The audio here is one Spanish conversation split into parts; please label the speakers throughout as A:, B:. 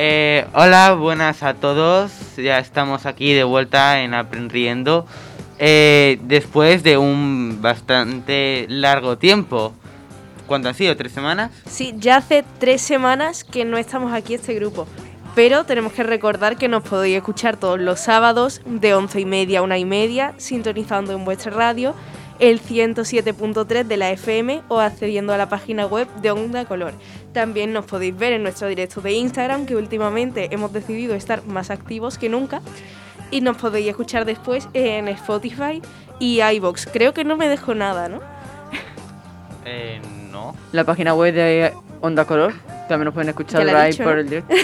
A: Eh, Hola, buenas a todos. Ya estamos aquí de vuelta en Aprendiendo. eh, después de un bastante largo tiempo. ¿Cuánto han sido? ¿Tres semanas?
B: Sí, ya hace tres semanas que no estamos aquí este grupo. Pero tenemos que recordar que nos podéis escuchar todos los sábados de once y media a una y media, sintonizando en vuestra radio el 107.3 de la FM o accediendo a la página web de Onda Color. También nos podéis ver en nuestro directo de Instagram, que últimamente hemos decidido estar más activos que nunca. Y nos podéis escuchar después en Spotify y iBox. Creo que no me dejo nada, ¿no?
A: Eh, no.
C: La página web de Onda Color. También nos pueden escuchar
B: Ya la he
C: live
B: dicho,
C: por
B: ¿no?
C: el directo.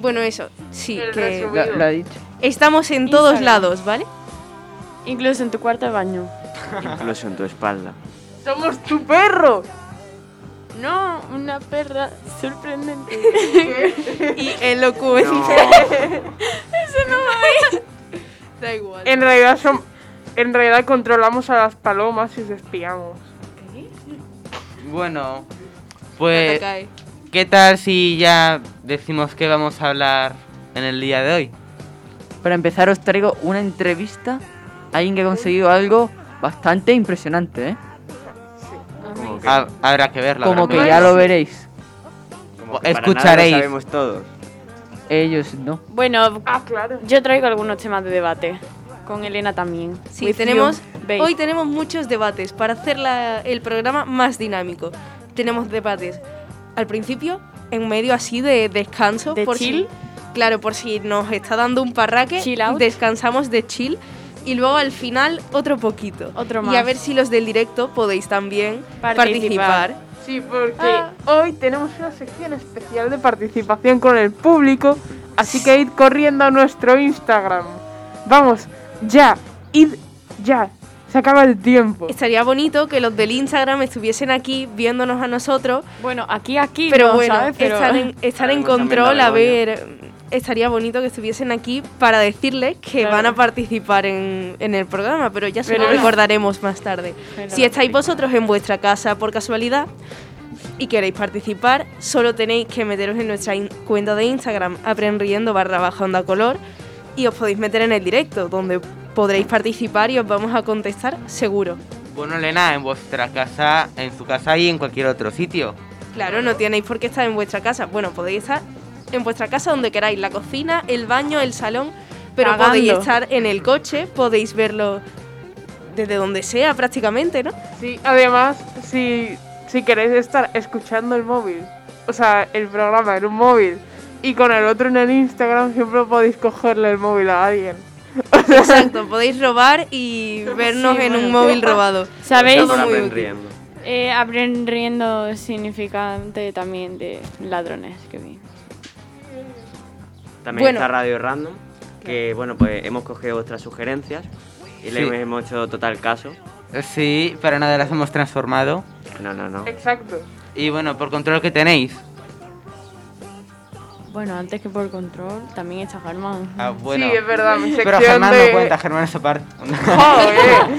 B: Bueno, eso, sí.
D: El
B: que...
D: resumen.
C: La, la he dicho.
B: Estamos en todos
D: Instagram.
B: lados, ¿vale?
D: Incluso en tu cuarto de baño.
E: Incluso en tu espalda.
D: ¡Somos tu perro! No, una perra sorprendente.
B: Y elocuente. Da igual.
F: En realidad son, en realidad controlamos a las palomas y les espiamos.
A: Bueno,
B: Hasta
A: pues,
B: cae.
A: ¿qué tal si ya decimos que vamos a hablar en el día de hoy?
C: Para empezar os traigo una entrevista a alguien que ha conseguido algo bastante impresionante, ¿eh?
E: Como que-
A: Ha- habrá que verla.
C: Como
A: habrá
C: que
A: verla.
C: ya lo veréis.
E: como que para nada lo
A: escucharéis.
E: sabemos todos.
C: Ellos no.
D: Bueno,
F: Ah, claro.
D: yo traigo algunos temas de debate. Con Elena también.
B: Sí,
D: With
B: tenemos-
D: you, babe.
B: Hoy tenemos muchos debates para hacer la- el programa más dinámico. Tenemos debates al principio, en medio así de descanso.
D: De
B: por
D: chill.
B: Si, claro, por si nos está dando un parraque,
D: Chill out.
B: descansamos de chill. Y luego al final otro poquito.
D: Otro
B: Y a
D: más.
B: ver si los del directo podéis también participar.
D: Participar.
F: Sí, porque
D: Ah.
F: hoy tenemos una sección especial de participación con el público, así que id corriendo a nuestro Instagram. Vamos, ya, id ya. Se acaba el tiempo.
B: Estaría bonito que los del Instagram estuviesen aquí viéndonos a nosotros,
D: Bueno, aquí, aquí.
B: pero
D: no,
B: bueno,
D: ¿sabes? Pero-
B: estar en, estar en
E: Ahora vamos a
B: control,
E: mandar
B: a
E: a
B: ver, estaría bonito que estuviesen aquí para decirles que
D: Claro.
B: van a participar en, en el programa, pero ya se lo
D: Pero no.
B: recordaremos más tarde.
D: Pero-
B: Si estáis vosotros en vuestra casa por casualidad y queréis participar, solo tenéis que meteros en nuestra in- cuenta de Instagram, aprendiendo barra baja onda color, y os podéis meter en el directo, donde podréis participar y os vamos a contestar seguro.
A: Bueno, Elena, en vuestra casa, en su casa y en cualquier otro sitio.
B: Claro, no tenéis por qué estar en vuestra casa. Bueno, podéis estar en vuestra casa donde queráis, la cocina, el baño, el salón, pero
D: Cagando.
B: podéis estar en el coche, podéis verlo desde donde sea prácticamente, ¿no?
F: Sí, además, si, si queréis estar escuchando el móvil, o sea, el programa en un móvil y con el otro en el Instagram, siempre podéis cogerle el móvil a alguien.
B: Exacto, podéis robar y vernos en un móvil robado.
D: ¿Sabéis?
B: Todo
E: Ahora
B: muy
E: ven
B: útil.
E: riendo.
D: Eh, aprendiendo significante también de ladrones que vi.
E: También
B: Bueno.
E: está Radio Random, que bueno, pues hemos cogido vuestras sugerencias y le
A: Sí.
E: hemos hecho total caso.
A: Sí, para nada las hemos transformado.
E: No, no, no.
F: Exacto.
A: Y bueno, por control que tenéis.
D: Bueno, antes que por control, también está Germán.
A: Ah, bueno.
F: Sí, es verdad, mi sección
A: Pero Germán
F: de...
A: no cuenta, Germán es aparte.
D: Oh.
F: Joder.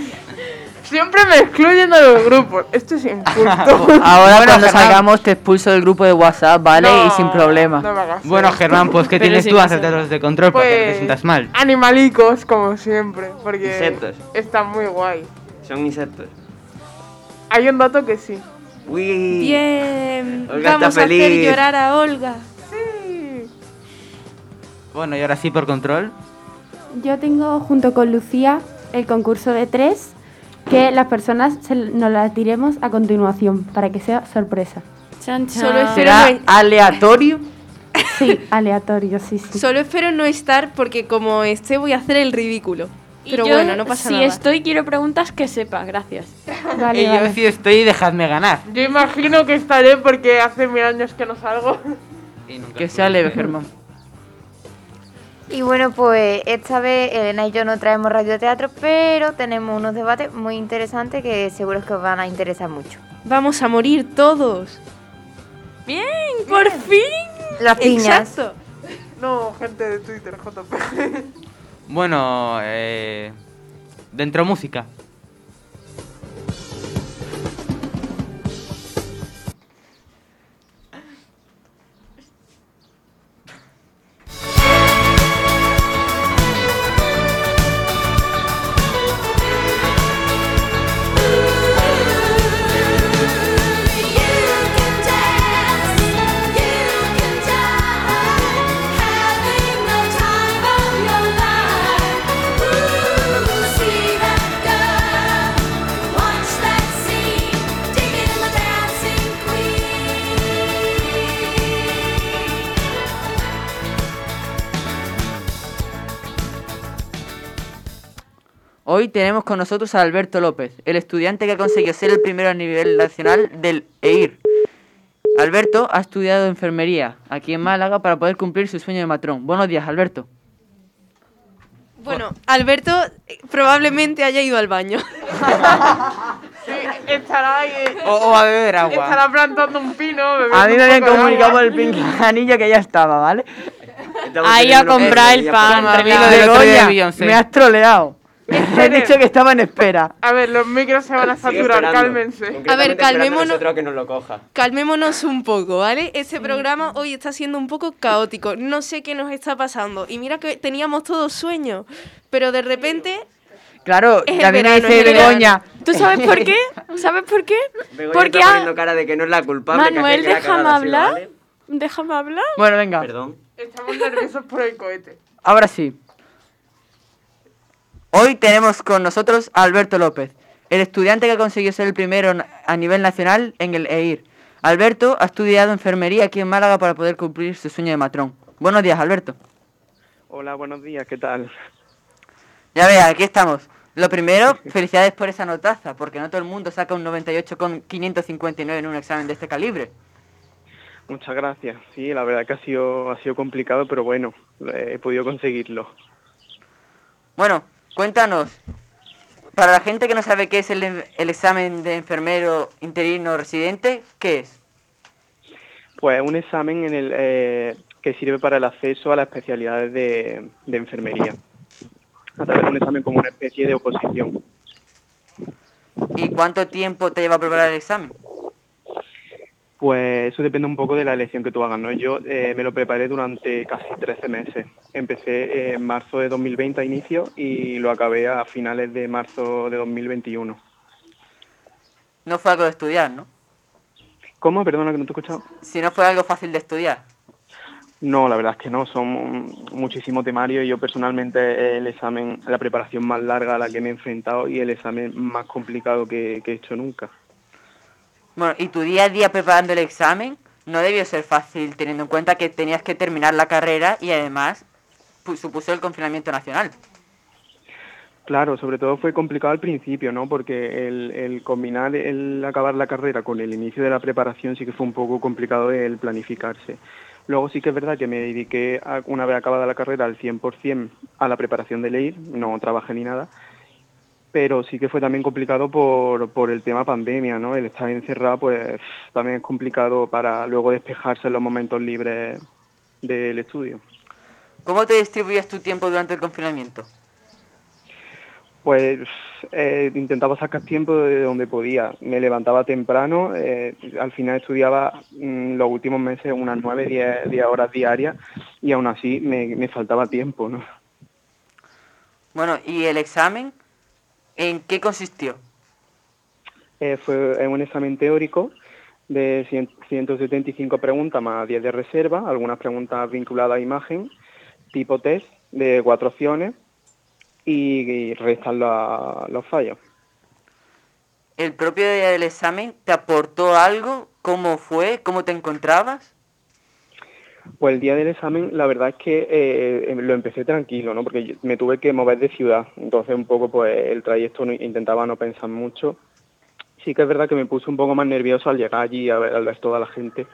F: Siempre me excluyen de los grupos. Esto es
E: Ah,
F: injusto.
C: Ahora
A: Bueno,
C: cuando
A: Germán.
C: salgamos te expulso del grupo de WhatsApp, ¿vale?
F: No,
C: y sin problema.
F: no me hagas
A: Bueno,
F: eso.
A: Germán, pues ¿qué
D: Pero
A: tienes
D: sí
A: tú
D: que
A: a hacer de
D: sí.
A: los de control para que no te
F: Pues,
A: sientas mal?
F: Animalicos, como siempre, porque
E: Insectos.
F: están muy guay.
E: Son insectos.
F: Hay un dato que sí.
E: Uy.
B: Bien,
E: Olga está
B: vamos a hacer
E: feliz.
B: llorar a Olga.
F: Sí.
A: Bueno, y ahora sí, por control.
G: Yo tengo junto con Lucía el concurso de tres que las personas se- nos las diremos a continuación para que sea sorpresa.
D: Chan, chan.
B: Solo espero
C: Ah. ¿Será
B: no-
C: aleatorio?
G: Sí, aleatorio, sí, sí.
B: Solo espero no estar porque como esté voy a hacer el ridículo.
D: Y
B: Pero
D: yo,
B: bueno, no pasa
D: si
B: nada.
D: estoy, quiero preguntas que sepa, gracias.
G: Vale,
A: y Eh, yo
G: vale.
A: sí estoy, dejadme ganar.
F: Yo imagino que estaré porque hace mil años que no salgo.
C: Que sea leve, Germán.
H: Y bueno, pues esta vez Elena y yo no traemos radioteatro, pero tenemos unos debates muy interesantes que seguro que os van a interesar mucho.
B: Vamos a morir todos.
D: Bien,
B: por fin.
H: Las piñas.
B: Exacto.
F: No, gente de Twitter, JP.
A: Bueno, eh, dentro música.
C: Hoy tenemos con nosotros a Alberto López, el estudiante que ha conseguido ser el primero a nivel nacional del EIR. Alberto ha estudiado enfermería aquí en Málaga para poder cumplir su sueño de matrón. Buenos días, Alberto.
B: Bueno, Alberto eh, probablemente haya ido al baño.
F: Estará ahí. eh.
A: O, o Oh, a beber agua.
F: Estará plantando un pino.
C: A mí me habían comunicado por el pincanillo que ya estaba, ¿vale?
E: Estamos
D: Ahí a
E: teniendo una
D: comprar el
E: pesadilla
D: pan,
E: por-
A: Amigo
D: relaja.
A: del otro día de
C: Begoña,
A: Beyoncé.
C: me has troleado. He dicho que estaba en espera.
F: A ver, los micros se van a
E: Sigue
F: saturar,
E: esperando.
F: cálmense.
E: Concretamente
B: A ver,
E: esperando
B: calmémonos.
E: Nosotros que nos lo coja.
B: Calmémonos un poco, ¿vale? Este programa hoy está siendo un poco caótico. No sé qué nos está pasando. Y mira que teníamos todos sueños. Pero de repente.
C: Claro,
B: Es el
C: ya viene
B: verano, es
C: ese
B: el verano.
C: Begoña.
D: ¿Tú sabes por qué? ¿Sabes por qué?
E: Begoña
D: Porque
E: está
D: ha-
E: poniendo cara de que no es la culpable. que
D: Manuel,
E: aquel que la ha
D: déjame
E: cagado ha sido,
D: hablar.
E: ¿vale?
D: Déjame hablar.
C: Bueno, venga,
E: Perdón.
F: Estamos nerviosos por el cohete.
C: ahora sí. Hoy tenemos con nosotros a Alberto López, el estudiante que ha conseguido ser el primero na- a nivel nacional en el EIR. Alberto ha estudiado enfermería aquí en Málaga para poder cumplir su sueño de matrón. Buenos días, Alberto.
I: Hola, buenos días, ¿qué tal?
C: Ya veas, aquí estamos. Lo primero, felicidades por esa notaza, porque no todo el mundo saca un 98,559 en un examen de este calibre.
I: Muchas gracias. Sí, la verdad que ha sido, ha sido complicado, pero bueno, eh, he podido conseguirlo.
C: Bueno, cuéntanos. Para la gente que no sabe qué es el, el examen de enfermero interino residente, ¿qué es?
I: Pues un examen en el, eh, que sirve para el acceso a las especialidades de, de enfermería. A través de un examen como una especie de oposición.
C: ¿Y cuánto tiempo te lleva a preparar el examen?
I: Pues eso depende un poco de la elección que tú hagas, ¿no? Yo eh, me lo preparé durante casi 13 meses. Empecé eh, en marzo de 2020 a inicio y lo acabé a finales de marzo de 2021.
C: No fue algo de estudiar, ¿no?
I: ¿Cómo? Perdona que no te he escuchado.
C: Si no fue algo fácil de estudiar.
I: No, la verdad es que no, son muchísimo temario y yo personalmente el examen, la preparación más larga a la que me he enfrentado y el examen más complicado que, que he hecho nunca.
C: Bueno, y tu día a día preparando el examen no debió ser fácil teniendo en cuenta que tenías que terminar la carrera y además pu- supuso el confinamiento nacional.
I: Claro, sobre todo fue complicado al principio, ¿no? Porque el, el combinar el acabar la carrera con el inicio de la preparación sí que fue un poco complicado el planificarse. Luego sí que es verdad que me dediqué, a- una vez acabada la carrera, al 100% a la preparación de leer, no trabajé ni nada, pero sí que fue también complicado por, por el tema pandemia, ¿no? El estar encerrado, pues también es complicado para luego despejarse en los momentos libres del estudio.
C: ¿Cómo te distribuyes tu tiempo durante el confinamiento?
I: Pues eh, intentaba sacar tiempo de donde podía. Me levantaba temprano, eh, al final estudiaba mm, los últimos meses unas 9, 10, 10 horas diarias y aún así me, me faltaba tiempo. ¿no?
C: Bueno, ¿y el examen en qué consistió?
I: Eh, fue un examen teórico de 100 175 preguntas más 10 de reserva, algunas preguntas vinculadas a imagen, tipo test de cuatro opciones y, y restan la- los fallos.
C: ¿El propio día del examen te aportó algo? ¿Cómo fue? ¿Cómo te encontrabas?
I: Pues el día del examen, la verdad es que eh, em- lo empecé tranquilo, ¿no? Porque yo- me tuve que mover de ciudad, entonces un poco pues el trayecto no- intentaba no pensar mucho. Sí que es verdad que me puse un poco más nervioso al llegar allí, a ver, al ver toda la gente.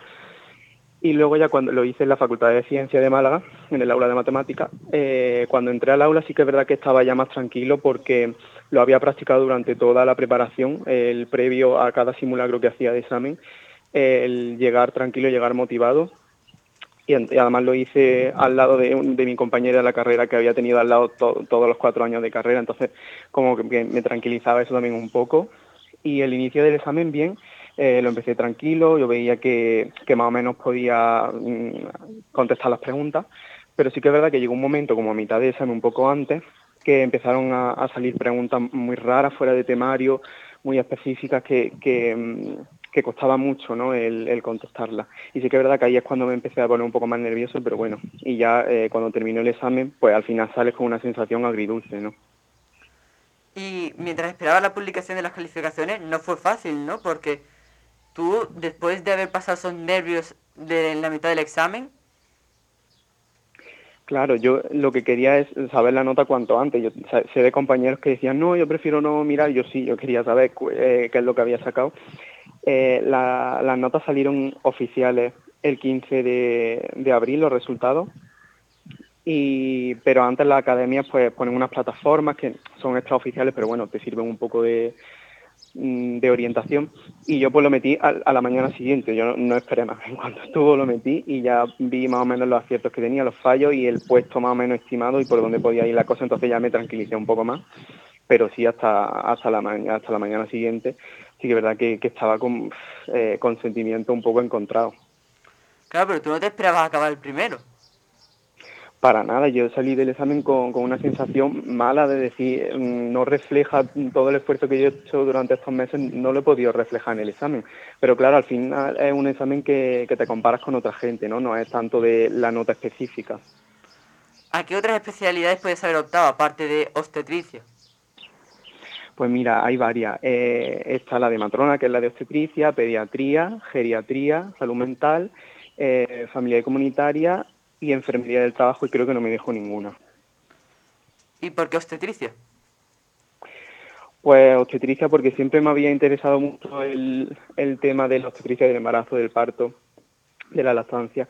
I: Y luego ya cuando lo hice en la Facultad de Ciencia de Málaga, en el aula de matemática, eh, cuando entré al aula sí que es verdad que estaba ya más tranquilo porque lo había practicado durante toda la preparación, el previo a cada simulacro que hacía de examen, el llegar tranquilo, llegar motivado y, en- y además lo hice al lado de, un- de mi compañera de la carrera que había tenido al lado to- todos los cuatro años de carrera, entonces como que, que me tranquilizaba eso también un poco. Y el inicio del examen bien, eh, lo empecé tranquilo, yo veía que, que más o menos podía mm, contestar las preguntas, pero sí que es verdad que llegó un momento como a mitad de examen, un poco antes, que empezaron a, a salir preguntas muy raras, fuera de temario, muy específicas que, que, mm, que costaba mucho ¿no? el, el contestarlas. Y sí que es verdad que ahí es cuando me empecé a poner un poco más nervioso, pero bueno, y ya eh, cuando terminó el examen, pues al final sales con una sensación agridulce, ¿no?
C: Y mientras esperabas la publicación de las calificaciones, no fue fácil, ¿no? Porque tú, después de haber pasado esos nervios de la mitad del examen,
I: Claro, yo lo que quería es saber la nota cuanto antes. Yo sa- sé de compañeros que decían, no, yo prefiero no mirar. Yo sí, yo quería saber cu- eh, qué es lo que había sacado. Eh, la- las notas salieron oficiales el 15 de, de abril, los resultados. Y, pero antes las academias pues ponen unas plataformas que son extraoficiales, pero bueno, te sirven un poco de, mm, de orientación y yo pues lo metí al- a, la mañana siguiente, yo no, no esperé más, en cuanto estuvo lo metí y ya vi más o menos los aciertos que tenía, los fallos y el puesto más o menos estimado y por dónde podía ir la cosa, entonces ya me tranquilicé un poco más, pero sí hasta hasta la mañana hasta la mañana siguiente, sí que es verdad que, que estaba con, eh, con sentimiento un poco encontrado.
C: Claro, pero tú no te esperabas acabar el primero.
I: Para nada, yo salí del examen con, con una sensación mala de decir, mm, no refleja todo el esfuerzo que yo he hecho durante estos meses, no lo he podido reflejar en el examen. Pero claro, al final es un examen que, que te comparas con otra gente, ¿no? No es tanto de la nota específica.
C: ¿A qué otras especialidades puedes haber optado aparte de obstetricia?
I: Pues mira, hay varias. Eh, está la de matrona, que es la de obstetricia, pediatría, geriatría, salud mental, eh, familia y comunitaria y enfermería del trabajo y creo que no me dejo ninguna.
C: ¿Y por qué obstetricia?
I: Pues obstetricia, porque siempre me había interesado mucho el, el tema de la obstetricia, del embarazo, del parto, de la lactancia.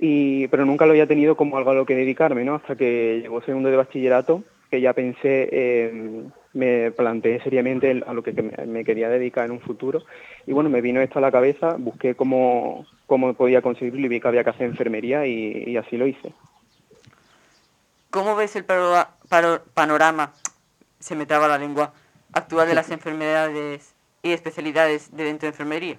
I: Y, pero nunca lo había tenido como algo a lo que dedicarme, ¿no? Hasta que llegó segundo de bachillerato, que ya pensé, eh, me planteé seriamente el- a lo que que me, me quería dedicar en un futuro. Y bueno, me vino esto a la cabeza, busqué cómo, cómo podía conseguirlo y vi que había que hacer enfermería y- y así lo hice.
C: ¿Cómo ves el paro- paro- panorama, se me traba la lengua, actual de las enfermedades y especialidades de dentro de enfermería?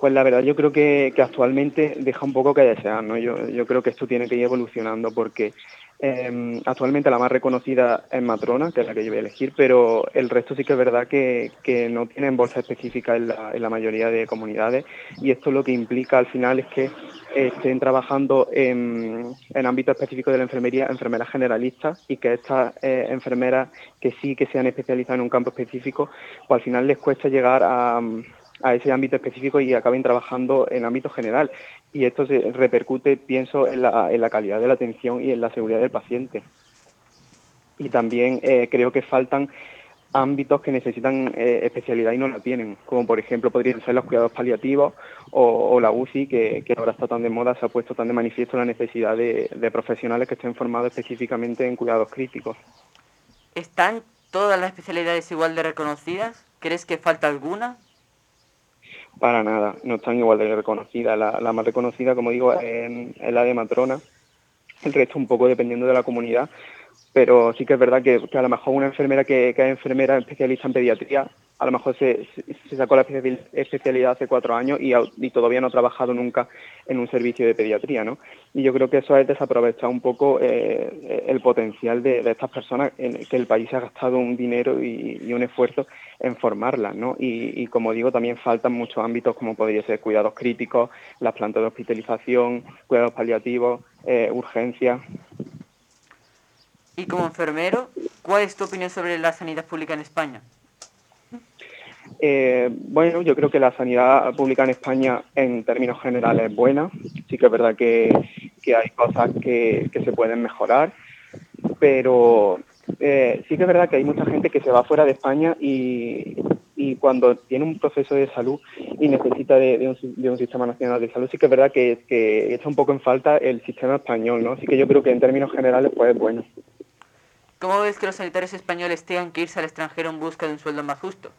I: Pues la verdad yo creo que, que actualmente deja un poco que desear, ¿no? Yo, yo creo que esto tiene que ir evolucionando porque eh, actualmente la más reconocida es Matrona, que es la que yo voy a elegir, pero el resto sí que es verdad que, que no tienen bolsa específica en la, en la mayoría de comunidades y esto lo que implica al final es que estén trabajando en, en ámbito específico de la enfermería enfermeras generalistas y que estas eh, enfermeras que sí que se han especializado en un campo específico, pues al final les cuesta llegar a, mm, a ese ámbito específico y acaben trabajando en ámbito general. Y esto se repercute, pienso, en la, en la calidad de la atención y en la seguridad del paciente. Y también eh, creo que faltan ámbitos que necesitan eh, especialidad y no la tienen, como por ejemplo podrían ser los cuidados paliativos o, o la UCI, que, que ahora está tan de moda, se ha puesto tan de manifiesto la necesidad de, de profesionales que estén formados específicamente en cuidados críticos.
C: ¿Están todas las especialidades igual de reconocidas? ¿Crees que falta alguna?
I: Para nada, no están igual de reconocidas. La, la más reconocida, como digo, es, es la de matrona. El resto un poco dependiendo de la comunidad. Pero sí que es verdad que, que a lo mejor una enfermera que, que es enfermera especialista en pediatría, a lo mejor se, se- se sacó la especial- especialidad hace cuatro años y, au- y todavía no ha trabajado nunca en un servicio de pediatría, ¿no? Y yo creo que eso es desaprovechar un poco eh, el potencial de, de estas personas en que el país ha gastado un dinero y, y un esfuerzo en formarlas, ¿no? Y, y como digo, también faltan muchos ámbitos como podría ser cuidados críticos, las plantas de hospitalización, cuidados paliativos, eh, urgencias.
C: Y como enfermero, ¿cuál es tu opinión sobre la sanidad pública en España?
I: Eh, bueno, yo creo que la sanidad pública en España en términos generales es buena. Sí que es verdad que, que hay cosas que, que se pueden mejorar, pero eh, sí que es verdad que hay mucha gente que se va fuera de España y, y cuando tiene un proceso de salud y necesita de, de un, si- de un sistema nacional de salud, sí que es verdad que, que echa un poco en falta el sistema español, ¿no? Así que yo creo que en términos generales pues es bueno.
C: ¿Cómo ves que los sanitarios españoles tengan que irse al extranjero en busca de un sueldo más justo?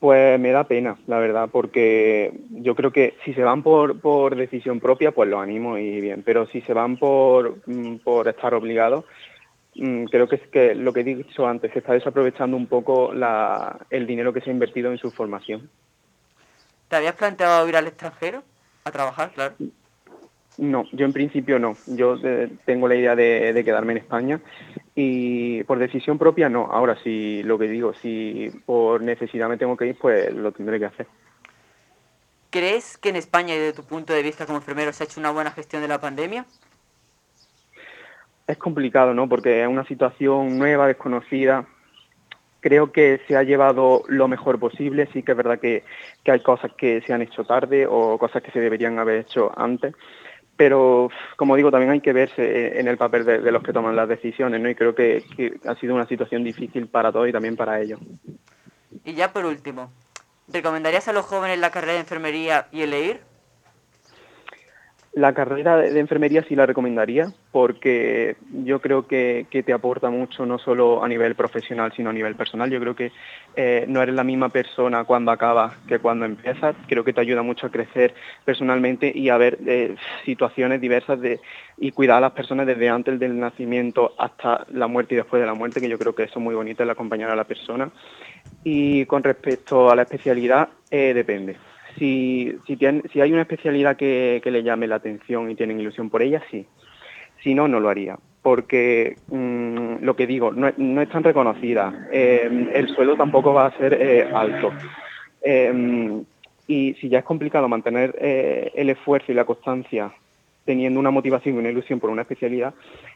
I: Pues me da pena, la verdad, porque yo creo que si se van por, por decisión propia, pues los animo y bien, pero si se van por, mm, por estar obligados, mm, creo que es que lo que he dicho antes, se está desaprovechando un poco la- el dinero que se ha invertido en su formación.
C: ¿Te habías planteado ir al extranjero? A trabajar, claro.
I: No, yo en principio no. Yo eh, tengo la idea de, de quedarme en España y por decisión propia no. Ahora sí, lo que digo, si por necesidad me tengo que ir, pues lo tendré que hacer.
C: ¿Crees que en España, y desde tu punto de vista como enfermero, se ha hecho una buena gestión de la pandemia?
I: Es complicado, ¿no? Porque es una situación nueva, desconocida. Creo que se ha llevado lo mejor posible. Sí que es verdad que, que hay cosas que se han hecho tarde o cosas que se deberían haber hecho antes. pero uf, como digo, también hay que verse en el papel de, de los que toman las decisiones, ¿no? Y creo que, que ha sido una situación difícil para todos y también para ellos.
C: Y ya por último, ¿recomendarías a los jóvenes la carrera de enfermería y el E EIR?
I: La carrera de de enfermería sí la recomendaría porque yo creo que, que te aporta mucho no solo a nivel profesional sino a nivel personal. Yo creo que eh, no eres la misma persona cuando acabas que cuando empiezas. Creo que te ayuda mucho a crecer personalmente y a ver eh, situaciones diversas de, y cuidar a las personas desde antes del nacimiento hasta la muerte y después de la muerte, que yo creo que eso es muy bonito, el acompañar a la persona. Y con respecto a la especialidad, eh, depende. Si, si, tienen- si hay una especialidad que, que le llame la atención y tienen ilusión por ella, sí. Si no, no lo haría. Porque mm, lo que digo, no, es- no es tan reconocida. Eh, el sueldo tampoco va a ser eh, alto. Eh, y si ya es complicado mantener eh, el esfuerzo y la constancia teniendo una motivación y una ilusión por una especialidad,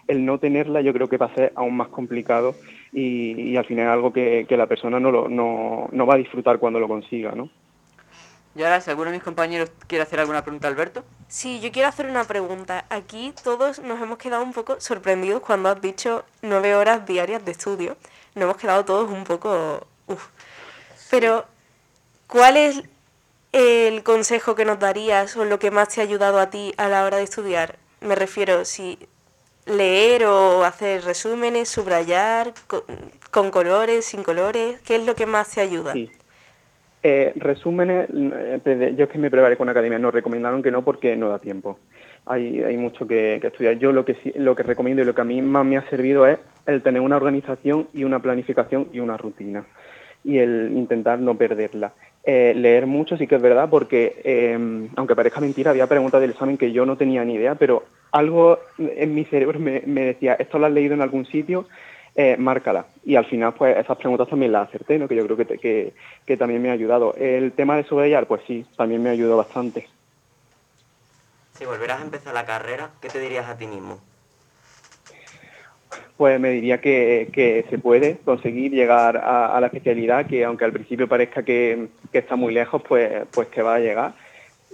I: el no tenerla yo creo que va a ser aún más complicado y, y al final algo que, que la persona no, lo- no, no va a disfrutar cuando lo consiga, ¿no?
C: Y ahora, si alguno de mis compañeros quiere hacer alguna pregunta a Alberto.
B: Sí, yo quiero hacer una pregunta. Aquí todos nos hemos quedado un poco sorprendidos cuando has dicho nueve horas diarias de estudio. Nos hemos quedado todos un poco... uf. Pero, ¿cuál es el consejo que nos darías o lo que más te ha ayudado a ti a la hora de estudiar? Me refiero, si leer o hacer resúmenes, subrayar, co- con, colores, sin colores, ¿qué es lo que más te ayuda?
I: Sí. Eh, resúmenes, eh, desde- yo es que me preparé con academia, nos recomendaron que no porque no da tiempo. Hay, hay mucho que, que estudiar. Yo lo que, sí- lo que recomiendo y lo que a mí más me ha servido es el tener una organización y una planificación y una rutina y el intentar no perderla. Eh, leer mucho sí que es verdad porque, eh, aunque parezca mentira, había preguntas del examen que yo no tenía ni idea, pero algo en mi cerebro me, me decía, esto lo has leído en algún sitio, eh, márcala. Y al final, pues esas preguntas también las acerté, ¿no? que yo creo que, te- que, que también me ha ayudado. El tema de subrayar, pues sí, también me ayudó bastante.
E: Si volverás a empezar la carrera, ¿qué te dirías a ti mismo?
I: Pues me diría que, que se puede conseguir llegar a, a la especialidad, que aunque al principio parezca que, que está muy lejos, pues, pues que va a llegar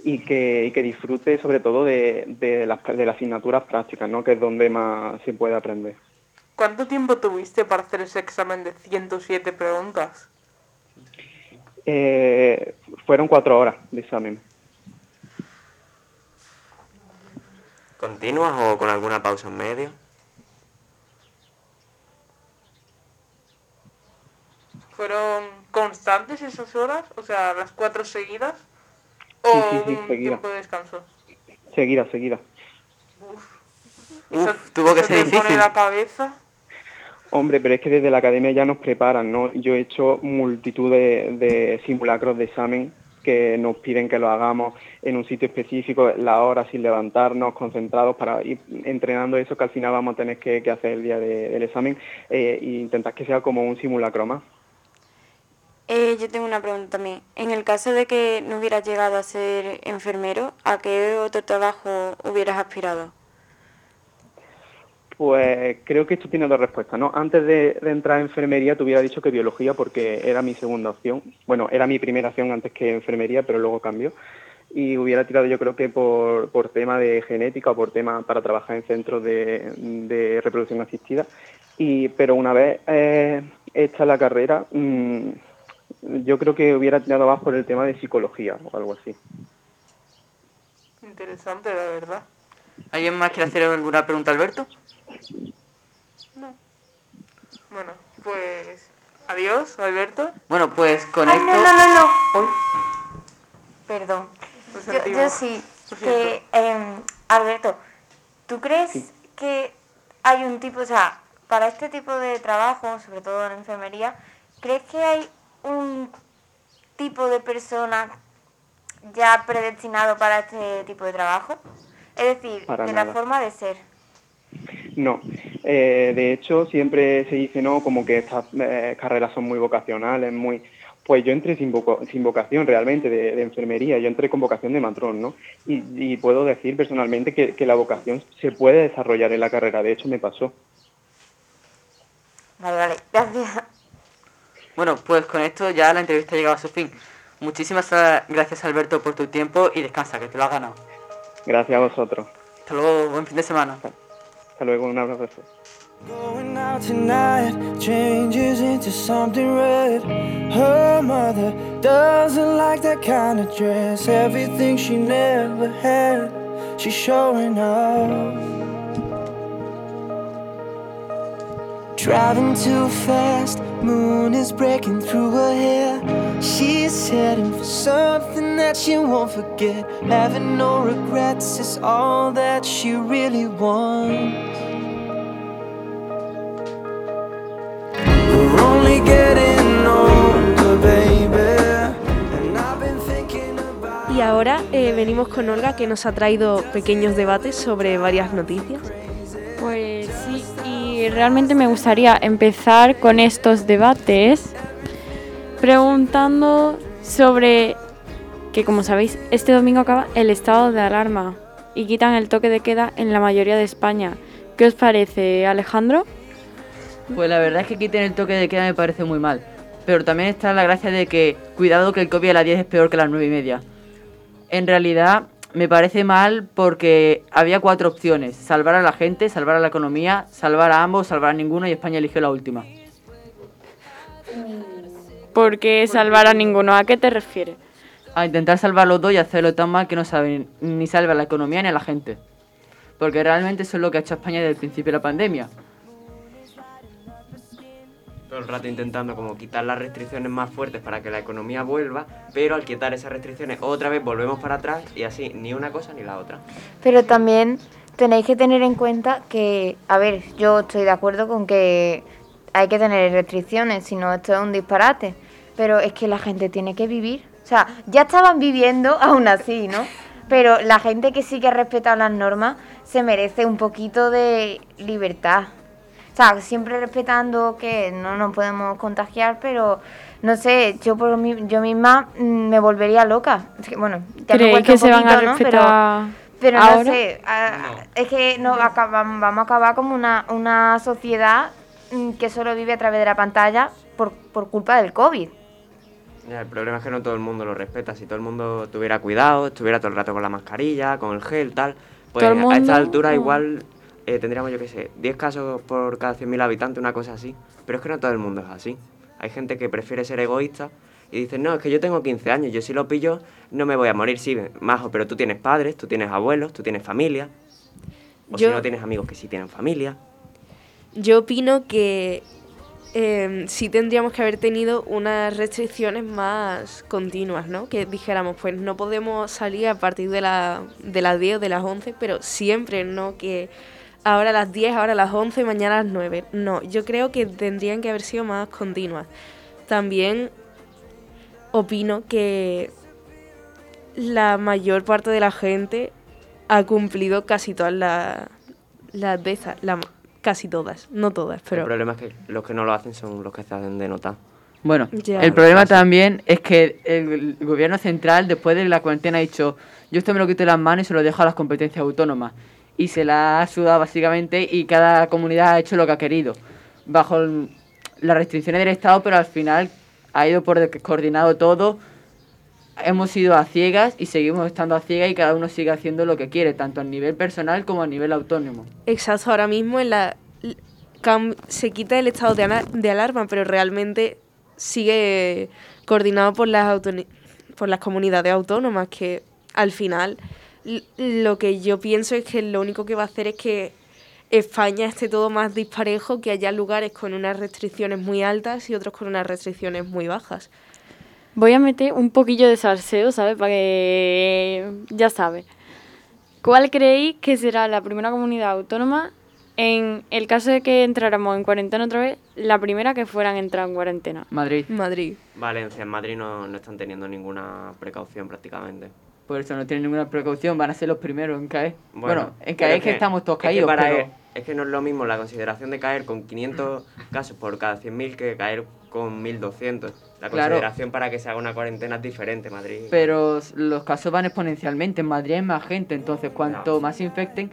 I: y que, y que disfrute sobre todo de, de las, de las asignaturas prácticas, ¿no? que es donde más se puede aprender.
F: ¿Cuánto tiempo tuviste para hacer ese examen de 107 preguntas?
I: Eh, fueron cuatro horas de examen.
E: ¿Continuas o con alguna pausa en medio?
F: ¿Fueron constantes esas horas? O sea, las cuatro seguidas. ¿O
I: Sí, sí, sí,
C: Mm.
F: un
I: seguida.
F: tiempo de descanso?
I: Seguida, seguida.
F: Eso
C: tuvo que
F: se
C: ser
F: te pone
C: difícil.
F: la cabeza.
I: Hombre, pero es que desde la academia ya nos preparan, ¿no? Yo he hecho multitud de, de simulacros de examen que nos piden que lo hagamos en un sitio específico, la hora sin levantarnos, concentrados para ir entrenando eso que al final vamos a tener que, que hacer el día de- del examen eh, e intentar que sea como un simulacro más.
J: Eh, yo tengo una pregunta también. En el caso de que no hubieras llegado a ser enfermero, ¿a qué otro trabajo hubieras aspirado?
I: Pues creo que esto tiene dos respuestas, ¿no? Antes de, de entrar a enfermería te hubiera dicho que biología porque era mi segunda opción. Bueno, era mi primera opción antes que enfermería, pero luego cambió. Y hubiera tirado yo creo que por, por tema de genética o por tema para trabajar en centros de, de reproducción asistida. Y, pero una vez eh, hecha la carrera, mm, yo creo que hubiera tirado más por el tema de psicología o algo así.
F: Interesante, la verdad.
C: ¿Alguien más quiere hacer alguna pregunta a Alberto?
F: Bueno, pues. Adiós, Alberto.
C: Bueno, pues con
H: Ay,
C: esto...
H: no, no, no, no. Perdón.
F: Lo
H: Yo,
F: sentimos.
H: yo sí.
F: Lo
H: Que,
F: siento.
H: em, Alberto, ¿tú crees que hay un tipo, o sea, para este tipo de trabajo, sobre todo en enfermería, ¿crees que hay un tipo de persona ya predestinado para este tipo de trabajo? Es decir,
I: Para
H: de la
I: nada.
H: forma de ser.
I: No, eh, de hecho siempre se dice, no, como que estas eh, carreras son muy vocacionales, muy... Pues yo entré sin, voco- sin vocación realmente de, de enfermería, yo entré con vocación de matrón, ¿no? Y, y puedo decir personalmente que, que la vocación se puede desarrollar en la carrera, de hecho me pasó.
H: Vale, vale, gracias.
C: Bueno, pues con esto ya la entrevista ha llegado a su fin. Muchísimas gracias Alberto por tu tiempo y descansa, que te lo has ganado.
I: Gracias a vosotros.
C: Hasta Hasta luego, buen fin de semana.
I: Hasta luego, un abrazo.
K: Going out tonight changes into something red. Her mother doesn't like that kind of dress. Everything she never had, she's showing off. Driving too fast, moon is breaking through her hair. She's heading for something that she won't forget. Having no regrets is all that she really wants. We're only getting older, baby. And I've been thinking
B: Y ahora eh, venimos con Olga que nos ha traído pequeños debates sobre varias noticias.
D: Pues sí, y realmente me gustaría empezar con estos debates preguntando sobre que, como sabéis, este domingo acaba el estado de alarma y quitan el toque de queda en la mayoría de España. ¿Qué os parece, Alejandro?
C: Pues la verdad es que quiten el toque de queda me parece muy mal. Pero también está la gracia de que, cuidado que el COVID a las 10 es peor que a las 9 y media. En realidad, me parece mal porque había cuatro opciones. Salvar a la gente, salvar a la economía, salvar a ambos, salvar a ninguno y España eligió la última.
D: ¿Por qué salvar a ninguno? ¿A qué te refieres?
C: A intentar salvar los dos y hacerlo tan mal que no saben ni salva a la economía ni a la gente. Porque realmente eso es lo que ha hecho España desde el principio de la pandemia.
E: Todo el rato intentando como quitar las restricciones más fuertes para que la economía vuelva, pero al quitar esas restricciones otra vez volvemos para atrás y así ni una cosa ni la otra.
H: Pero también tenéis que tener en cuenta que, a ver, yo estoy de acuerdo con que hay que tener restricciones, si no esto es un disparate. Pero es que la gente tiene que vivir. O sea, ya estaban viviendo aún así, ¿no? Pero la gente que sí que ha respetado las normas se merece un poquito de libertad. O sea, siempre respetando que no nos podemos contagiar, pero no sé, yo por mí, yo misma mm, me volvería loca. Es que, bueno, ya me he
D: ¿Creéis
H: vuelto
D: que
H: un
D: se van a
H: poquito, ¿no? Pero-
D: respetar
H: pero no
D: ahora?
H: sé, ah, es que no acabam- vamos a acabar como una, una sociedad mm, que solo vive a través de la pantalla por, por culpa del COVID.
E: Ya, el problema es que no todo el mundo lo respeta. Si todo el mundo tuviera cuidado, estuviera todo el rato con la mascarilla, con el gel, tal, pues
D: Todo el
E: a
D: mundo,
E: esta altura
D: no.
E: igual eh, tendríamos, yo qué sé, 10 casos por cada 100.000 habitantes, una cosa así. Pero es que no todo el mundo es así. Hay gente que prefiere ser egoísta y dice, no, es que yo tengo 15 años, yo si lo pillo no me voy a morir, sí, majo, pero tú tienes padres, tú tienes abuelos, tú tienes familia. O
B: Yo-
E: si no tienes amigos que sí tienen familia.
B: Yo opino que eh, sí tendríamos que haber tenido unas restricciones más continuas, ¿no? Que dijéramos, pues no podemos salir a partir de, la, de las 10 o de las 11, pero siempre, ¿no? Que ahora a las 10, ahora a las 11, mañana a las 9. No, yo creo que tendrían que haber sido más continuas. También opino que la mayor parte de la gente ha cumplido casi todas la- las de esas, la- casi todas, no todas,
E: el
B: pero
E: problema es que los que no lo hacen son los que se hacen de notar.
C: Bueno,
B: Ya.
C: el problema también es que el gobierno central, después de la cuarentena, ha dicho: Yo esto me lo quito de las manos y se lo dejo a las competencias autónomas. Y se la ha sudado básicamente, y cada comunidad ha hecho lo que ha querido, bajo el- las restricciones del Estado, pero al final ha ido por coordinado todo. Hemos ido a ciegas y seguimos estando a ciegas, y cada uno sigue haciendo lo que quiere, tanto a nivel personal como a nivel autónomo.
B: exacto, ahora mismo en la l- cam- se quita el estado de, ana- de alarma, pero realmente sigue coordinado por las autoni- por las comunidades autónomas que al final l- lo que yo pienso es que lo único que va a hacer es que España esté todo más disparejo, que haya lugares con unas restricciones muy altas y otros con unas restricciones muy bajas.
D: Voy a meter un poquillo de salseo, ¿sabes? Para que ya sabe. ¿Cuál creéis que será la primera comunidad autónoma en el caso de que entráramos en cuarentena otra vez, la primera que fueran a entrar en cuarentena?
C: Madrid.
B: Madrid.
E: Valencia, en Madrid no, no están teniendo ninguna precaución prácticamente.
C: Por eso no tienen ninguna precaución, van a ser los primeros en caer. Bueno, en
E: pero
C: caer es que, estamos todos
E: es que
C: caídos,
E: para
C: pero-
E: él- es que no es lo mismo la consideración de caer con 500 casos por cada 100.000 que caer con 1.200. La
C: Claro.
E: consideración para que se haga una cuarentena es diferente, Madrid.
C: Pero s- los casos van exponencialmente. En Madrid hay más gente, entonces cuanto más se infecten,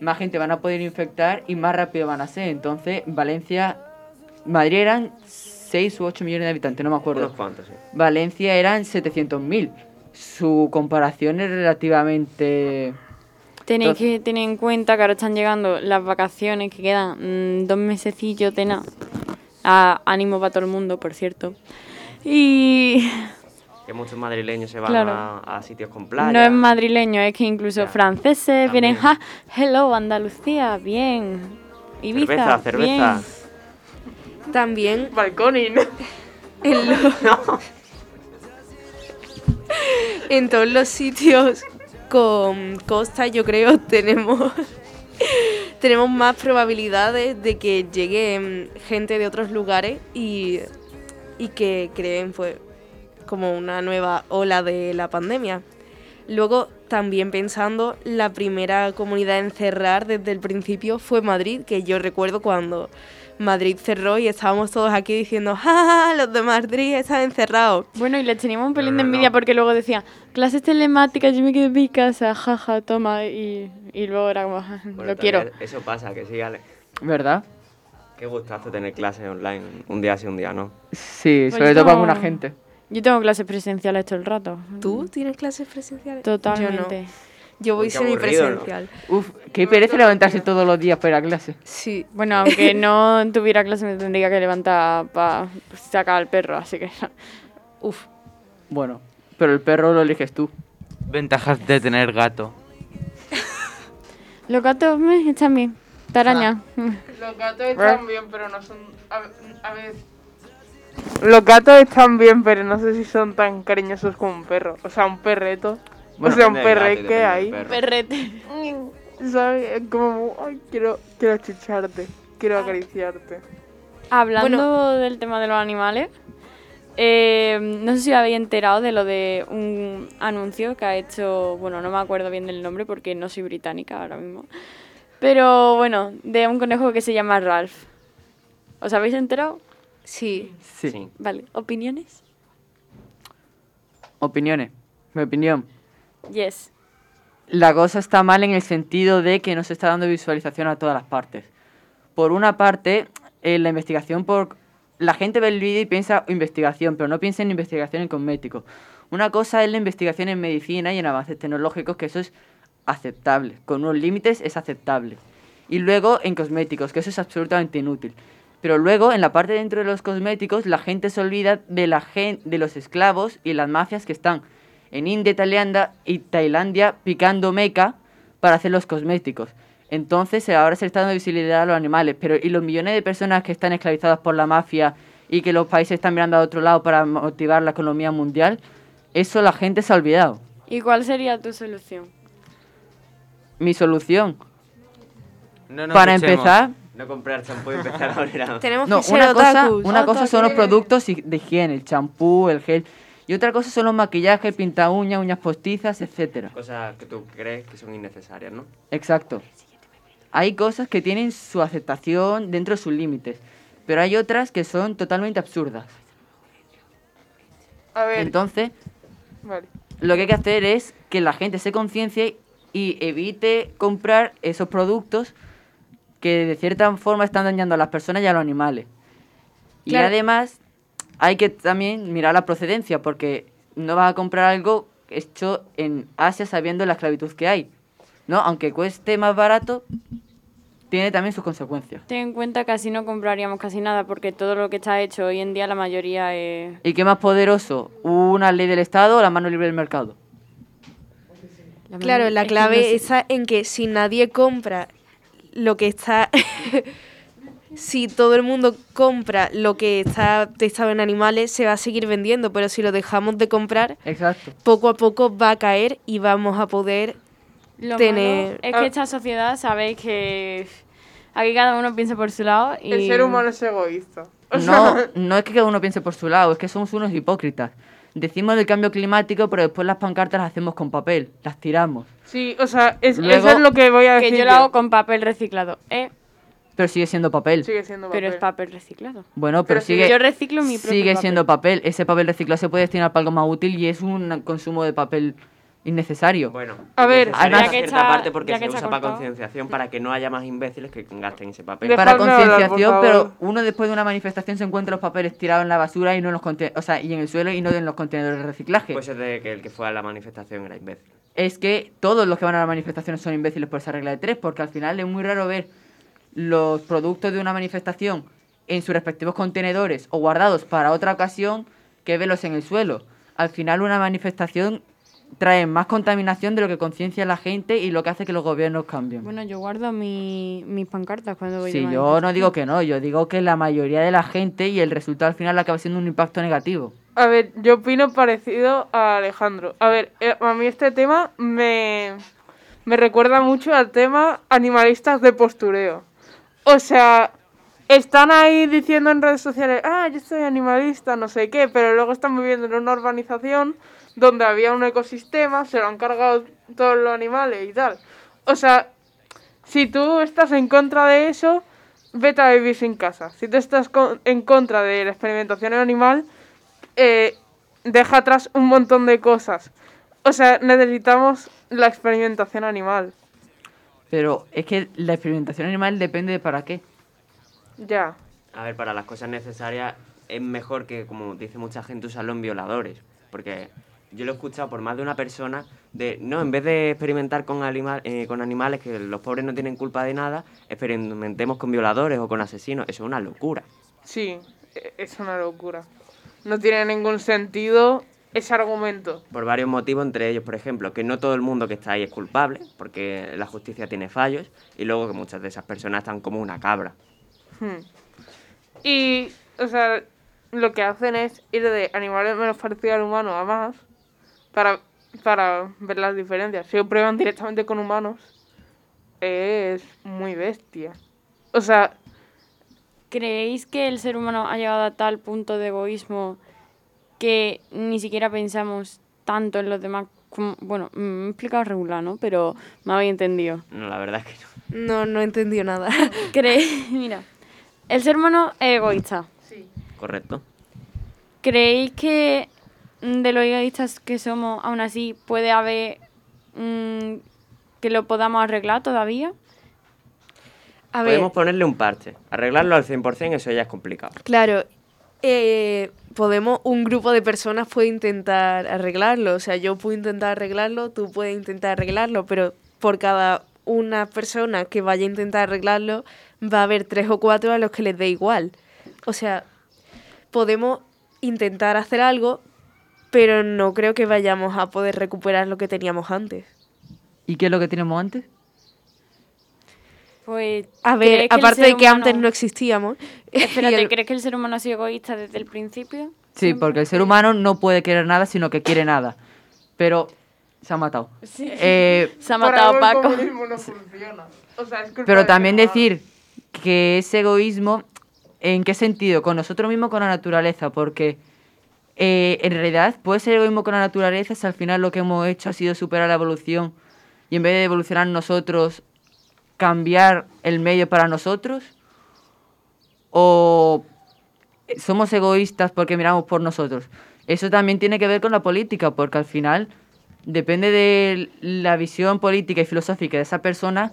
C: más gente van a poder infectar y más rápido van a ser. Entonces, Valencia, Madrid eran 6 u 8 millones de habitantes, no me acuerdo.
E: Unos cuantos, sí.
C: Valencia eran 700.000. Su comparación es relativamente
D: Tenéis
C: Entonces-
D: que tener en cuenta que ahora están llegando las vacaciones que quedan mm, dos mesecillos de nada. Ah, ánimo para todo el mundo, por cierto. Y
E: Que muchos madrileños se van
D: Claro.
E: a, a sitios con playa.
D: no es madrileño, es que incluso franceses vienen, ja, hello Andalucía, bien. Ibiza,
E: cerveza, cerveza.
D: bien.
B: También.
F: Balconing.
B: En, lo- en todos los sitios con costa, yo creo, tenemos. tenemos más probabilidades de que llegue mm, gente de otros lugares y, y que creen pues como una nueva ola de la pandemia. Luego, también pensando, la primera comunidad en cerrar desde el principio fue Madrid, que yo recuerdo cuando Madrid cerró y estábamos todos aquí diciendo, ¡Ja, ja, ja, los de Madrid están encerrados!
D: Bueno, y les teníamos un pelín de envidia porque luego decían, clases telemáticas, yo me quedé en mi casa, jaja, toma, y, y luego era como, "Ja, ja,
E: Bueno,
D: lo quiero.
E: también Eso pasa, que sí, Ale.
C: ¿Verdad?
E: Qué gustazo tener clases online. Un día sí, un día no.
C: Sí,
D: Pues
C: sobre
D: yo
C: todo para
D: no-
C: alguna gente.
D: Yo tengo clases presenciales todo el rato.
B: ¿Tú tienes clases presenciales? Yo,
D: Totalmente.
B: no. yo voy
C: Uy, qué aburrido, ¿no?
B: semipresencial.
C: Uf, qué pereza levantarse todos los días para ir a clase.
B: Sí.
D: Bueno, aunque no tuviera clase me tendría que levantar para sacar al perro, así que...
B: Uf.
C: Bueno, pero el perro lo eliges tú.
A: Ventajas de tener gato.
D: Los gatos me están bien. Taraña.
F: Los gatos están bien, pero no son. A, a ver. Los gatos están bien, pero no sé si son tan cariñosos como un perro. O sea, un perreto.
C: Bueno,
F: o sea, un
C: depende del gato y
F: perre que
C: depende del
F: hay.
C: perro.
D: Perrete.
F: ¿Sabes? Es como. Ay, quiero, quiero chicharte. Quiero acariciarte.
D: Hablando
F: Bueno.
D: del tema de los animales, eh, no sé si os habéis enterado de lo de un anuncio que ha hecho, bueno, no me acuerdo bien del nombre porque no soy británica ahora mismo, pero bueno, de un conejo que se llama Ralph. ¿Os habéis enterado?
B: Sí.
C: Sí.
D: Vale, ¿opiniones?
C: Opiniones. Mi opinión.
D: Yes.
C: La cosa está mal en el sentido de que no se está dando visualización a todas las partes. Por una parte, en la investigación por... La gente ve el vídeo y piensa investigación, pero no piensa en investigación en cosméticos. Una cosa es la investigación en medicina y en avances tecnológicos, que eso es aceptable. Con unos límites es aceptable. Y luego en cosméticos, que eso es absolutamente inútil. Pero luego en la parte dentro de los cosméticos, la gente se olvida de, la gen- de los esclavos y las mafias que están en India y Tailandia, y Tailandia picando meca para hacer los cosméticos. Entonces eh, ahora se está dando visibilidad a los animales, pero ¿y los millones de personas que están esclavizadas por la mafia y que los países están mirando a otro lado para motivar la economía mundial? Eso la gente se ha olvidado.
D: ¿Y cuál sería tu solución?
C: Mi solución,
E: No
C: nos Para duchemos. empezar-
E: No comprar champú y empezar a oler.
C: No, una cosa, una cosa son los productos hi- de higiene, el champú, el gel. Y otra cosa son los maquillajes, pinta uñas, uñas postizas, etcétera.
E: Cosas que tú crees que son innecesarias, ¿no?
C: Exacto. Hay cosas que tienen su aceptación dentro de sus límites, pero hay otras que son totalmente absurdas.
F: A ver.
C: Entonces,
F: Vale.
C: lo que hay que hacer es que la gente se conciencie y evite comprar esos productos que de cierta forma están dañando a las personas y a los animales. Y
L: Claro.
C: además hay que también mirar la procedencia porque no vas a comprar algo hecho en Asia sabiendo la esclavitud que hay. ¿No? Aunque cueste más barato, tiene también sus consecuencias.
D: Ten en cuenta que así no compraríamos casi nada porque todo lo que está hecho hoy en día la mayoría es...
C: ¿Y qué más poderoso? ¿Una ley del Estado o la mano libre del mercado?
B: Claro, la
D: Es que
B: clave
D: no sé-
B: está en que si nadie compra lo que está. si todo el mundo compra lo que está testado en animales, se va a seguir vendiendo, pero si lo dejamos de comprar,
C: Exacto.
B: poco a poco va a caer y vamos a poder
D: Lo malo
B: tener.
D: es que esta sociedad sabéis que aquí cada uno piensa por su lado y...
F: El ser humano es egoísta. O
C: No,
F: sea,
C: no es que cada uno piense por su lado, es que somos unos hipócritas. Decimos del cambio climático, pero después las pancartas las hacemos con papel, las tiramos.
F: sí, o sea, es,
C: Luego-
F: eso es lo que voy a
D: Que
F: decir.
D: yo lo hago con papel reciclado, ¿eh?
C: Pero sigue siendo papel.
F: Sigue siendo
D: Pero es papel reciclado.
C: Bueno, pero, sigue.
D: Yo reciclo mi propio
C: Sigue
D: papel.
C: siendo papel. Ese papel reciclado se puede destinar para algo más útil y es un consumo de papel innecesario.
E: Bueno,
F: A ver,
E: además
F: ya que
E: cierta
F: está-
E: parte porque
F: ya
E: se
F: que está
E: usa para
F: cortado.
E: concienciación para que no haya más imbéciles que gasten ese papel.
C: para concienciación, pero uno después de una manifestación se encuentra los papeles tirados en la basura y no en los conte- o sea, y en el suelo y no en los contenedores de reciclaje.
E: Pues es de que el que fue a la manifestación era imbécil.
C: es que todos los que van a las manifestaciones son imbéciles por esa regla de tres, porque al final es muy raro ver los productos de una manifestación en sus respectivos contenedores o guardados para otra ocasión que verlos en el suelo. Al final una manifestación trae más contaminación de lo que conciencia a la gente y lo que hace que los gobiernos cambien.
D: Bueno, yo guardo mi- mis pancartas cuando voy
C: Sí,
D: de
C: yo no
D: manifestación.
C: digo que no, yo digo que la mayoría de la gente y el resultado al final acaba siendo un impacto negativo.
F: A ver, yo opino parecido a Alejandro. A ver, eh, a mí este tema me, me recuerda mucho al tema animalistas de postureo. O sea, están ahí diciendo en redes sociales, ah, yo soy animalista, no sé qué, pero luego están viviendo en una urbanización donde había un ecosistema, se lo han cargado todos los animales y tal. O sea, si tú estás en contra de eso, vete a vivir sin casa. Si tú estás con- en contra de la experimentación animal, eh, deja atrás un montón de cosas. O sea, necesitamos la experimentación animal.
C: Pero es que la experimentación animal depende de para qué.
F: Ya.
E: A ver, para las cosas necesarias es mejor que, como dice mucha gente, usarlo en violadores. Porque yo lo he escuchado por más de una persona de, no, en vez de experimentar con, anima- eh, con animales que los pobres no tienen culpa de nada, experimentemos con violadores o con asesinos. Eso es una locura.
F: Sí, e- es una locura. No tiene ningún sentido ese argumento.
E: Por varios motivos, entre ellos, por ejemplo, que no todo el mundo que está ahí es culpable, porque la justicia tiene fallos, y luego que muchas de esas personas están como una cabra.
F: Hmm. Y, o sea, lo que hacen es ir de animales menos parecidos al humano a más para, para ver las diferencias. Si lo prueban directamente con humanos, es muy bestia. O sea,
D: ¿Creéis que el ser humano ha llegado a tal punto de egoísmo que ni siquiera pensamos tanto en los demás? como- bueno, mm, me he explicado regular, ¿no? Pero me habéis entendido.
E: No, la verdad es que no.
D: No, no he entendido nada. ¿Creéis? Mira, el ser humano es egoísta.
E: ¿Correcto?
D: ¿Creéis que mm, de los egoístas que somos, aún así, puede haber mm, que lo podamos arreglar todavía? A
E: Podemos ponerle un parche. Arreglarlo al 100% eso ya es complicado.
B: Claro, eh, podemos, un grupo de personas puede intentar arreglarlo. O sea, yo puedo intentar arreglarlo, tú puedes intentar arreglarlo, pero por cada una persona que vaya a intentar arreglarlo, va a haber tres o cuatro a los que les dé igual. O sea, podemos intentar hacer algo, pero no creo que vayamos a poder recuperar lo que teníamos antes.
C: ¿Y qué es lo que tenemos antes?
D: Pues,
B: A
D: ¿crees
B: ver,
D: que el
B: aparte
D: ser
B: de que
D: humano-
B: antes no existíamos.
D: Espérate,
B: y el-
D: ¿crees que el ser humano ha sido egoísta desde el principio?
C: Sí, porque el ser humano no puede querer nada, sino que quiere nada. Pero se ha matado.
D: Sí.
C: Eh,
D: Se ha matado
F: Por algo el
D: Paco.
F: comunismo no funciona. O sea, es culpa
C: Pero
F: del
C: también
F: ser humano.
C: decir que ese egoísmo, ¿en qué sentido? Con nosotros mismos, con la naturaleza, porque eh, en realidad puede ser egoísmo con la naturaleza si al final lo que hemos hecho ha sido superar la evolución y en vez de evolucionar nosotros, cambiar el medio para nosotros, o somos egoístas porque miramos por nosotros. Eso también tiene que ver con la política, porque al final depende de la visión política y filosófica de esa persona,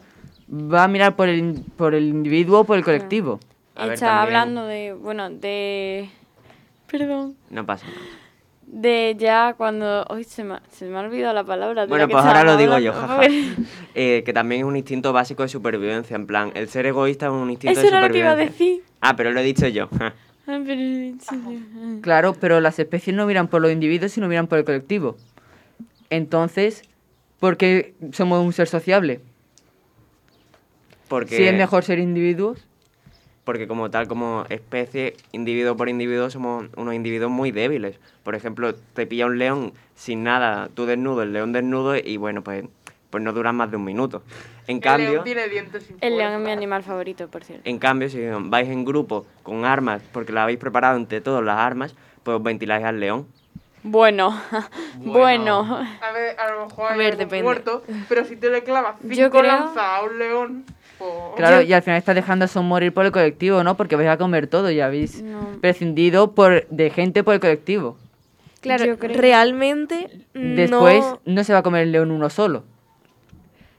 C: va a mirar por el, in- por el individuo o por el colectivo.
D: Está hablando de, bueno, de... Perdón.
E: No pasa nada.
D: De ya cuando... Hoy se me, ha- se me ha olvidado la palabra. de la
E: Bueno,
D: que
E: pues ahora lo
D: estábamos
E: digo yo,
D: hablando.
E: jaja. Eh, que también es un instinto básico de supervivencia, en plan, el ser egoísta es un instinto
D: Eso
E: de
D: era
E: supervivencia.
D: lo que iba a decir.
E: Ah, pero lo he dicho yo.
D: Ah, pero en serio.
C: Claro, pero las especies no miran por los individuos, sino miran por el colectivo. Entonces, ¿por qué somos un ser sociable?
E: Porque,
C: Si es mejor ser individuos.
E: porque como tal, como especie, individuo por individuo, somos unos individuos muy débiles. Por ejemplo, te pilla un león sin nada, tú desnudo, el león desnudo, y bueno, pues, pues no duran más de un minuto. En
F: El
E: cambio,
F: león tiene dientes y
D: El león es mi animal favorito, por cierto.
E: En cambio, si vais en grupo con armas, porque la habéis preparado entre todos las armas, pues os ventiláis al león.
D: Bueno, bueno.
F: A ver, a lo mejor
B: A
F: hay
B: ver,
F: algún
B: depende.
F: muerto, pero si te le clavas
D: Yo
F: cinco
D: creo-
F: lanzas a un león, po-
C: Claro, y al final está dejando eso morir por el colectivo, ¿no? Porque vais a comer todo y habéis
D: No.
C: prescindido por, de gente por el colectivo.
B: Claro,
D: Yo creo-
B: realmente
C: Después
B: no...
C: no se va a comer el león uno solo.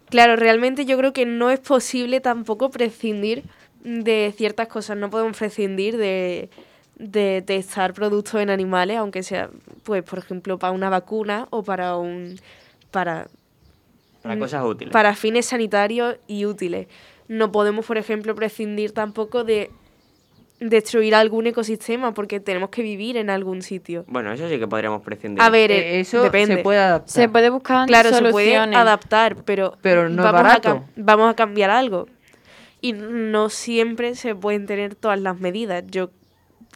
B: Claro, realmente yo creo que no es posible tampoco prescindir de ciertas cosas. No podemos prescindir de, de testar productos en animales, aunque sea, pues, por ejemplo, para una vacuna o para un para
E: Para cosas útiles.
B: para fines sanitarios y útiles. No podemos, por ejemplo, prescindir tampoco de destruir algún ecosistema porque tenemos que vivir en algún sitio.
E: Bueno, eso sí que podríamos prescindir.
B: A ver, eh, depende.
D: Se puede buscar
B: Claro, se puede
D: soluciones.
B: adaptar, pero,
D: Pero no es
B: vamos, A
D: barato.
B: cam- vamos a cambiar algo. Y no siempre se pueden tener todas las medidas. Yo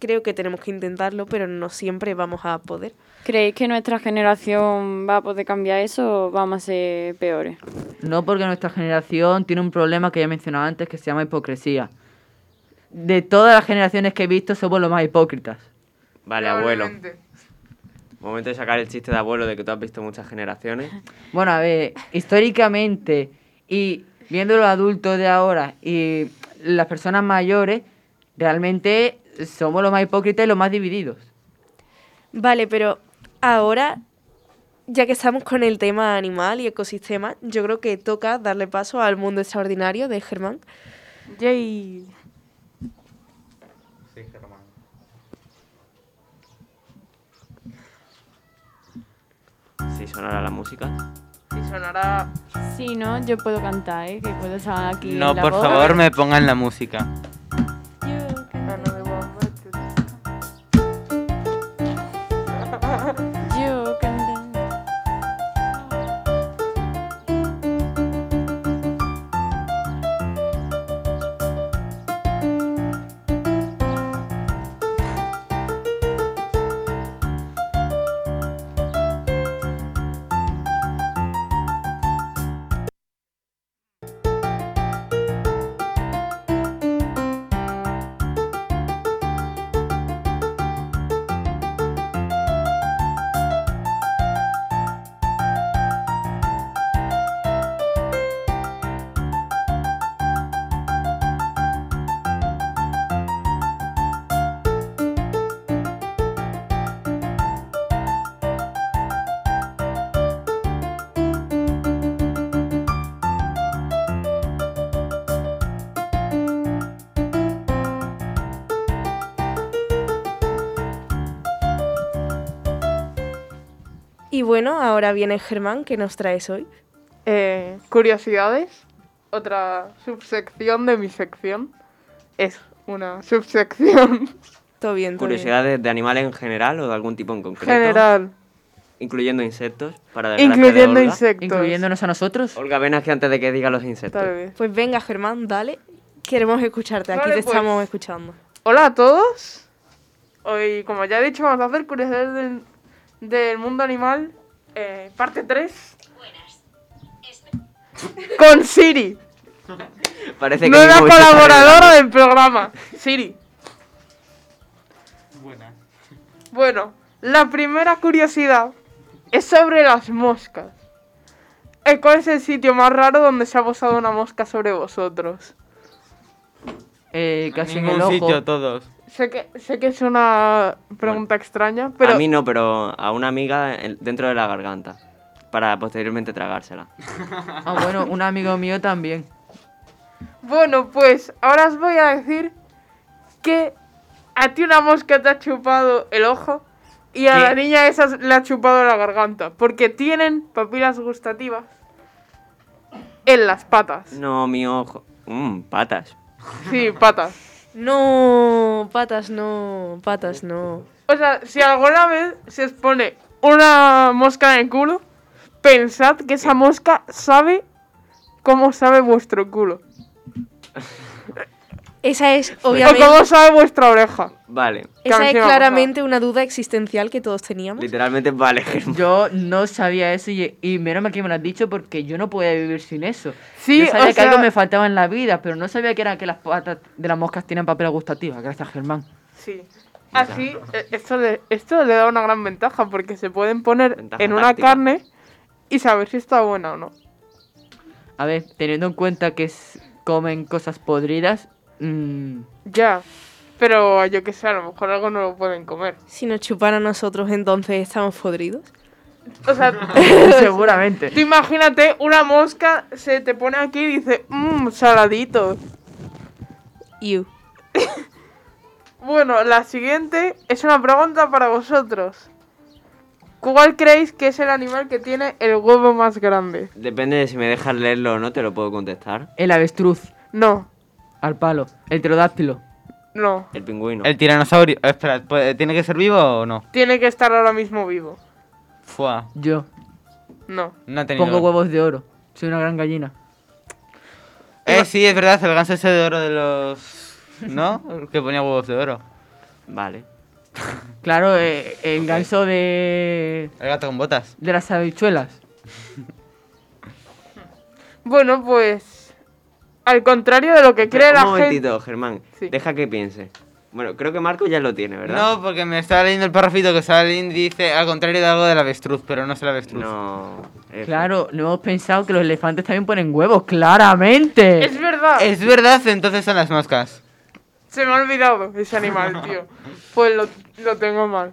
B: creo que tenemos que intentarlo, pero no siempre vamos a poder.
D: ¿Creéis que nuestra generación va a poder cambiar eso o vamos a ser peores?
C: No porque nuestra generación tiene un problema que ya he mencionado antes que se llama hipocresía. De todas las generaciones que he visto somos los más hipócritas.
E: Vale, abuelo. Momento de sacar el chiste de abuelo de que tú has visto muchas generaciones.
C: Bueno, a ver, históricamente y viendo los adultos de ahora y las personas mayores, realmente somos los más hipócritas y los más divididos.
B: Vale, pero ahora, ya que estamos con el tema animal y ecosistema, yo creo que toca darle paso al mundo extraordinario de Germán.
F: Yay.
E: Si sonara la música.
F: Y sonará.
D: Sí, ¿no? Yo puedo cantar, ¿eh? Que puedo estar aquí.
A: No,
D: la
A: por
D: voz.
A: favor, me pongan la música.
D: You can dance.
B: Y bueno, ahora viene Germán, que nos traes hoy.
F: Eh, curiosidades. Otra subsección de mi sección. Es una subsección
B: Todo bien, todo bien.
E: Curiosidades de animales en general o de algún tipo en concreto.
F: general.
E: Incluyendo insectos. Para desgracia de
F: Incluyendo
E: Olga.
F: insectos.
C: Incluyéndonos a nosotros.
E: Olga, ven aquí antes de que diga los insectos.
B: Pues venga, Germán, dale. Queremos escucharte, aquí
F: Vale,
B: te
F: pues.
B: estamos escuchando.
F: Hola a todos. Hoy, como ya he dicho, vamos a hacer curiosidades del, del mundo animal, eh, parte 3. Con Siri,
E: Parece que
F: nueva
E: Nimo está
F: colaboradora
E: arreglando.
F: del programa. Siri. Bueno, la primera curiosidad es sobre las moscas. Eh, ¿Cuál es el sitio más raro donde se ha posado una mosca sobre vosotros?
C: Eh, casi en
A: Ningún
C: el ojo.
A: sitio, todos.
F: Sé que, sé que es una pregunta extraña, pero...
E: A mí no, pero a una amiga en- dentro de la garganta. Para posteriormente tragársela.
C: Ah, bueno, un amigo mío también.
F: Bueno, pues ahora os voy a decir que a ti una mosca te ha chupado el ojo y a
E: ¿Qué?
F: la niña esa le ha chupado la garganta, porque tienen papilas gustativas en las patas.
E: No, mi ojo. Mmm, patas.
F: Sí, patas.
B: No, patas no, patas no.
F: O sea, si alguna vez se os pone una mosca en el culo, pensad que esa mosca sabe cómo sabe vuestro culo.
B: Esa es,
F: O cómo
B: obviamente,
F: sabe vuestra oreja.
E: Vale.
B: esa es
F: canción,
B: claramente una duda existencial que todos teníamos.
E: Literalmente vale, Germán.
C: Yo no sabía eso y, y menos mal que me lo has dicho porque yo no podía vivir sin eso.
F: Sí,
C: yo sabía
F: o
C: que
F: sea-
C: algo me faltaba en la vida, pero no sabía que era que las patas de las moscas tienen papel gustativa. Gracias, Germán.
F: Sí. Así, eh, esto le, esto le da una gran ventaja porque se pueden poner
C: Ventaja
F: en una
C: táctica.
F: carne y saber si está buena o no.
C: A ver, teniendo en cuenta que s- comen cosas podridas, mm,
F: Ya. Pero yo qué sé, a lo mejor algo no lo pueden comer.
B: Si nos chupan a nosotros, entonces estamos podridos.
F: O sea,
C: Seguramente.
F: tú imagínate una mosca se te pone aquí y dice, mmm, saladito.
B: You.
F: Bueno, la siguiente es una pregunta para vosotros. ¿Cuál creéis que es el animal que tiene el huevo más grande?
E: Depende de si me dejas leerlo o no, te lo puedo contestar.
C: El avestruz.
F: No.
C: Al palo. El pterodáctilo.
F: No,
E: El pingüino.
A: El tiranosaurio. eh, Espera, ¿puede- ¿tiene que ser vivo o no?
F: tiene que estar ahora mismo vivo.
A: Fua.
C: Yo.
F: No.
A: No ha tenido.
C: Pongo huevos de oro. Soy una gran gallina.
A: Eh, sí, es verdad, el ganso ese de oro de los. ¿No? El que ponía huevos de oro.
E: Vale.
C: Claro, eh, el ganso de.
A: El gato con botas.
C: de las habichuelas.
F: Bueno, pues al contrario de lo que cree
E: Espera,
F: la
E: un
F: gente.
E: momentito, Germán.
F: Sí.
E: Deja que piense. Bueno, creo que Marco ya lo tiene, ¿verdad?
A: No, porque me estaba leyendo el parrafito que estaba leyendo y dice al contrario de algo del avestruz, pero no es el avestruz.
E: No. eh,
C: Claro, no hemos pensado que los elefantes también ponen huevos, claramente.
F: Es verdad.
A: Es verdad, entonces son las moscas.
F: Se me ha olvidado ese animal, tío. Pues lo, lo tengo mal.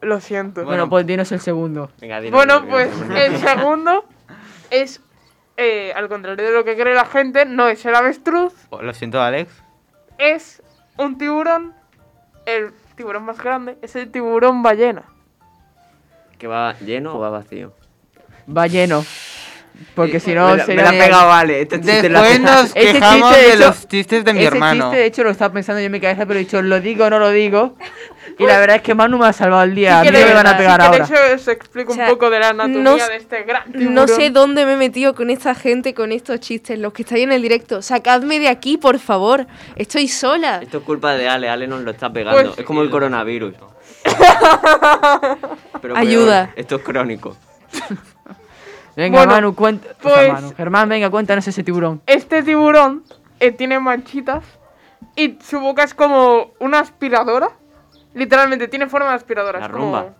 F: Lo siento.
C: Bueno,
A: bueno.
C: pues dinos el segundo.
E: Venga, dilo,
F: Bueno,
E: dilo,
F: pues
E: dilo.
F: el segundo es, eh, al contrario de lo que cree la gente, no es el avestruz,
A: Oh, lo siento, Alex.
F: es un tiburón. El tiburón más grande es el tiburón ballena.
E: ¿Que va lleno o va vacío?
C: Va lleno. Porque si no
E: me la, me
C: sería
E: la ha
C: de-
E: pegado, vale. Este chiste lo ha
A: Después
E: pegado.
A: nos
C: Ese
A: quejamos
C: chiste, de
A: de
C: hecho-
A: los chistes de mi
C: Ese
A: hermano.
C: chiste, de hecho, lo estaba pensando yo en mi cabeza, pero he dicho, ¿lo digo o no lo digo? Y
F: Pues
C: la verdad es que Manu me ha salvado el día. a mí no me van a pegar
F: si
C: ahora.
F: queréis, os explico
B: O sea,
F: un poco de la
B: no
F: anatomía
B: s-
F: de este gran tiburón.
B: No sé dónde me he metido con esta gente, con estos chistes. Los que estáis en el directo, sacadme de aquí, por favor. Estoy sola.
E: Esto es culpa de Ale, Ale nos lo está pegando.
F: Pues-
E: es como el coronavirus. Pero peor,
B: Ayuda.
E: esto es crónico.
C: Venga,
F: Bueno,
C: Manu, cuenta. o sea,
F: pues-
C: Manu, Germán, venga, cuéntanos ese tiburón.
F: Este tiburón eh, tiene manchitas y su boca es como una aspiradora. Literalmente, tiene forma de aspiradora.
E: La
F: es como-
E: rumba.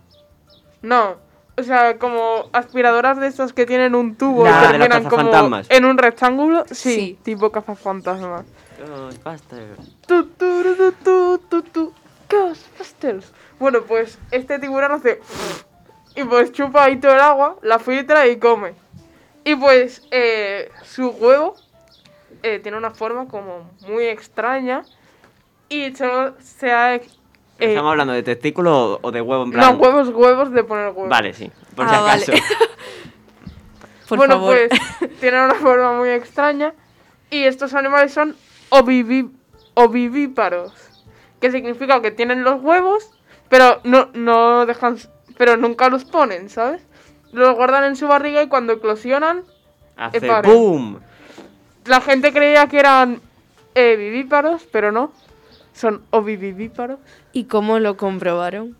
F: No, o sea, como aspiradoras de estas que tienen un tubo
E: La de
F: y
E: las
F: terminan como
E: cazafantasmas.
F: en un rectángulo. Sí,
B: Sí.
F: tipo cazafantasmas.
E: Oh, basta.
F: Tu, tu, ru, tu, tu, tu, tu. Ghostbusters. Bueno, pues este tiburón hace... Y pues chupa ahí todo el agua, la filtra y come. Y pues eh, su huevo eh, tiene una forma como muy extraña. Y solo se ha... ex- eh,
E: ¿Estamos hablando de testículo o- o de huevo en
F: no,
E: plan?
F: huevos, huevos de poner huevos.
E: Vale, sí. Por
B: Ah,
E: si
B: vale.
E: acaso.
B: Por
F: bueno,
B: favor.
F: pues tienen una forma muy extraña. Y estos animales son ovivi- ovivíparos. Que significa que tienen los huevos, pero no, no dejan. Pero nunca los ponen, ¿sabes? Los guardan en su barriga y cuando eclosionan,
E: Hace
F: pare.
E: boom.
F: la gente creía que eran eh, vivíparos, pero no. Son ovivíparos.
B: ¿Y cómo lo comprobaron?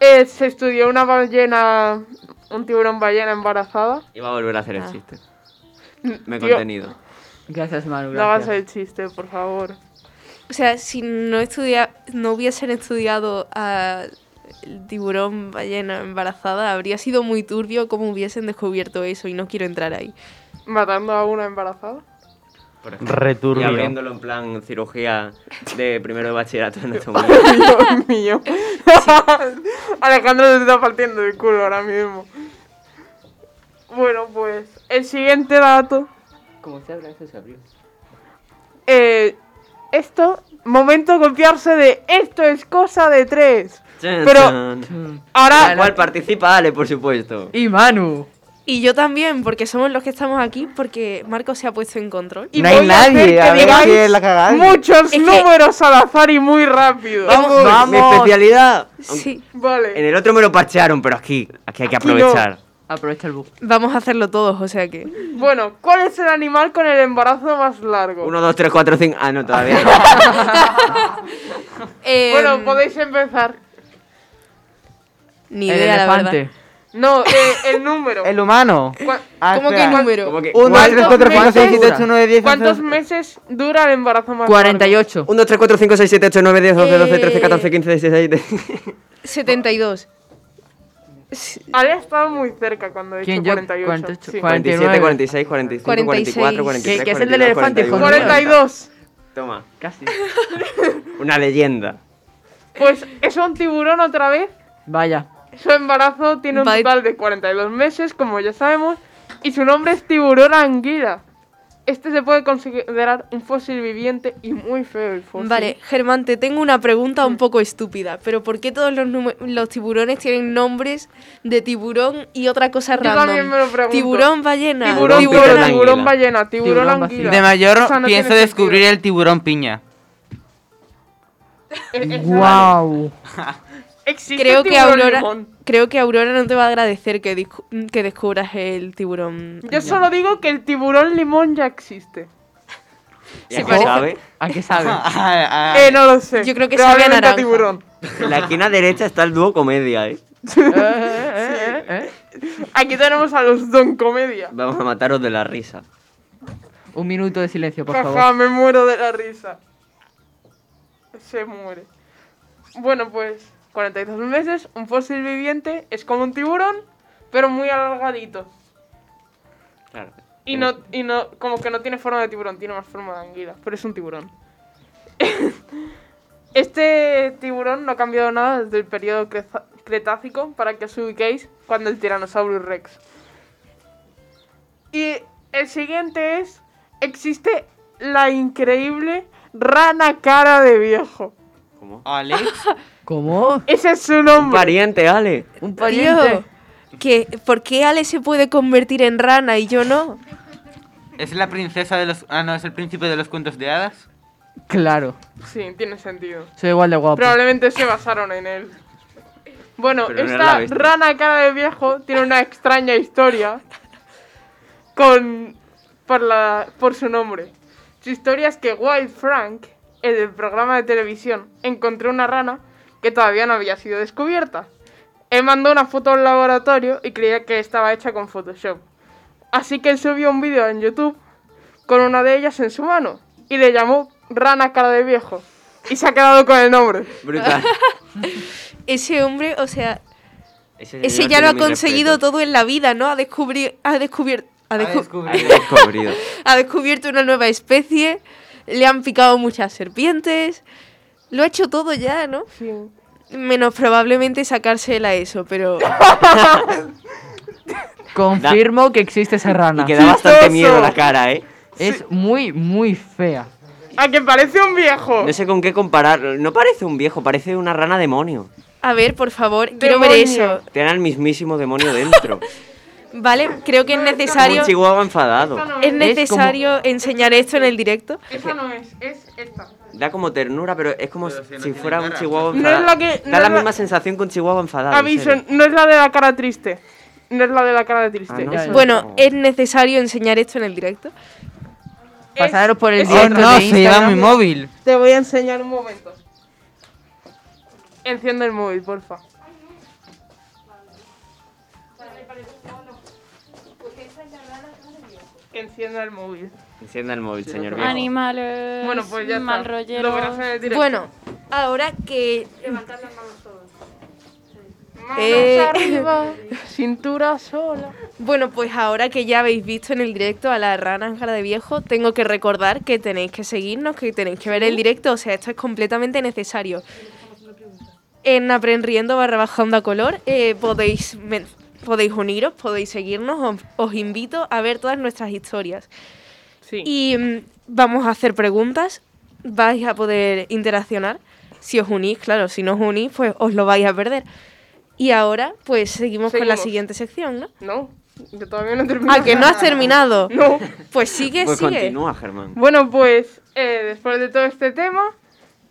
F: Eh, se estudió una ballena, un tiburón ballena embarazada.
E: Iba a volver a hacer el
B: Ah.
E: chiste. Me he
F: Tío,
E: contenido.
C: Gracias, Manu.
F: No hagas
C: Gracias.
F: el chiste, por favor.
B: O sea, si no, estudia, no hubiesen estudiado a el tiburón ballena embarazada, habría sido muy turbio cómo hubiesen descubierto eso y no quiero entrar ahí.
F: Matando a una embarazada.
E: Por ejemplo. Y
A: Returbio.
E: abriéndolo en plan cirugía de primero de bachillerato en anatomía.
F: Dios mío. Alejandro se está partiendo el culo ahora mismo. Bueno, pues el siguiente dato.
E: Como se habla, eso se abrió.
F: eh, esto, momento de confiarse de esto es cosa de tres. Pero- Ahora,
E: Igual participa Ale, por supuesto.
C: Y Manu.
B: Y yo también, porque somos los que estamos aquí, porque Marco se ha puesto en control.
F: y
L: No hay
F: voy a hacer
L: nadie,
F: que
L: a ver
F: digáis
L: quién la caga.
F: muchos
B: que-
F: números al azar y muy rápido.
E: Mi especialidad.
B: Sí,
E: En
F: Vale.
E: el otro me lo parchearon, pero aquí, aquí hay que
F: Aquí no.
E: aprovechar.
C: Aprovecha el bug.
B: vamos a hacerlo todos, o sea que...
F: Bueno, ¿cuál es el animal con el embarazo más largo?
E: Uno, dos, tres, cuatro, cinco. Ah, no, todavía. no.
B: Eh,
F: Bueno, podéis empezar.
B: Ni
A: Eh,
C: El
B: idea, la verdad.
C: elefante.
F: No, eh, el número.
L: El humano.
F: ¿Cuál-
B: ¿Cómo que número?
E: Ah, Como que-
L: 1, 2, 3,
F: ¿Cuántos
L: 4, 5, 6, 7,
F: meses
L: 8, 9, 10,
F: ¿Cuántos meses dura el embarazo más
C: 48.
E: 1, 2, 3, 4, 5, 6, 7, 8, 9, 10, 11, 12, 13,
B: Eh.
E: 14, 15, 16,
F: Eh,
E: 17.
B: 72. Sí,
F: largo? Ale ha estado muy cerca cuando he dicho
C: ¿Quién? Yo,
F: 48.
C: 48,
F: Sí.
E: 47, 46,
C: 49.
E: 45,
B: 46.
E: 44, 43,
C: ¿Qué- qué es el del elefante, hijo
E: 41.
C: mío?
F: 42.
E: Toma.
C: Casi.
E: Una leyenda.
F: Pues es un tiburón otra vez.
C: Vaya.
F: Su embarazo tiene un total de 42 meses, como ya sabemos, y su nombre es tiburón anguila. Este se puede considerar un fósil viviente y muy feo el fósil.
B: Vale, Germán, te tengo una pregunta un poco estúpida, pero ¿por qué todos los, nume- los tiburones tienen nombres de tiburón y otra cosa
F: Yo
B: random?
F: también me lo pregunto.
B: Tiburón ballena,
F: Tiburón,
B: tiburón,
F: tiburón,
B: anguila.
F: tiburón ballena, tiburón,
B: Tiburón
F: anguila.
A: De mayor
F: O sea, no
A: pienso
F: tiene
A: descubrir el tiburón piña.
F: sentido.
C: Wow.
F: eh, Existe
B: Creo que,
F: tiburón
B: Aurora,
F: limón.
B: creo que Aurora no te va a agradecer que, discu- que descubras el tiburón.
F: Yo solo digo que el tiburón limón ya existe.
E: ¿Y a qué
B: parece-
E: sabe?
C: ¿A qué sabe? Ah.
F: Eh, no lo sé.
B: Yo creo que sabe a
F: Probablemente a
B: naranja.
F: tiburón.
E: En la esquina derecha está el dúo comedia, ¿eh?
F: Aquí tenemos a los Don Comedia.
E: Vamos a mataros de la risa.
C: Un minuto de silencio, por
F: Jaja,
C: favor.
F: me muero de la risa. Se muere. Bueno, pues 42 meses, un fósil viviente, es como un tiburón, pero muy alargadito.
E: Claro.
F: Y no, y no, como que no tiene forma de tiburón, tiene más forma de anguila, pero es un tiburón. este tiburón no ha cambiado nada desde el periodo creza- Cretácico para que os ubiquéis cuando el Tyrannosaurus Rex. Y el siguiente es, existe la increíble rana cara de viejo.
A: Alex,
C: ¿Cómo?
F: Ese es su
E: Un
F: nombre.
E: pariente, Ale.
C: Un
B: Tío, ¿qué- ¿por qué Ale se puede convertir en rana y yo no?
A: ¿es la princesa de los... Ah, no, es el príncipe de los cuentos de hadas?
C: Claro.
F: Sí, tiene sentido.
C: Soy igual de guapo.
F: Probablemente se basaron en él. Bueno,
E: Pero no era la
F: esta
E: bestia.
F: rana cara de viejo tiene una extraña historia con por, la, por su nombre. Su historia es que Wild Frank, el del programa de televisión, encontró una rana que todavía no había sido descubierta. Él mandó una foto al laboratorio y creía que estaba hecha con Photoshop. Así que él subió un vídeo en YouTube con una de ellas en su mano y le llamó Rana Cara de Viejo. Y se ha quedado con el nombre.
E: Brutal.
B: Ese hombre, o sea, ese
E: señor
B: ya lo ha
E: tiene mi
B: conseguido
E: respeto.
B: todo en la vida, ¿no? Ha descubierto... Ha descubierto... Ha, descu-
E: Ha descubrido.
B: ha descubierto una nueva especie, le han picado muchas serpientes, lo ha hecho todo ya, ¿no? Menos probablemente sacarse la ESO, pero
C: Confirmo que existe esa rana.
E: Y que da bastante miedo la cara, ¿eh?
C: Es muy, muy fea.
F: A que parece un viejo.
E: No sé con qué comparar. No parece un viejo, parece una rana demonio.
B: a ver, por favor, quiero ver
F: Demonio.
B: eso.
E: Tiene al mismismo demonio dentro.
B: ¿Vale? Creo que es
E: Como
B: necesario
E: un chihuahua enfadado.
F: Esta no
B: es
F: es.
B: necesario enseñar esto en el directo.
F: Esa no es, es esta.
E: Da como ternura, pero es como si,
A: tiene
E: fuera un
A: cara.
E: chihuahua
F: No es
E: enfadado.
F: la que-
E: da
F: no
E: la
F: es la-
E: misma sensación que un chihuahua enfadado. en
F: Aviso,
E: serio.
F: no es la de la cara triste. No es la de la cara de triste.
E: Ah, ¿no?
F: Es-
B: Bueno, es necesario enseñar esto en el directo.
C: Pasaros por el
F: es
A: Oh
C: directo
A: no,
C: de
A: se lleva
C: Instagram.
A: mi móvil.
F: Te voy a enseñar un momento. Enciende el móvil, porfa. Encienda el móvil.
E: Encienda el móvil, señor viejo.
D: Animales.
F: Bueno, pues ya
D: mal
F: está.
D: rollero.
F: Lo verás en el directo.
B: Bueno, ahora que
F: Manos
B: eh,
F: arriba, cintura sola.
B: Bueno, pues ahora que ya habéis visto en el directo a la rana en cara de viejo, tengo que recordar que tenéis que seguirnos, que tenéis que ver el directo, o sea, esto es completamente necesario. En Aprendiendo barra bajando a color eh, podéis, men- podéis uniros, podéis seguirnos, os, os invito a ver todas nuestras historias.
F: Sí.
B: Y mm, vamos a hacer preguntas, vais a poder interaccionar. Si os unís, claro, si no os unís, pues os lo vais a perder. Y ahora, pues seguimos con la
F: Seguimos.
B: siguiente sección, ¿no?
F: No, yo todavía no he terminado.
B: ¿A Ah, que no has terminado?
F: No.
B: Pues sigue,
E: Pues
B: sigue.
E: continúa, Germán.
F: Bueno, pues eh, después de todo este tema,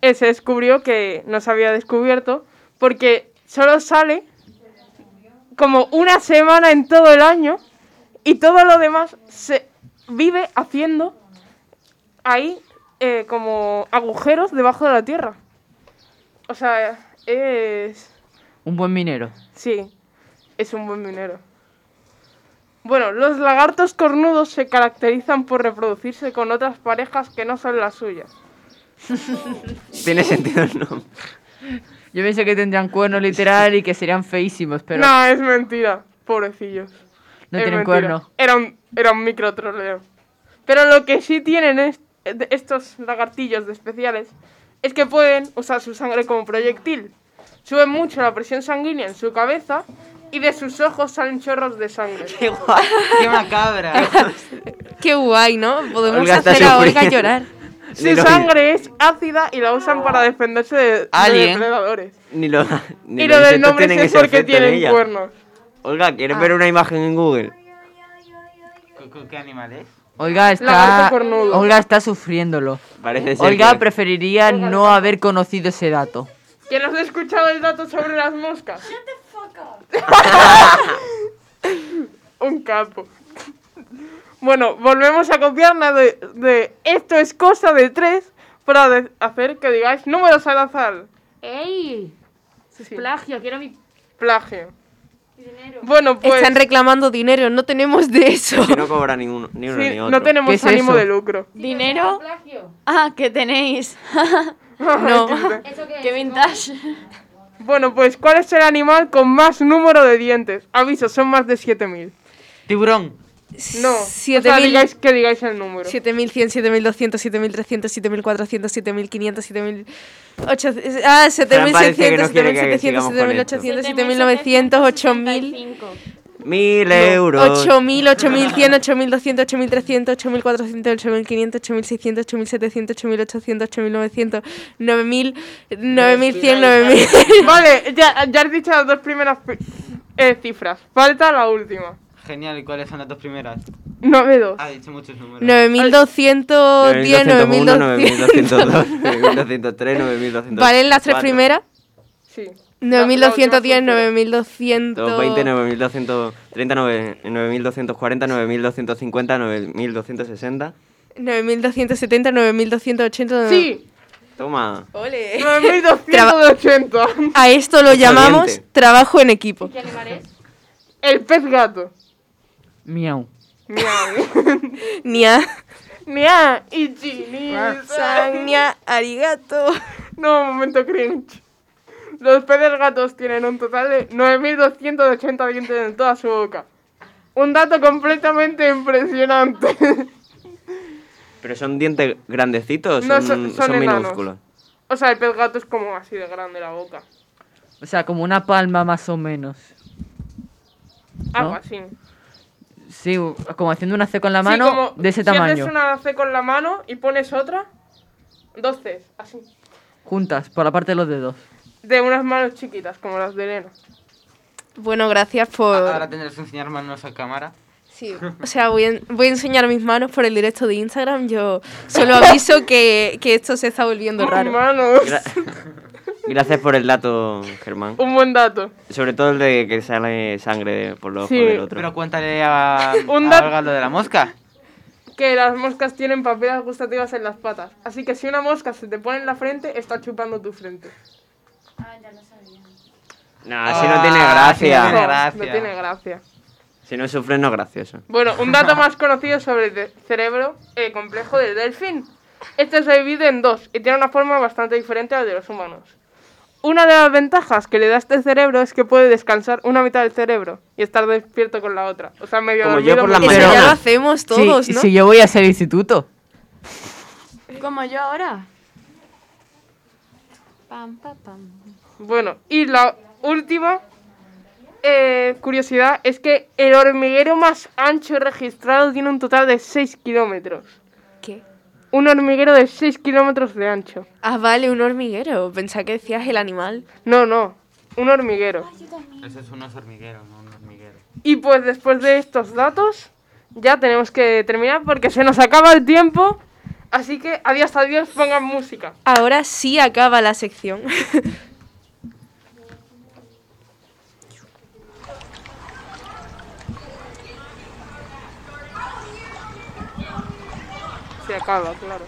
F: eh, se descubrió que no se había descubierto porque solo sale como una semana en todo el año y todo lo demás se vive haciendo ahí eh, como agujeros debajo de la tierra. O sea, es...
C: Un buen minero.
F: Sí, es un buen minero. Bueno, los lagartos cornudos se caracterizan por reproducirse con otras parejas que no son las suyas.
E: Tiene sentido el nombre.
C: Yo pensé que tendrían cuernos literal y que serían feísimos, pero no,
F: No, es mentira, pobrecillos. Es
C: tienen
F: mentira.
C: cuernos.
F: Era un, era un micro troleo. Pero lo que sí tienen es, de estos lagartillos de especiales es que pueden usar su sangre como proyectil. Sube mucho la presión sanguínea en su cabeza y de sus ojos salen chorros de sangre. ¡Qué
A: guay! ¡Qué macabra!
B: Qué guay, ¿no? Podemos
A: Olga está
B: hacer a Olga
A: sufriendo.
B: llorar. Ah.
F: Su sangre es ácida y la usan para defenderse de, de
E: Alien.
F: depredadores.
E: Ni lo, ni
F: Y
E: los
F: lo del
E: insectos
F: nombre sí
E: tienen
F: es
E: ese
F: porque
E: efecto en
F: tienen
E: ella.
F: cuernos.
E: Olga,
F: Ah.
E: ¿quieres ver una imagen en Google?
A: ¿Qué animal es?
C: Olga está,
A: Lagarto cornudo.
C: Olga está sufriéndolo.
E: Parece ser
C: Olga
E: que-
C: preferiría no haber conocido ese dato.
F: ¿Quién nos ha escuchado el dato sobre las moscas? Un capo. Bueno, volvemos a copiarnos de, de esto es cosa de tres para de- hacer que digáis números al azar.
L: ¡Ey! Eso es plagio, quiero mi
F: Plagio. Bueno, pues.
B: Están reclamando dinero, no tenemos de eso.
E: Que no cobra ninguno, ni uno
F: Sí,
E: ni
F: no
E: otro.
F: tenemos ¿Qué es ánimo eso? de lucro.
D: ¿Dinero? Ah, que tenéis.
F: No.
D: qué vintage.
F: Bueno, pues, ¿cuál es el animal con más número de dientes? Aviso, son más de 7000.
A: Tiburón.
F: No, o sea,
B: 7000.
F: digáis que digáis el número.
B: 7100, 7200, 7300, 7400, 7500, 7800. Ah,
E: parece que
B: 7600,
E: no quiere que
B: 7700,
E: sigamos con esto.
B: 7800, 7900, 8000.
E: Mil euros.
B: 8000, 8100, 8200, 8300, 8400, 8500, 8600, 8700, 8800, 8900, 9000, 9100, 9000.
F: Vale, ya, ya has dicho las dos primeras pi- eh, cifras. Falta la última.
A: Genial, ¿y cuáles son las dos primeras?
F: 9-2.
A: Ha dicho muchos números.
B: 9210, 9200.
E: 9203, 9200.
B: ¿Valen las tres primeras?
F: Sí.
B: 9210,
E: 220,
B: 9200.
E: 9230, 9240, 9250, 9260.
B: 9270, 9280.
F: Sí.
E: Toma.
B: Ole.
F: 9280.
B: A esto lo llamamos
E: Saliente.
B: trabajo en equipo.
F: ¿Qué animal es? El pez gato.
C: Miau.
B: Nia.
F: Nia, Ichi, ni san,
B: Nia, arigato.
F: No, momento cringe. Los peces gatos tienen un total de 9.280 dientes en toda su boca. Un dato completamente impresionante.
E: Pero son dientes grandecitos, son,
F: No, son- son
E: son
F: enanos.
E: minúsculos.
F: O sea, el pez gato es como así de grande la boca.
C: O sea, como una palma más o menos.
F: Algo
C: ¿No?
F: así.
C: Sí, u- como haciendo una C con la
F: Sí,
C: mano
F: como
C: de ese
F: Si
C: tamaño.
F: haces una C con la mano y pones otra, dos Cs, así.
C: Juntas, por la parte de los dedos.
F: De unas manos chiquitas, como las de Elena.
B: Bueno, gracias por.
A: Ahora tendrás que enseñar manos a cámara.
B: Sí. O sea, voy, en- voy a enseñar mis manos por el directo de Instagram. Yo solo aviso que, que esto se está volviendo raro.
E: Gracias por el dato, Germán.
F: Un buen dato.
E: Sobre todo el de que sale sangre por los ojos
F: Sí.
E: del otro.
A: Pero cuéntale a,
F: Un
A: a
F: dat-
A: Olga lo de la mosca.
F: Que las moscas tienen papilas gustativas en las patas. Así que si una mosca se te pone en la frente, está chupando tu frente.
E: No, así no
A: Ah,
E: tiene
A: así
E: gracia.
A: no tiene
F: No tiene gracia.
E: Si no sufres, no es gracioso.
F: Bueno, un dato más conocido sobre el de- cerebro eh, complejo del delfín. Este se divide en dos y tiene una forma bastante diferente a la de los humanos. Una de las ventajas que le da este cerebro es que puede descansar una mitad del cerebro y estar despierto con la otra. O sea, medio
E: Como yo
F: dormido,
E: por la
F: medio-
E: mañana. Eso ya lo
B: hacemos
C: Sí, Si yo voy a hacer instituto.
D: Como yo ahora. Pam, pam, pam.
F: Bueno, y la última eh, curiosidad es que el hormiguero más ancho registrado tiene un total de 6 kilómetros.
B: ¿Qué?
F: Un hormiguero de 6 kilómetros de ancho.
B: Ah, vale, un hormiguero. Pensaba que decías el animal.
F: No, no, un hormiguero.
A: Ese es un oso hormiguero, no un hormiguero.
F: Y pues después de estos datos, ya tenemos que terminar porque se nos acaba el tiempo. Así que adiós, adiós, pongan música.
B: Ahora sí acaba la sección.
F: Se acaba, claro.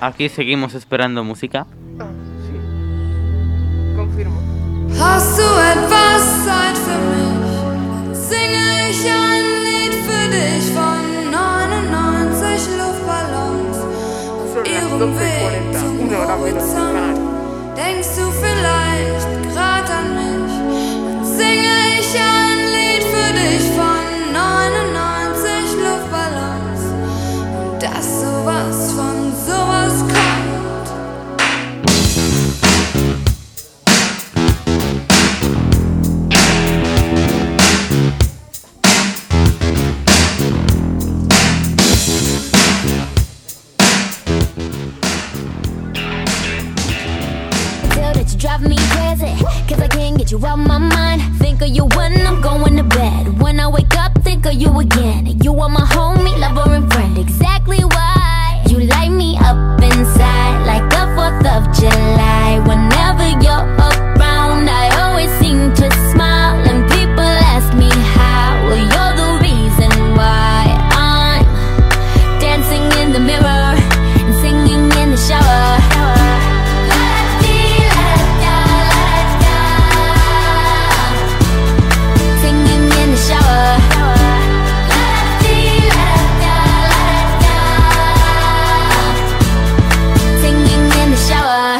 A: Aquí seguimos esperando música.
M: Hast du etwas Zeit für mich? Singe ich ein Lied für dich von 99 Luftballons auf ihrem Weg zum Horizont. Denkst du vielleicht gerade an ich ein Lied für dich von 99 Luftballons. Und dass sowas von sowas kommt.
N: feel that you drive me crazy. Cause I can't get you out my mind. Think of you when I'm going to bed. When I wake up, think of you again. You are my homie, lover, and friend. Exactly why you light me up inside like the 4th of July. Whenever you're around, I always seem to smile. And people ask me how. Well, you're the reason why I'm dancing in the mirror and singing in the shower. Singing in the shower. Singing in the shower.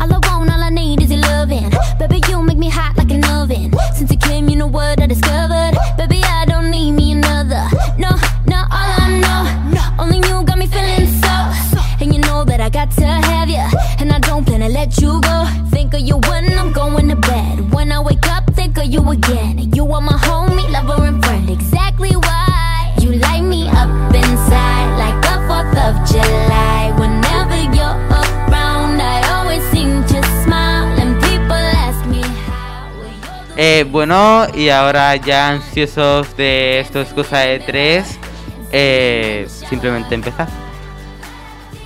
N: All I want, all I need is your loving. Baby, you make me hot like an oven. Since you came, you know what I discovered. Baby, I don't need me another. No, no, all I know. Only you got me feeling so. And you know that I got to have you. And I don't plan to let you go. Think of you when I'm going to bed. When I wake up, think of you again. You are my homie, lover, and friend. Exactly why you light me up inside like the 4th of July. Whenever you're around, I always seem to smile. And people ask me
A: Eh, bueno, y ahora ya ansiosos de esto es cosa de tres, eh, simplemente empezar.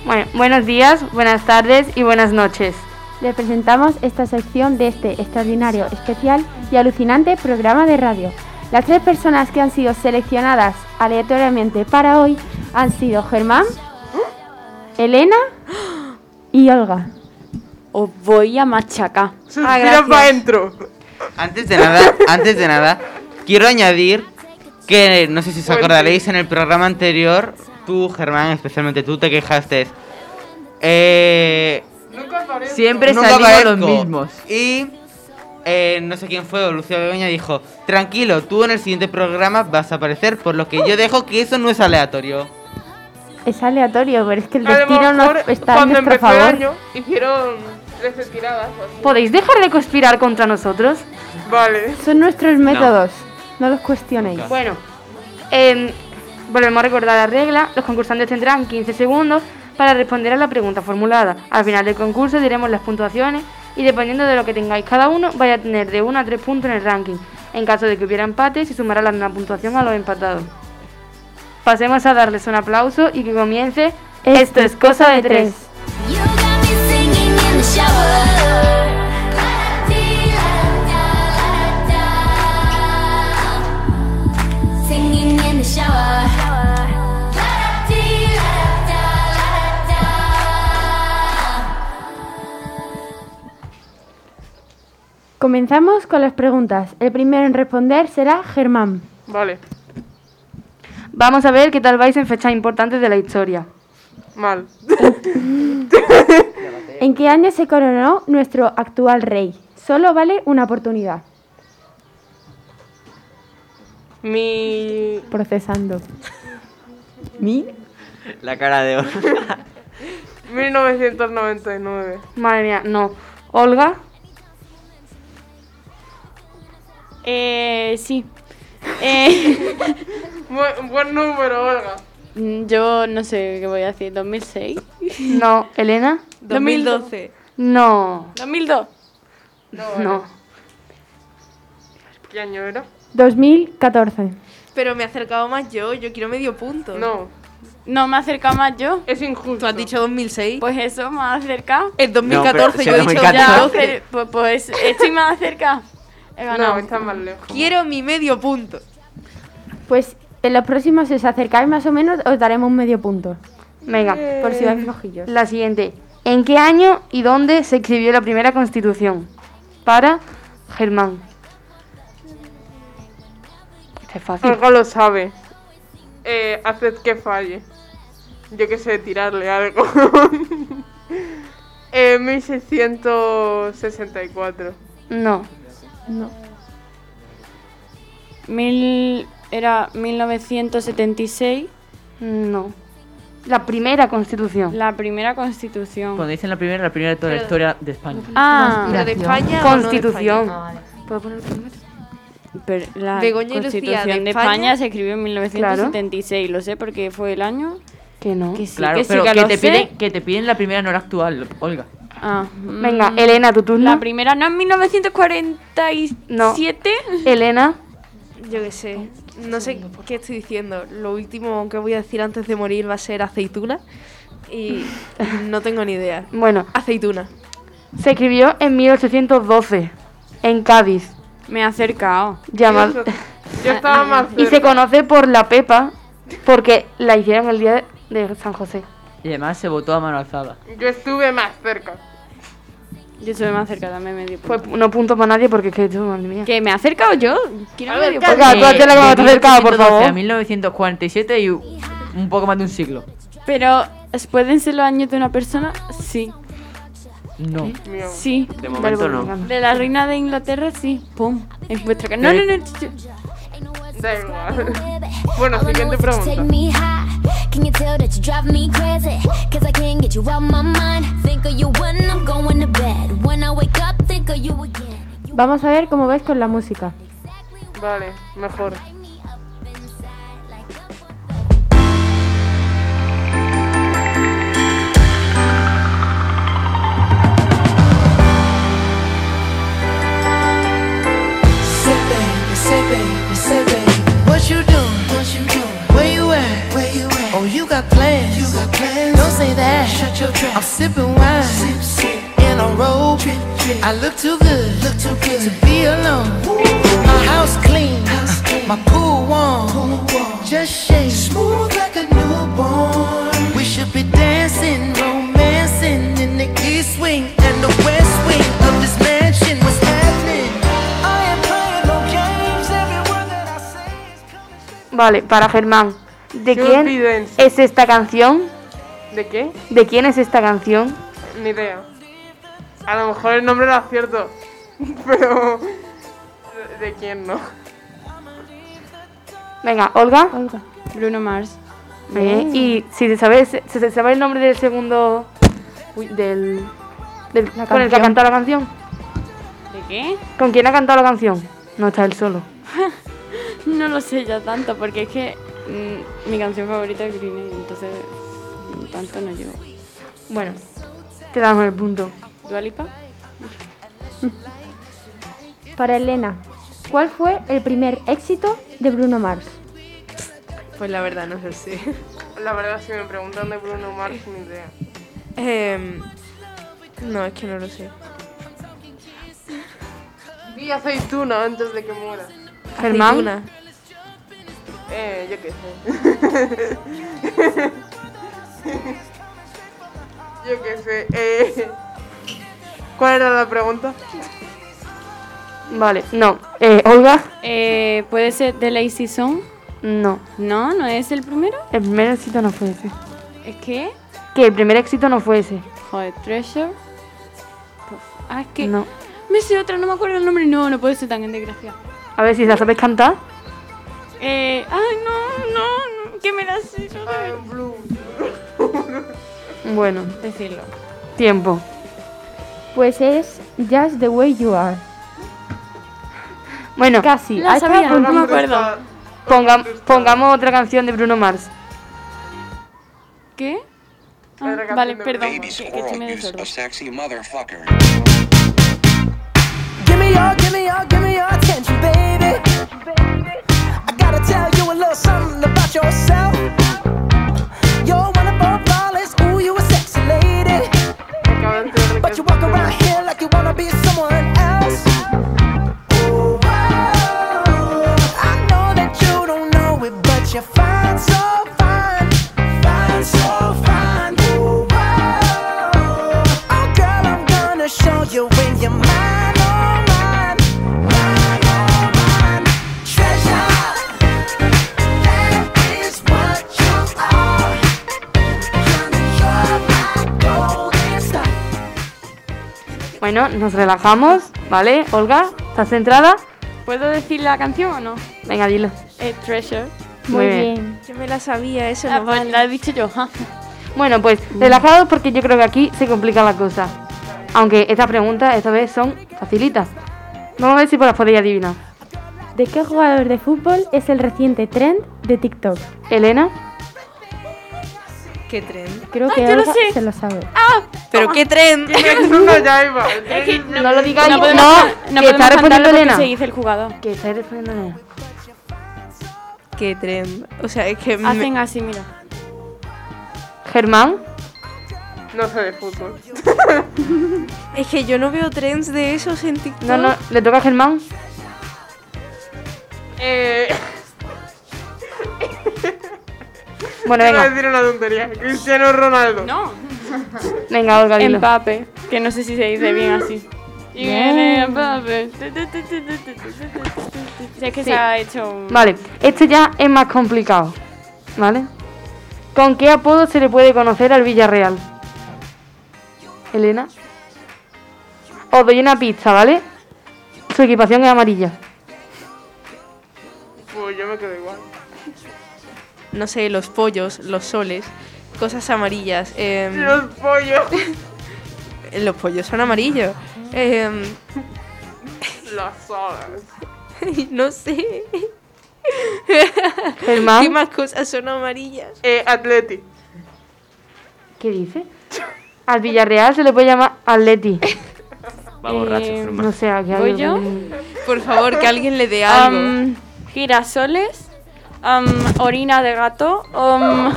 O: Bueno, buenos días, buenas tardes y buenas noches.
G: Les presentamos esta sección de este extraordinario, especial y alucinante programa de radio. Las tres personas que han sido seleccionadas aleatoriamente para hoy han sido Germán,
F: ¿Mm?
G: Elena y Olga.
D: Os voy a machacar. Ah,
A: gracias. pa' Antes de nada, antes de nada, quiero añadir que no sé si os acordaréis en el programa anterior, tú Germán, especialmente tú te quejaste. Eh,
C: Siempre
A: nunca
C: salimos los
A: aparezco.
C: mismos.
A: Y eh, no sé quién fue, o Lucía Begoña dijo, tranquilo, tú en el siguiente programa vas a aparecer, por lo que yo dejo que eso no es aleatorio.
G: Es aleatorio, pero es que el
F: A lo
G: destino no
F: mejor,
G: está a
F: cuando
G: nuestro
F: empezó el
G: favor.
F: año, hicieron 13 tiradas. o así.
O: ¿Podéis dejar de conspirar contra nosotros?
F: Vale.
G: Son nuestros métodos, no, los cuestionéis.
O: Bueno, em, volvemos a recordar la regla. Los concursantes tendrán 15 segundos para responder a la pregunta formulada. Al final del concurso diremos las puntuaciones y dependiendo de lo que tengáis cada uno, vais a tener de 1 a 3 puntos en el ranking. En caso de que hubiera empate, se sumará la misma puntuación a los empatados. Pasemos a darles un aplauso y que comience. Esto es cosa de tres.
N: singing in the shower. Singing in the shower.
G: Comenzamos con las preguntas. El primero en responder será Germán.
F: Vale.
O: Vamos a ver qué tal vais en fechas importantes de la historia.
F: Mal.
G: ¿En qué año se coronó nuestro actual rey? Solo vale una oportunidad.
F: Mi.
G: Procesando.
C: ¿Mi?
E: La cara de oro.
F: 1999.
O: Madre mía, no. Olga,
D: Eh, sí. Eh,
F: buen, buen número, Olga.
D: mm, yo no sé qué voy a decir, 2006.
O: no. Elena,
D: 2012.
O: No.
D: 2002.
O: No.
F: ¿Qué año era?
G: 2014.
B: Pero me he acercado más yo, yo quiero medio punto.
F: No.
D: No me acerca más yo.
F: Es injusto.
B: Tú has dicho 2006.
D: Pues eso, más cerca.
B: Es
F: No, pero
B: 2014,
F: si
B: yo he
F: es
B: dicho
F: 2014.
B: 2012.
D: Pero, pues, pues, estoy más cerca. He ganado.
F: No, está más lejos.
B: Quiero mi medio punto.
G: Pues en los próximos, si os acercáis más o menos, os daremos un medio punto.
O: Venga,
G: Por si vais flojillos.
O: Eh. La siguiente. ¿En qué año y dónde se escribió la primera constitución? Para Germán. Esta es fácil.
F: Olga lo sabe. Eh, haced que falle. Yo qué sé, tirarle algo. eh, 1664.
O: No.
G: No.
D: Mil, era 1976.
O: No. La primera constitución.
D: La primera constitución.
C: Cuando dicen la primera, la primera de toda la
D: Pero-
C: historia de España.
D: Ah, ¿pero de España o no de
O: Constitución.
D: España? Ah,
O: ¿Puedo poner primero?
D: Pero la
O: Begoña y Lucía,
D: Constitución
O: ¿de
D: de,
O: España?
D: España? se escribió en 1976, lo sé porque fue el año.
O: Que no.
D: Que sí,
C: Claro,
D: que sí,
C: pero
D: que
C: que,
D: lo
C: te
D: sé.
C: piden, que te piden la primera no era actual, Olga.
D: Ah,
O: Venga,
D: mm.
O: Elena, tu turno.
D: La primera no en 1947.
O: No. Elena.
B: Yo qué sé. No sé qué estoy diciendo. Lo último que voy a decir antes de morir va a ser aceituna. Y no tengo ni idea.
O: Bueno.
B: Aceituna.
O: Se escribió en 1812, en Cádiz.
D: Me ha acercado.
O: Llamad-
F: Yo estaba más
O: y se
F: cerca.
O: conoce por la Pepa, porque la hicieron el día de San José.
C: Y además se votó a mano alzada.
F: Yo estuve más cerca.
D: Yo estuve más cerca también, medio punto.
O: Pues no punto para nadie porque es que tú, madre mía.
D: ¿Que me ha acercado yo? Quiero medio punto.
O: Olga, tú hazte la que más te acercaba, por
C: 1812 A
O: favor.
C: 1947 y u- un poco más de un siglo.
D: Pero, ¿pueden ser los años de una persona? Sí.
C: No.
D: Sí.
C: De momento no.
D: De la reina de Inglaterra, sí. Pum. En vuestra cara. No,
F: Sí.
D: no, no. yo-
F: Da igual. Bueno, siguiente pregunta.
N: me high. Can you tell that you drive me crazy? Cause I can't get you out my mind. Think of you when I'm going to bed. When I wake up, think of you again.
G: Vamos a ver cómo vais con la música.
F: Vale, mejor.
K: Say baby, say baby, say baby, what you doing? What you doing? Where you at? Where you at? Oh, you got plans? You got plans? Don't say that. Shut your trap. I'm sipping wine. Sip, sip. In a robe. Trip, trip. I look too good. Look too good to be alone. My house clean. House clean. My pool warm. Pool warm. Just shake. Smooth like a newborn. We should be dancing, romancing in the east wing and the west wing of this mansion. What's happening? I am playing no games. Every word that I say.
O: Vale, para Germán. ¿De
F: Yo
O: quién
F: pido en-
O: es esta canción?
F: ¿De qué?
O: ¿De quién es esta canción?
F: Ni idea. A lo mejor el nombre lo acierto. Pero. ¿de- ¿De quién no?
O: Venga, Olga.
D: Bruno Mars.
O: Ve,
D: Mm.
O: Y si te sabes, si te sabes el nombre del segundo. uy, del. del- con el que ha
D: canción.
O: cantado la canción.
D: ¿De qué?
O: ¿Con quién ha cantado la canción? No está él solo.
D: No lo sé ya tanto, porque es que mm, mi canción favorita es Green Day, entonces mm, tanto no llevo.
O: Bueno, te damos el punto.
D: ¿Dualipa?
G: Para Elena, ¿cuál fue el primer éxito de Bruno Mars?
B: Pues la verdad no lo sé.
F: La verdad, si me preguntan de Bruno Mars, ni idea.
B: Em, no, es que no lo sé.
F: Vi aceituna antes de que muera.
O: Germán.
B: Aceituna.
F: Eh, yo qué sé. yo qué sé. Eh, ¿Cuál era la pregunta?
O: Vale, no. Eh, Olga.
D: Eh, ¿Puede ser The Lazy Song?
O: No.
D: No, no es el primero.
O: El primer éxito no fue ese.
D: Es que.
O: Que el primer éxito no fue ese.
D: Joder, Treasure. Pues, Ah, es que.
O: No.
D: Me sé otra, no me acuerdo el nombre. No, no puede ser tan en desgracia.
O: A ver si la sabes cantar.
D: Eh, ay, no, no, no, que me la sé yo.
F: Blue.
O: Bueno,
D: Decirlo.
O: tiempo.
G: Pues es Just the Way You Are.
O: Bueno,
G: Casi,
D: Ah,
G: La ha estado sabía, a no me punto. acuerdo.
O: Ponga- pongamos otra canción de Bruno Mars.
D: ¿Qué? Ah,
O: Otra canción
D: vale,
O: de
D: perdón.
O: Baby
D: Que, que estoy medio sorda.
K: Give me your, give me your, give me your attention, baby. I gotta tell you a little something about yourself. You're one of our flawless, ooh, you a sexy lady. But you walk around here like you wanna be someone else. Ooh, whoa. I know that you don't know it, but you're fine, so fine, fine, so fine. Ooh, whoa. Oh, girl, I'm gonna show you when you're mine, oh mine, mine, oh mine. Treasure, that is what you are. Honey, you're my golden star.
O: Bueno, nos relajamos, ¿vale? Olga, ¿estás centrada?
D: ¿Puedo decir la canción o no?
O: Venga, dilo.
D: Eh, Treasure.
O: Muy Muy bien. bien.
B: Yo me la sabía, eso
D: Ah,
B: no
D: pues
B: vale.
D: la he dicho yo. ja.
O: Bueno, pues
G: Mm.
O: relajados porque yo creo que aquí se complica la cosa. Aunque estas preguntas esta vez son facilitas. Vamos a ver si las podéis adivinar.
G: ¿De qué jugador de fútbol es el reciente trend de TikTok?
O: Elena.
B: ¿Qué tren?
G: Creo
B: Ah,
G: que
B: yo lo
G: Olga
B: sé.
G: se lo sabe.
B: ¿Pero qué tren?
O: No lo digáis. que
D: No podemos, no podemos
O: está respondiendo
D: cantarlo porque
O: Elena.
D: se dice el jugador.
O: Que está respondiendo Elena.
B: ¿Qué tren? O sea, es que... me-
D: Hacen así, mira.
O: Germán.
F: No sé de fútbol.
B: Es que yo no veo trends de esos en TikTok.
O: No, no, le toca a Germán.
F: Eh,
O: Bueno,
F: iba a
O: venga.
F: decir una tontería. Cristiano Ronaldo.
D: No.
O: Venga, Olga, dilo.
D: Empape, Em, que no sé si se dice bien así. Y
O: Bien.
D: viene Empape. Si es que
O: Sí.
D: se ha hecho un...
O: Vale, este ya es más complicado. ¿Vale? ¿Con qué apodo se le puede conocer al Villarreal? Elena. Os doy una pista, ¿vale? Su equipación es amarilla.
F: Pues yo me quedo igual.
B: No sé, los pollos, los soles, cosas amarillas. em,
F: Los pollos.
B: los pollos son amarillos. Em,
F: Las olas.
B: no sé.
O: Germán.
B: ¿Qué más cosas son amarillas?
F: Eh, Atleti.
O: ¿Qué dice? Al Villarreal se le puede llamar Atleti.
E: Va borracho,
D: Eh,
E: Germán.
O: No sé, aquí hay
D: ¿Voy yo?
O: algún-
B: Por favor, que alguien le dé algo.
D: Am, girasoles, am, orina de gato, am,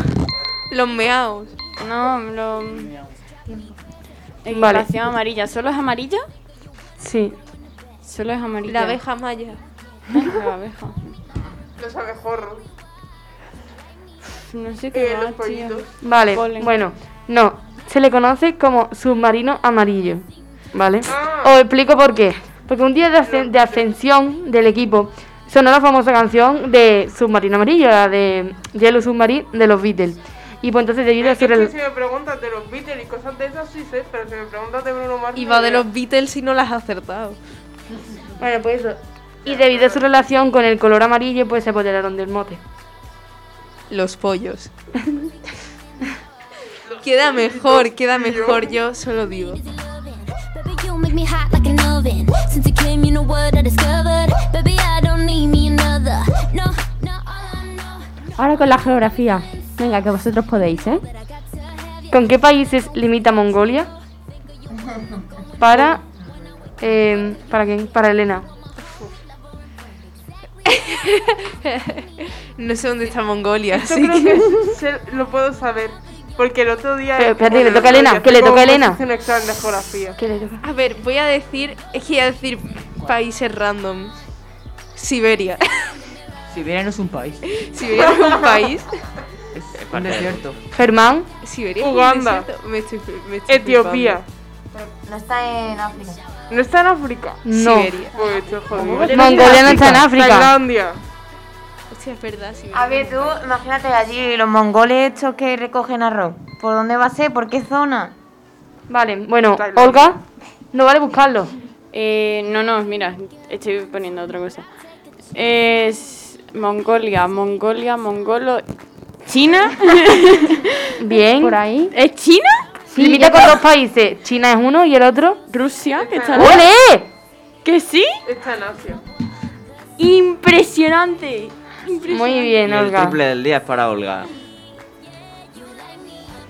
B: los meaos.
D: No, lo... Equipación
O: Vale.
D: amarilla. ¿Solo es amarilla?
O: Sí.
D: Solo es amarilla.
B: La abeja
D: Ah,
B: maya.
D: La abeja.
F: Los abejorros.
D: No sé qué
F: Eh, los
D: más, tío.
F: pollitos.
O: Vale,
D: Polen.
O: bueno, no. Se le conoce como submarino amarillo. ¿Vale? Os explico por qué. Porque un día de, ascen- de ascensión del equipo sonó la famosa canción de Submarino Amarillo, la de Yellow Submarine de los Beatles. Y pues entonces debido a
F: Es
O: su...
F: que
O: rel-
F: si me preguntas de los Beatles y cosas de esas sí sé, pero si me preguntas de Bruno Mars...
B: Y
F: no
B: va de
F: idea.
B: los Beatles y no las has acertado.
O: Bueno, pues eso. Y debido a su relación con el color amarillo, pues se apoderaron del mote.
B: Los pollos. queda mejor, queda mejor, yo solo digo.
N: Baby, you make me hot like an oven. Since you came, you know what I discovered. Baby, I don't need me another. No, no,
G: Ahora con la geografía. Venga, que vosotros podéis, ¿eh?
O: ¿Con qué países limita Mongolia? Para... eh, ¿Para quién? Para Elena.
B: No sé dónde está Mongolia,
F: Esto
B: así
F: creo
B: que...
F: que se- lo puedo saber. Porque el otro día...
O: Pero espérate, que le
F: bueno,
O: toca a
F: el otro
O: Elena,
F: día
O: que le
F: tengo
O: toca a
F: un-
O: Elena.
F: hice un examen de geografía.
O: ¿Qué le toca?
B: A ver, voy a decir... Es que iba a decir países random. Siberia.
C: Siberia no es un país.
B: ¿Siberia es un país?
C: Es un desierto.
O: Germán.
B: ¿Siberia es un
F: Uganda.
B: desierto? Me estoy, me estoy
F: Etiopía.
J: No está en África.
F: ¿No está en África?
O: No.
B: Siberia.
F: Pues estoy jodido.
O: Mongolia no está en África.
F: Tailandia.
B: flipando. Hostia, es verdad, Siberia.
J: A ver, tú, imagínate allí los mongoles estos que recogen arroz. ¿Por dónde va a ser? ¿Por qué zona?
O: Vale, bueno,
F: Tailandia.
O: Olga, no vale buscarlo.
D: Eh, no, no, mira, estoy poniendo otra cosa. Es Mongolia, Mongolia, Mongolo... ¿China?
O: Bien.
G: Por ahí.
D: ¿Es China?
G: Sí,
O: Limita
G: yo-
O: con dos países. China es uno y el otro.
D: ¿Rusia? ¿Que está en-
O: ¡Ole!
D: ¿Que sí?
F: Está en Asia.
D: ¡Impresionante! Impresionante.
O: Muy
E: Y
O: bien,
E: el
O: Olga.
E: triple del día es para Olga.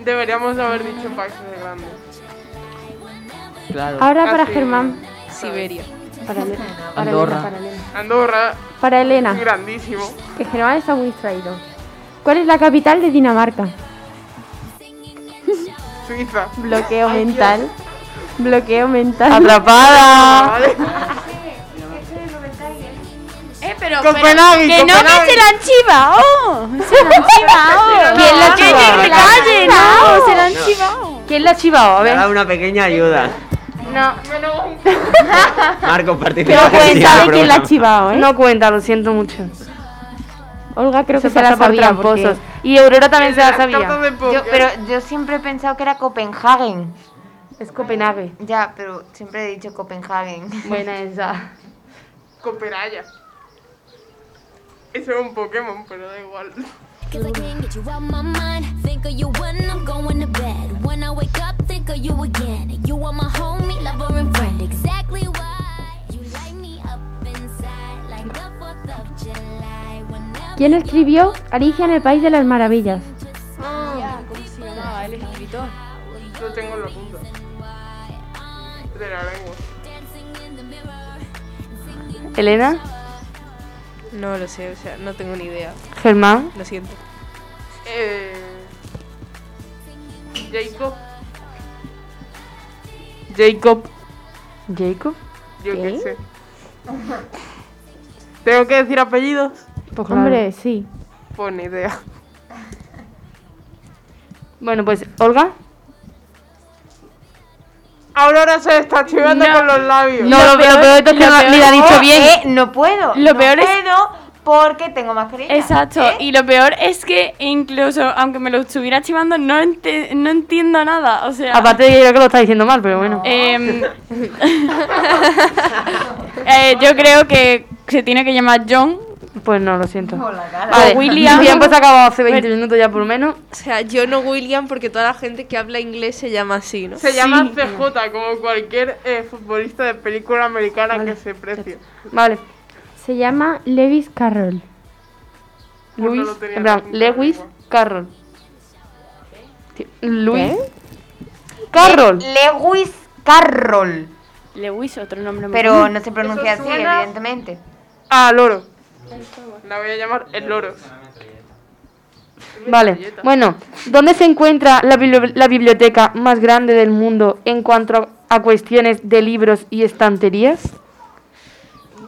F: Deberíamos haber dicho países de grandes.
C: Claro.
G: Ahora
B: Ah,
G: para
F: Casi.
G: Germán.
B: Siberia.
O: Para Elena, para
C: Andorra.
O: Elena, para Elena.
F: Andorra,
G: Para Elena.
F: grandísimo.
G: Que Germán está muy distraído. ¿Cuál es la capital de Dinamarca?
F: Suiza.
G: Bloqueo mental. Bloqueo mental.
O: ¡Atrapada!
F: Vale.
D: Eh, pero,
F: Copenhague,
D: que no,
F: Copenhague.
D: que se la han chivado. Se la han chivado.
O: ¿Quién la ha
D: Que
O: chivado?
D: se calle, no, se la han
E: No.
D: chivado.
O: ¿Quién la ha chivado? A
E: Me ha
O: ver.
E: dado una pequeña ayuda.
D: oh.
O: No,
E: Marco, participa.
G: Pero
E: en el
G: pues sabe quién la ha
E: programa.
G: chivado, ¿eh?
O: no cuenta, lo siento mucho.
G: Olga creo
O: Se
G: que se la
O: pasa por
G: sabía porque-
O: tramposos. Y Aurora también se la
F: Cartas
O: sabía.
F: de póker.
J: Yo, pero yo siempre he pensado que era Copenhagen.
O: Es Copenhague.
J: Ya, pero siempre he dicho Copenhagen.
O: Buena esa.
F: con Peraya. Eso es un Pokémon, pero da igual.
N: Cause I can't get you out my mind. Think of you when I'm going to bed. When I wake up, think of you again. You are my homie, lover, and friend. Exactly why you light me up inside like the 4th of July. Whenever
G: ¿Quién escribió Alicia en el País de las Maravillas?
F: Ah, ¿Cómo se llamaba el escritor? Lo tengo en la punta. De la lengua.
O: Elena,
B: No lo sé, o sea, no tengo ni idea.
O: Germán.
B: Lo siento.
F: Eh, Jacob. Jacob.
O: Jacob.
F: Yo qué sé. ¿Tengo que decir apellidos?
G: Hombre, sí.
F: Pues ni idea.
O: Bueno, pues Olga.
F: Aurora se está chivando
O: No.
F: con los labios.
O: No, lo- lo peor de todo es que no- ni lo ha dicho bien.
J: Eh, no puedo.
D: Lo
J: no
D: peor es-
J: puedo porque tengo mascarilla.
D: Exacto,
J: ¿eh?
D: y lo peor es que incluso aunque me lo estuviera chivando, no, ente- no entiendo nada. O sea,
O: Aparte de que yo creo que lo está diciendo mal, pero bueno.
D: em, eh, yo creo que se tiene que llamar John.
O: Pues no, lo siento.
D: Vale. William.
O: El tiempo se ha acabado hace 20 minutos ya por lo menos.
B: O sea, yo no William porque toda la gente que habla inglés se llama así, ¿no?
F: Se llama CJ, como cualquier eh, futbolista de película americana que se precie.
O: Vale.
G: Se llama Lewis Carroll.
O: Luis, en plan, Lewis Carroll. Ti- Luis. Carroll.
J: Lewis Carroll.
D: Lewis, otro nombre muy
J: Pero
D: común.
J: no se pronuncia
F: Eso
J: así,
F: suena-
J: evidentemente.
F: Ah, loro. La voy a llamar el loro.
O: Vale. Bueno, ¿dónde se encuentra la, bibli- la biblioteca más grande del mundo en cuanto a, a cuestiones de libros y estanterías?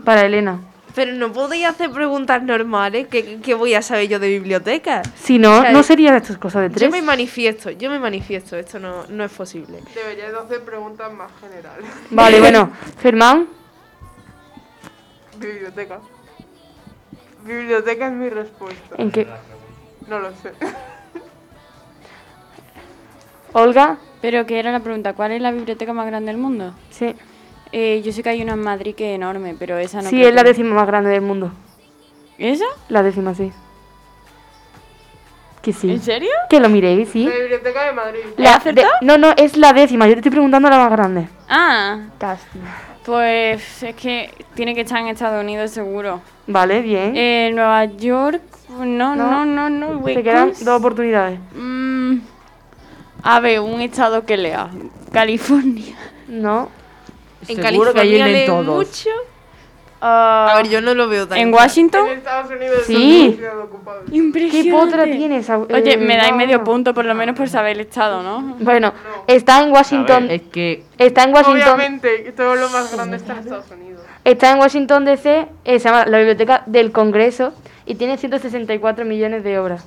O: Para Elena.
B: Pero no podéis hacer preguntas normales, ¿qué, qué voy a saber yo de biblioteca?
O: Si no,
B: O sea,
O: no serían estas cosas de
B: Yo
O: tres.
B: me manifiesto, yo me manifiesto, esto no, no es posible.
F: Deberías de hacer preguntas más generales.
O: Vale, bueno, Germán,
F: Biblioteca. Biblioteca es mi respuesta.
O: ¿en qué?
F: No lo sé.
O: Olga.
D: Pero que era la pregunta, ¿cuál es la biblioteca más grande del mundo?
O: Sí.
D: Eh, yo sé que hay una en Madrid que es enorme, pero esa no
O: sí,
D: creo
O: es la
D: que-
O: décima más grande del mundo.
D: ¿Esa?
O: La décima, sí. Que sí.
D: ¿En serio?
O: Que lo miréis, sí.
F: La biblioteca de Madrid.
O: La de- no, no, es la décima. Yo te estoy preguntando la más grande.
D: Ah.
G: Casi.
D: Pues es que tiene que estar en Estados Unidos seguro.
O: Vale, bien.
D: Eh, Nueva York. No, no, no, no.
O: Te
D: Wisconsin.
O: quedan dos oportunidades.
D: Mm, a ver, un estado que lea. California.
O: No.
B: En California leen mucho.
O: a
B: ver, yo no lo veo tan
D: ¿En
B: claro.
D: Washington?
F: En Estados Unidos
O: Ah. Sí. son demasiado
D: Impresionante.
O: ¿Qué potra tienes, au-
D: Oye,
O: eh,
D: me dais
O: no,
D: medio
O: no.
D: punto por lo menos por saber el estado, ¿no?
O: Bueno, está en Washington.
C: Es que.
O: Está en Washington.
F: Obviamente, todo lo más grande está en Estados Unidos.
O: Está en Washington DC. eh, se llama la Biblioteca del Congreso. Y tiene 164 millones de obras.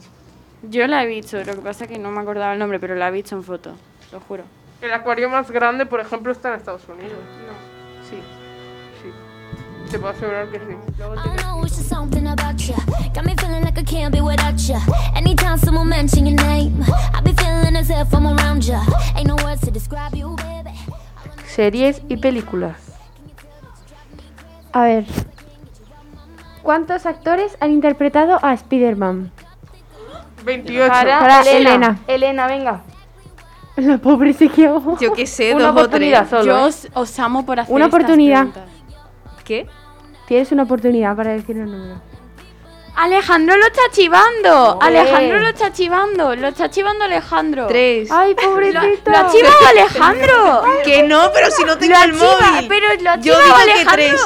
D: Yo la he visto, lo que pasa es que no me acordaba el nombre, pero la he visto en foto, lo juro.
F: El acuario más grande, por ejemplo, está en Estados Unidos. No. Sí. Sí. Te puedo asegurar que sí. Luego
B: Ah,
F: te-
N: know it's just something about you. Got me feeling like I can't be without you. Anytime someone mention your name, I be feeling as if I'm around you. Ain't no words to describe you, baby.
O: Series y películas.
G: A ver. ¿Cuántos actores han interpretado a Spider-Man?
F: 28.
G: Para Elena.
O: Elena, venga.
G: La pobre se quedó.
B: Yo qué sé,
O: Una
B: dos o tres.
O: oportunidad solo,
D: Yo
O: ¿eh?
D: os, os amo por hacer
G: Una
D: estas
G: oportunidad.
D: preguntas.
B: ¿Qué?
G: Tienes una oportunidad para decir el número.
D: Alejandro lo está chivando.
G: Joder.
D: Alejandro lo está chivando. Lo está chivando Alejandro.
B: Tres.
G: Ay,
D: Lo,
G: pobrecita.
D: lo ha chivado Alejandro.
B: Que no, pero si no tengo
D: Lo ha
B: el
D: chiva-
B: móvil.
D: Pero lo ha
B: Yo
D: chivado
B: digo que
D: Alejandro.
B: tres.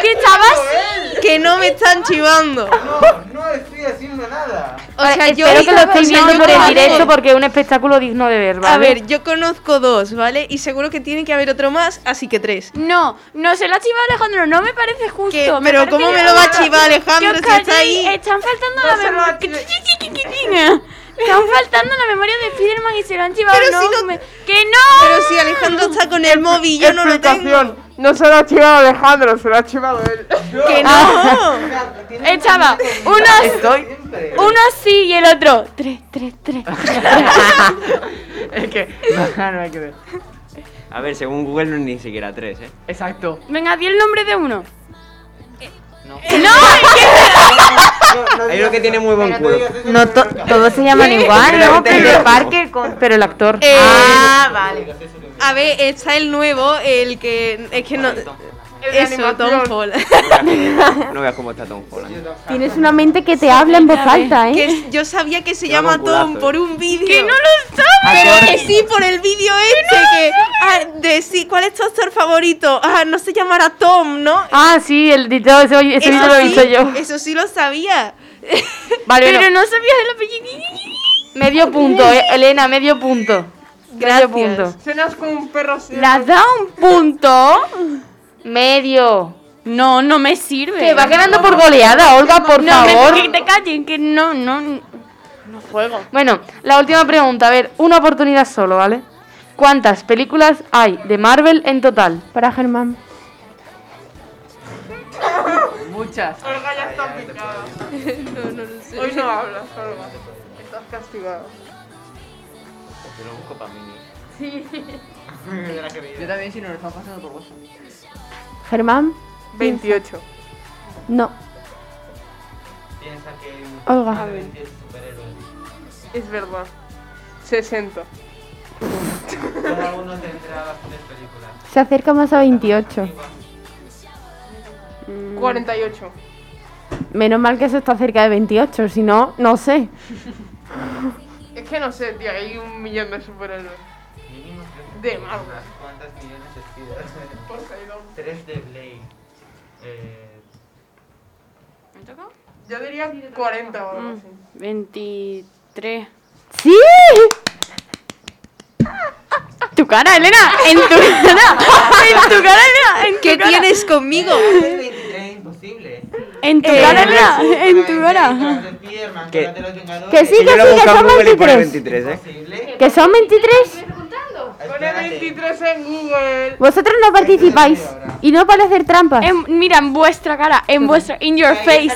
D: ¿Qué estabas?
F: ¿eh?
B: Que no me están chivando.
P: No estoy haciendo nada.
B: O sea, yo
O: Espero que lo
B: estaba-
O: estéis
B: o sea,
O: viendo
B: yo
O: por el
B: conozco-
O: directo porque es un espectáculo digno de ver, ¿vale?
B: A ver, yo conozco dos, ¿vale? Y seguro que tiene que haber otro más, así que tres.
D: No, no se lo ha chivado Alejandro. No me parece justo.
B: ¿Qué?
D: me
B: Pero
D: parece
B: ¿cómo me lo va a
D: injusto.
B: chivar Alejandro
D: Que os
B: si está
D: calléis,
B: ahí?
D: Están faltando la memoria. Están faltando la memoria de Spiderman y se lo han chivado.
B: Pero
D: no,
B: si no-
D: me- ¡Que no!
B: Pero si Alejandro está con el móvil, yo no lo tengo.
F: Explicación. No se lo ha chivado Alejandro, se lo ha chivado él.
B: Que
C: Ah.
B: no.
D: Echaba unos, uno sí y el otro. Tres, tres, tres.
C: Es que. Ah, No, no hay que ver.
E: A ver, según Google no es ni siquiera tres, ¿eh?
C: Exacto.
D: Venga, di el nombre de uno. Eh,
A: No.
E: Hay uno que tiene muy buen culo.
Q: No, to- todos se llaman
B: Sí.
Q: igual,
B: Pero
Q: ¿no?
B: te
Q: Peter
B: digo.
Q: Parker, con- pero el actor.
B: Ah, vale. A ver, está el nuevo, el que. Es que no. Eso, Tom Holland.
E: No veas cómo está Tom Holland.
G: Tienes una mente que te habla en voz alta, ¿eh?
B: Que yo sabía que se llama
E: un culazo,
B: Tom
E: eh.
B: por un vídeo. ¡Que no
D: lo
B: sabes! Pero que sí, por el vídeo este. que, ah, de sí, ¿cuál es tu actor favorito? Ah, no se llamará Tom, ¿no?
O: Ah, sí, el editado, ese, ese vídeo lo he visto
B: sí,
O: yo.
B: Eso sí lo sabía.
O: Vale, bueno,
D: no sabía el apellido.
O: medio punto, eh, Elena, medio punto. Medio punto.
F: Cenas con un perro ciego.
D: ¿La da un punto?
O: Medio.
D: No, no me sirve.
O: Que va ganando por goleada, Olga, por
D: no,
O: favor.
D: Me, que te callen, que no, no. No juego.
O: Bueno, la última pregunta, a ver, una oportunidad solo, ¿vale? ¿Cuántas películas hay de Marvel en total?
G: Para Germán.
C: Muchas.
F: Olga ya está picada. no, no lo sé. Hoy no hablas, Olga. Estás castigada.
E: Te lo busco para mí.
F: Sí.
C: Yo también, si nos
A: ¡Eh!
C: lo estamos pasando por WhatsApp.
G: Germán.
F: 28.
G: No.
P: Piensa que.
G: Olga.
F: A ver. Es verdad. 60.
P: Cada uno tendrá bastantes películas.
G: Se acerca más a 28.
F: 48.
G: Menos mal que eso está cerca de 28, si no, no sé.
F: Es que no sé, tío, hay un millón de superhéroes. De Marvel.
P: ¿Cuántas millones de Spider-Man? Tres de Blade. Eh,
F: Yo diría 40 o algo así.
D: 23.
G: ¡Sí!
D: Tu cara, Elena, en tu cara, en tu cara, Elena, en tu
B: ¿Qué
D: cara.
B: tienes conmigo?
P: Es imposible.
D: En tu
P: Eh,
D: cara,
P: sí.
D: Elena, en tu cara.
E: Que,
G: Que sí, que
E: yo lo
G: sí, que
E: he buscado
G: son
E: en Google y pone
G: 23.
E: 23, ¿eh?
G: ¿Que son 23?
F: Pone 23 en Google.
G: Vosotros no participáis. Y no para hacer trampas.
D: En- mira, en vuestra cara, en vuestra, in your face.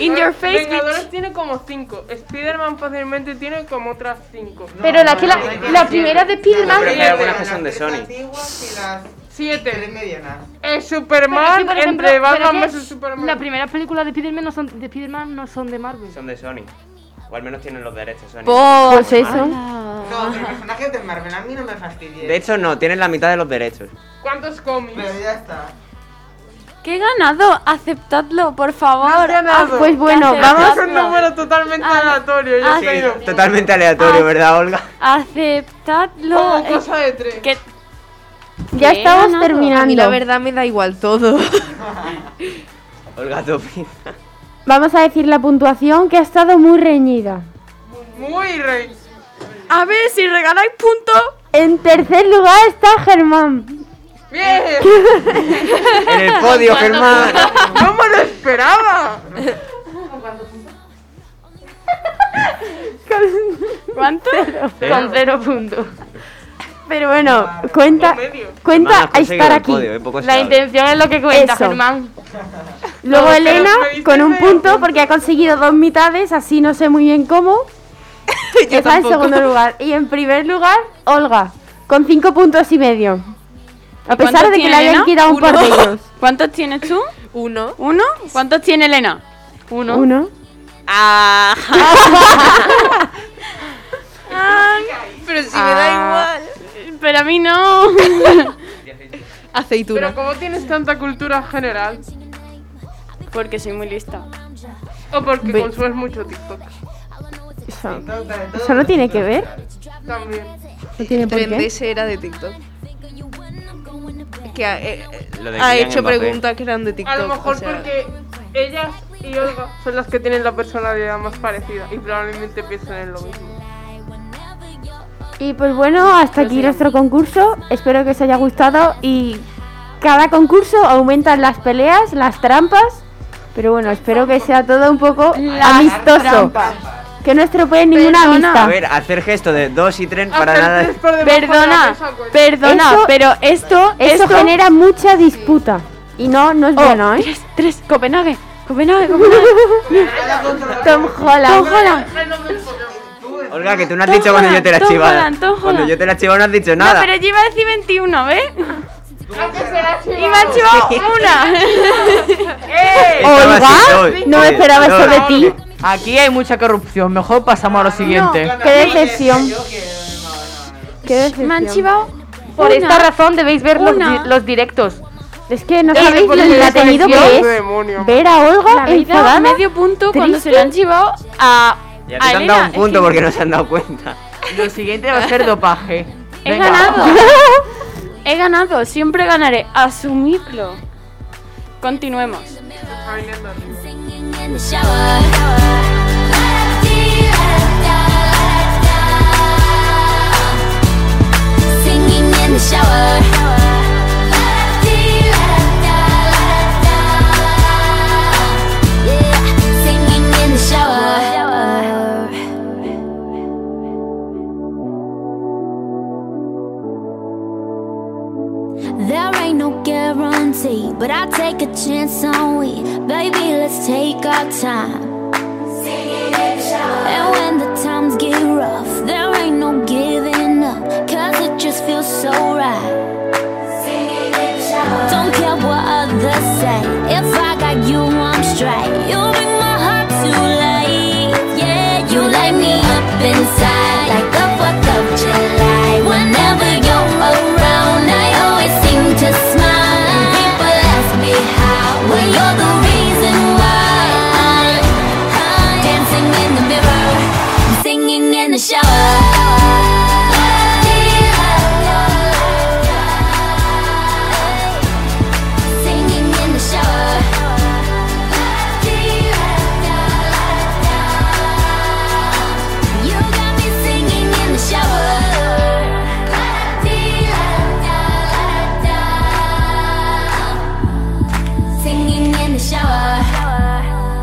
D: In your face,
F: Vengadores
D: bitch.
F: tiene como 5. Spider-Man fácilmente tiene como otras 5.
O: Pero la que la, la primera de Spiderman...
E: Pero que hay algunas que son de Sony.
F: Siete. Tres
P: medianas.
F: Es
O: Pero es que,
F: Superman
O: por ejemplo,
F: entre
O: pero
F: Batman
O: es que
F: vs Superman.
O: Las primeras películas de Spiderman no son de Spiderman no son de Marvel.
E: Son de Sony. O al menos tienen los derechos Sony.
O: Oh,
G: Pues eso.
P: No, pero personajes de Marvel a mí no me fastidies.
E: De hecho, no, tienen la mitad de los derechos.
F: ¿Cuántos cómics?
P: Pero ya está.
D: ¿Qué he ganado? Aceptadlo, por favor. Ah,
G: pues bueno,
F: Es
G: vamos.
F: un número totalmente aleatorio.
D: ah,
F: Yo sé.
E: Totalmente
O: Ah.
E: aleatorio, ¿verdad, Olga?
D: Aceptadlo.
B: Oh,
F: Como cosa de tres.
D: Que-
G: Ya
D: ¿Qué he
G: estamos
D: ganado?
G: terminando.
B: A mí la verdad me da igual todo.
E: Olga, ¿tú opinas?
G: Vamos a decir la puntuación que ha estado muy reñida.
F: Muy rey.
D: A ver si regaláis puntos.
G: En tercer lugar está Germán.
F: Bien.
E: En el podio, Germán.
F: No me lo esperaba.
D: ¿Cuánto?
G: Con
O: cero puntos.
G: Pero bueno, cuenta,
E: Germán,
G: cuenta
E: has
G: a
E: conseguido
G: estar
E: el
G: aquí.
E: podio, ¿eh? Poco se
O: La
E: habla.
O: intención es lo que cuenta,
G: Eso.
O: Germán.
G: Luego
O: Pero
G: Elena
O: me diste
G: con un
O: medio
G: punto porque ha conseguido dos mitades, así no sé muy bien cómo. Está en
O: tampoco.
G: segundo lugar. Y en primer lugar, Olga, con cinco puntos y medio. A pesar de que le hayan quitado un par de ellos.
D: ¿Cuántos tienes tú?
B: Uno.
D: ¿Uno? ¿Cuántos tiene Elena? Uno. Ah.
G: Uno.
B: Pero si me
D: Ah,
B: da igual.
D: igual. Pero a mí no.
F: Pero
B: Aceituna.
F: ¿cómo tienes tanta cultura general?
D: Porque soy muy lista.
F: O porque
D: Ve-
F: consumes mucho TikTok.
G: Eso, Ah. eso no tiene que ver.
F: También.
G: No tiene por
B: Tren de
G: qué.
B: ese era de TikTok. Que ha, eh, eh,
E: Lo de
B: ha
E: Kylian
B: hecho
E: Mbappé.
B: preguntas que eran de TikTok.
F: A lo mejor
B: o sea,
F: porque ellas y Olga son las que tienen la personalidad más parecida y probablemente piensen en lo mismo.
G: Y pues bueno, hasta aquí nuestro concurso. Espero que os haya gustado y cada concurso aumentan las peleas, las trampas. Pero bueno, espero que sea todo un poco amistoso. Que no estropeéis ninguna amistad.
E: A ver, hacer gesto de 2 y 3 para nada.
D: Perdona, perdona,
G: Eso-
D: pero esto,
G: Eso
D: esto
G: genera mucha disputa. Y no, no es
D: Oh,
G: bueno, ¿eh?
D: Tres, tres, Copenhague, Copenhague, Copenhague.
G: Tom Holland.
D: Tom Holland.
E: Olga, que tú no has
D: Tom
E: dicho cuando yo te la
D: Holland, Tom
E: chivaba.
D: Holland, Tom
E: Cuando
D: Holland.
E: yo te la chivaba no has dicho
D: No,
E: nada.
D: pero yo iba a decir 21, ¿ves?
F: Y
D: me ha chivado una.
C: ¿Olga?
G: No me esperaba eso de ti.
C: Aquí hay mucha corrupción. Mejor pasamos a lo siguiente.
G: Qué decepción. Qué decepción.
O: Me han chivado. Por esta razón debéis ver los, di- los directos.
G: Es que no
O: Ey,
G: sabéis
O: por la
G: lo entretenido que
O: selección.
G: es
O: Demonio.
G: ver a Olga
D: Me ha dado
G: enfadada.
D: medio punto cuando se
G: triste.
D: lo han chivado a.
E: Y
D: a
E: aquí te han
D: Elena.
E: dado un
D: Es que-
E: punto porque no se han dado cuenta.
C: Lo siguiente va a ser dopaje.
D: He
C: Venga.
D: ganado. He ganado. Siempre ganaré. Asumidlo. Continuemos.
M: Singing in the shower. Singing in the shower.
N: There ain't no guarantee, but I take a chance on we. Baby, let's take our time. And when the times get rough, there ain't no giving up, cause it just feels so right. Don't care what others say, if I got you, I'm straight. You bring my heart to life, yeah, you light me up inside like the 4th of July. Whenever you're around, I always seem to smile. People ask me how, well, you're the reason why I'm, I'm dancing in the mirror, singing in the shower. Singing in the shower. You got me singing in the shower. Singing in the shower.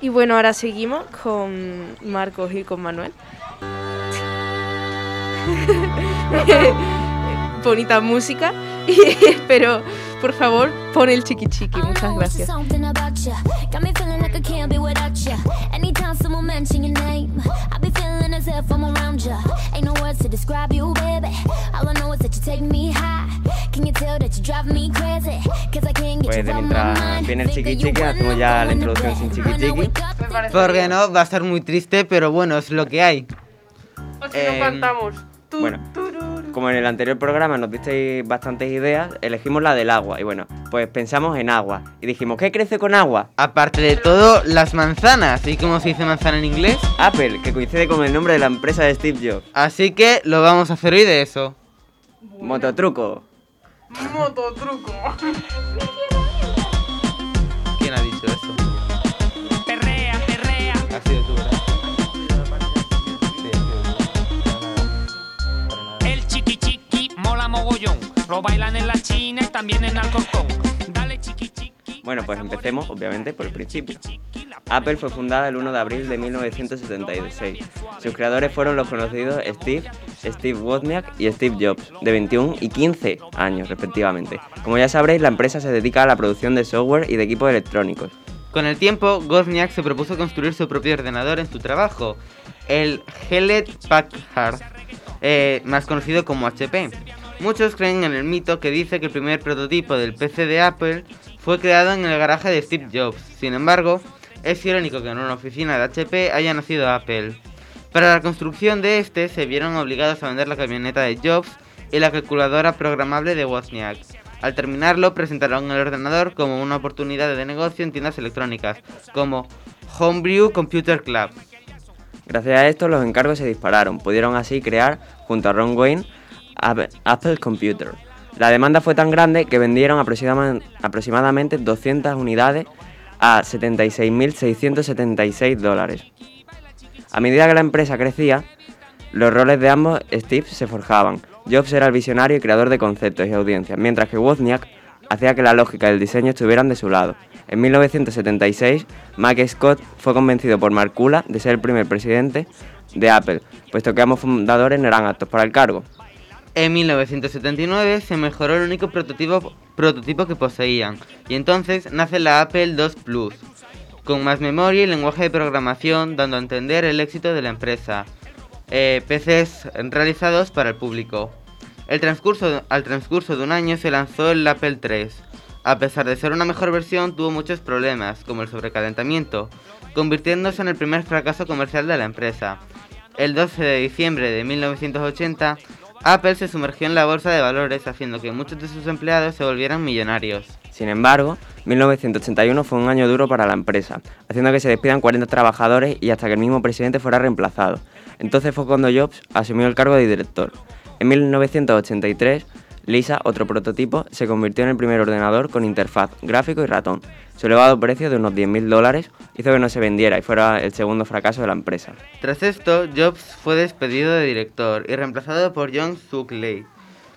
B: Y bueno, ahora seguimos con Marcos y con Manuel. Bonita música, pero por favor pon el chiqui chiqui, muchas gracias.
N: Something about ya got me feeling like I can't be without ya. Anytime someone mention your name, I be feeling as if I'm around ya. Ain't no words to describe you, baby. All I know is that you take me high. Can you tell that you drive me crazy? Cause I can't get
E: Pues
N: you
E: de
N: out my mind.
E: mientras viene el chiqui chiqui, hacemos ya la introducción sin chiqui chiqui.
A: Porque no, va a estar muy triste, pero bueno, es lo que hay.
F: O si no
E: Em,
F: cantamos. Tú,
E: bueno.
F: tururú.
E: Como en el anterior programa nos disteis bastantes ideas, elegimos la del agua. Y bueno, pues pensamos en agua. Y dijimos, ¿qué crece con agua?
A: Aparte de todo, las manzanas. ¿Y cómo se dice manzana en inglés?
E: Apple, que coincide con el nombre de la empresa de Steve Jobs.
A: Así que lo vamos a hacer hoy de eso.
E: Mototruco.
F: Mototruco.
A: ¿Quién ha dicho eso?
F: Perrea, perrea.
A: Ha sido tú, ¿verdad?
R: El chiqui chiqui mola mogollón. Lo bailan en la China y también en Alcorcón. Dale chiqui chiqui.
E: Bueno, pues empecemos, obviamente, por el principio. Apple fue fundada el 1 de abril de 1976. Sus creadores fueron los conocidos Steve, Steve Wozniak y Steve Jobs, de 21 y 15 años, respectivamente. Como ya sabréis, la empresa se dedica a la producción de software y de equipos electrónicos.
A: Con el tiempo, Gozniak se propuso construir su propio ordenador en su trabajo, el Hewlett Packard, eh, más conocido como HP. Muchos creen en el mito que dice que el primer prototipo del PC de Apple fue creado en el garaje de Steve Jobs. Sin embargo, es irónico que en una oficina de HP haya nacido Apple. Para la construcción de este, se vieron obligados a vender la camioneta de Jobs y la calculadora programable de Wozniak. Al terminarlo, presentaron el ordenador como una oportunidad de negocio en tiendas electrónicas, como Homebrew Computer Club.
E: Gracias a esto, los encargos se dispararon. Pudieron así crear, junto a Ron Wayne, App- Apple Computer. La demanda fue tan grande que vendieron aproxima- aproximadamente 200 unidades a 76.676 dólares. A medida que la empresa crecía, los roles de ambos Steve se forjaban. Jobs era el visionario y creador de conceptos y audiencias, mientras que Wozniak hacía que la lógica y el diseño estuvieran de su lado. En 1976, Mac Scott fue convencido por Marcula de ser el primer presidente de Apple, puesto que ambos fundadores no eran aptos para el cargo.
A: En 1979 se mejoró el único prototipo, prototipo que poseían, y entonces nace la Apple II Plus, con más memoria y lenguaje de programación, dando a entender el éxito de la empresa. Eh, PCs realizados para el público. El transcurso, al transcurso de un año se lanzó el Apple III. A pesar de ser una mejor versión, tuvo muchos problemas, como el sobrecalentamiento, convirtiéndose en el primer fracaso comercial de la empresa. El 12 de diciembre de 1980, Apple se sumergió en la bolsa de valores, haciendo que muchos de sus empleados se volvieran millonarios.
E: Sin embargo, 1981 fue un año duro para la empresa, haciendo que se despidan 40 trabajadores y hasta que el mismo presidente fuera reemplazado. Entonces fue cuando Jobs asumió el cargo de director. En 1983, Lisa, otro prototipo, se convirtió en el primer ordenador con interfaz, gráfico y ratón. Su elevado precio de unos 10.000 dólares hizo que no se vendiera y fuera el segundo fracaso de la empresa.
A: Tras esto, Jobs fue despedido de director y reemplazado por John Suckley,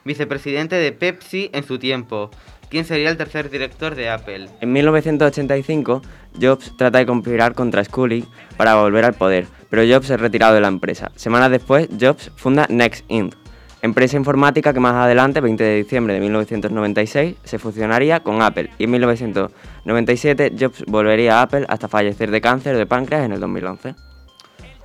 A: vicepresidente de Pepsi en su tiempo, quien sería el tercer director de Apple.
E: En 1985, Jobs trata de conspirar contra Scully para volver al poder, pero Jobs es retirado de la empresa. Semanas después, Jobs funda Next Inc., empresa informática que más adelante, 20 de diciembre de 1996, se fusionaría con Apple y en 1997 Jobs volvería a Apple hasta fallecer de cáncer de páncreas en el 2011.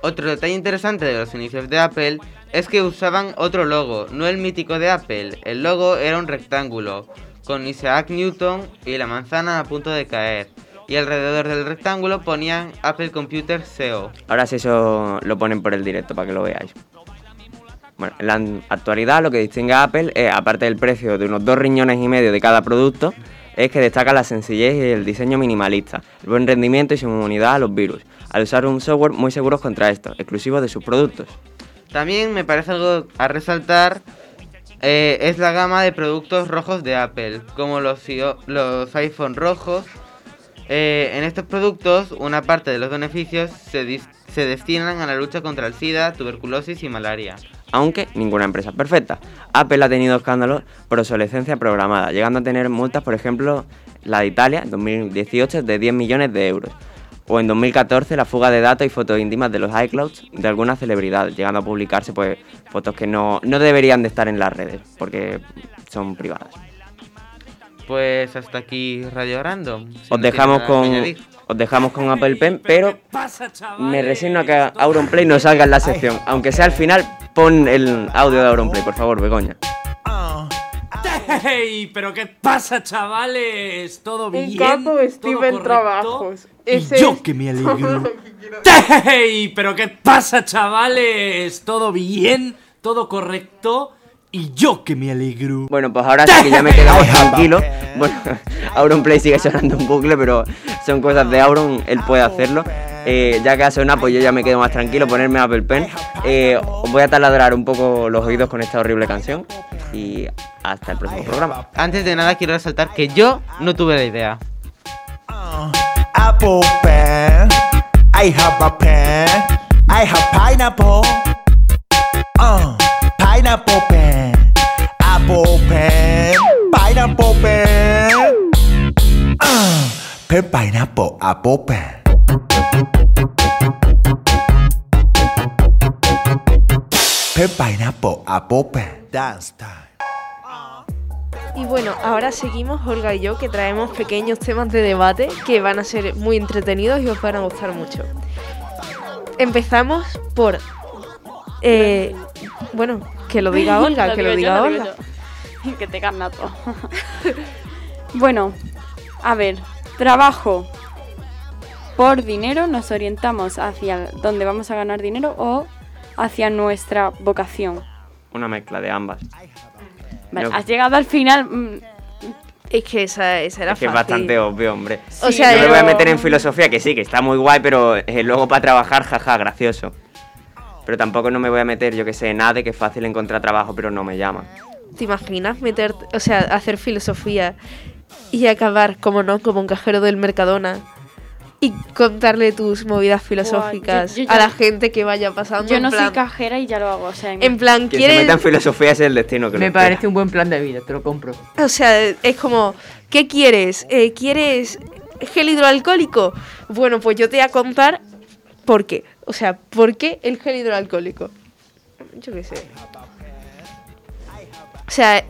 A: Otro detalle interesante de los inicios de Apple es que usaban otro logo, no el mítico de Apple. El logo era un rectángulo, con Isaac Newton y la manzana a punto de caer. Y alrededor del rectángulo ponían Apple Computer CO.
E: Ahora sí eso lo ponen por el directo para que lo veáis. Bueno, en la actualidad lo que distingue a Apple, es, aparte del precio de unos dos riñones y medio de cada producto, es que destaca la sencillez y el diseño minimalista, el buen rendimiento y su inmunidad a los virus, al usar un software muy seguro contra estos, exclusivo de sus productos.
A: También me parece algo a resaltar eh, es la gama de productos rojos de Apple, como los, io- los iPhone rojos. Eh, en estos productos, una parte de los beneficios se, dis- se destinan a la lucha contra el SIDA, tuberculosis y malaria.
E: aunque ninguna empresa es perfecta. Apple ha tenido escándalos por obsolescencia programada, llegando a tener multas, por ejemplo, la de Italia en 2018 de 10 millones de euros, o en 2014 la fuga de datos y fotos íntimas de los iClouds de algunas celebridades, llegando a publicarse pues, fotos que no, no deberían de estar en las redes, porque son privadas.
A: Pues hasta aquí Radio Random. si no
E: Os
A: tiene
E: dejamos
A: nada que
E: con,
A: añadir.
E: os dejamos con Apple Pen, pero me resigno a que Auronplay no salga en la sección, aunque sea al final, pon el audio de Auronplay, por favor, Begoña.
S: ¡Hey! ¿Pero qué pasa, chavales? ¿Todo bien?
F: Un capo
S: ¿Todo
F: Steven
S: correcto?
F: Trabajos. Ese
S: yo
F: es
S: que me
F: todo
S: alegro.
F: lo que quiero
S: ¡Hey! ¿Pero qué pasa, chavales? ¿Todo bien? ¿Todo correcto? Y yo que me alegro.
E: Bueno, pues ahora sí que ya me he quedado tranquilo. Bueno, Auron Play sigue sonando un bucle, pero son cosas de Auron, él puede hacerlo. Eh, ya que ha sonado, pues yo ya me quedo más tranquilo, ponerme Apple Pen. Eh, os voy a taladrar un poco los oídos con esta horrible canción. Y hasta el próximo programa.
A: Antes de nada, quiero resaltar que yo no tuve la idea.
T: Apple pen. I have a pen. I have pineapple. Uh, pineapple pen. Apple pen. Pineapple pen. Uh, pen pineapple apple pen. Pen pineapple apple pen. Dance time.
B: Y bueno, ahora seguimos Olga y yo que traemos pequeños temas de debate que van a ser muy entretenidos y os van a gustar mucho. Empezamos por... eh, bueno, que lo diga Olga, que lo
D: digo
B: diga
D: yo,
B: Olga.
D: digo yo. que te gana todo. bueno, a ver, trabajo. Por dinero nos orientamos hacia dónde vamos a ganar dinero o hacia nuestra vocación.
E: Una mezcla de ambas.
D: Vale,
E: Yo-
D: has llegado al final. mm,
B: Es que esa, esa era
E: Es que es
B: fácil.
E: bastante obvio, hombre.
B: O sea,
E: yo me voy a
B: yo-
E: meter en filosofía, que sí, que está muy guay, pero eh, luego para trabajar, jaja, gracioso. Pero tampoco no me voy a meter, yo que sé, nada de que es fácil encontrar trabajo, pero no me llama.
B: ¿Te imaginas meter, o sea, hacer filosofía y acabar, como no, como un cajero del Mercadona y contarle tus movidas filosóficas
D: yo ya-
B: a la gente que vaya pasando?
D: yo
B: en
D: no soy
B: plan-
D: cajera y ya lo hago. O sea,
B: En plan,
E: Quien se
B: ¿quieres...?
E: meta en filosofía es el destino que lo
C: Me
E: espera.
C: parece un buen plan de vida, te lo compro.
B: O sea, es como, ¿Qué quieres? Eh, ¿Quieres gel hidroalcohólico? Bueno, pues yo te voy a contar por qué. O sea, ¿por qué el gel hidroalcohólico? Yo qué sé. O sea,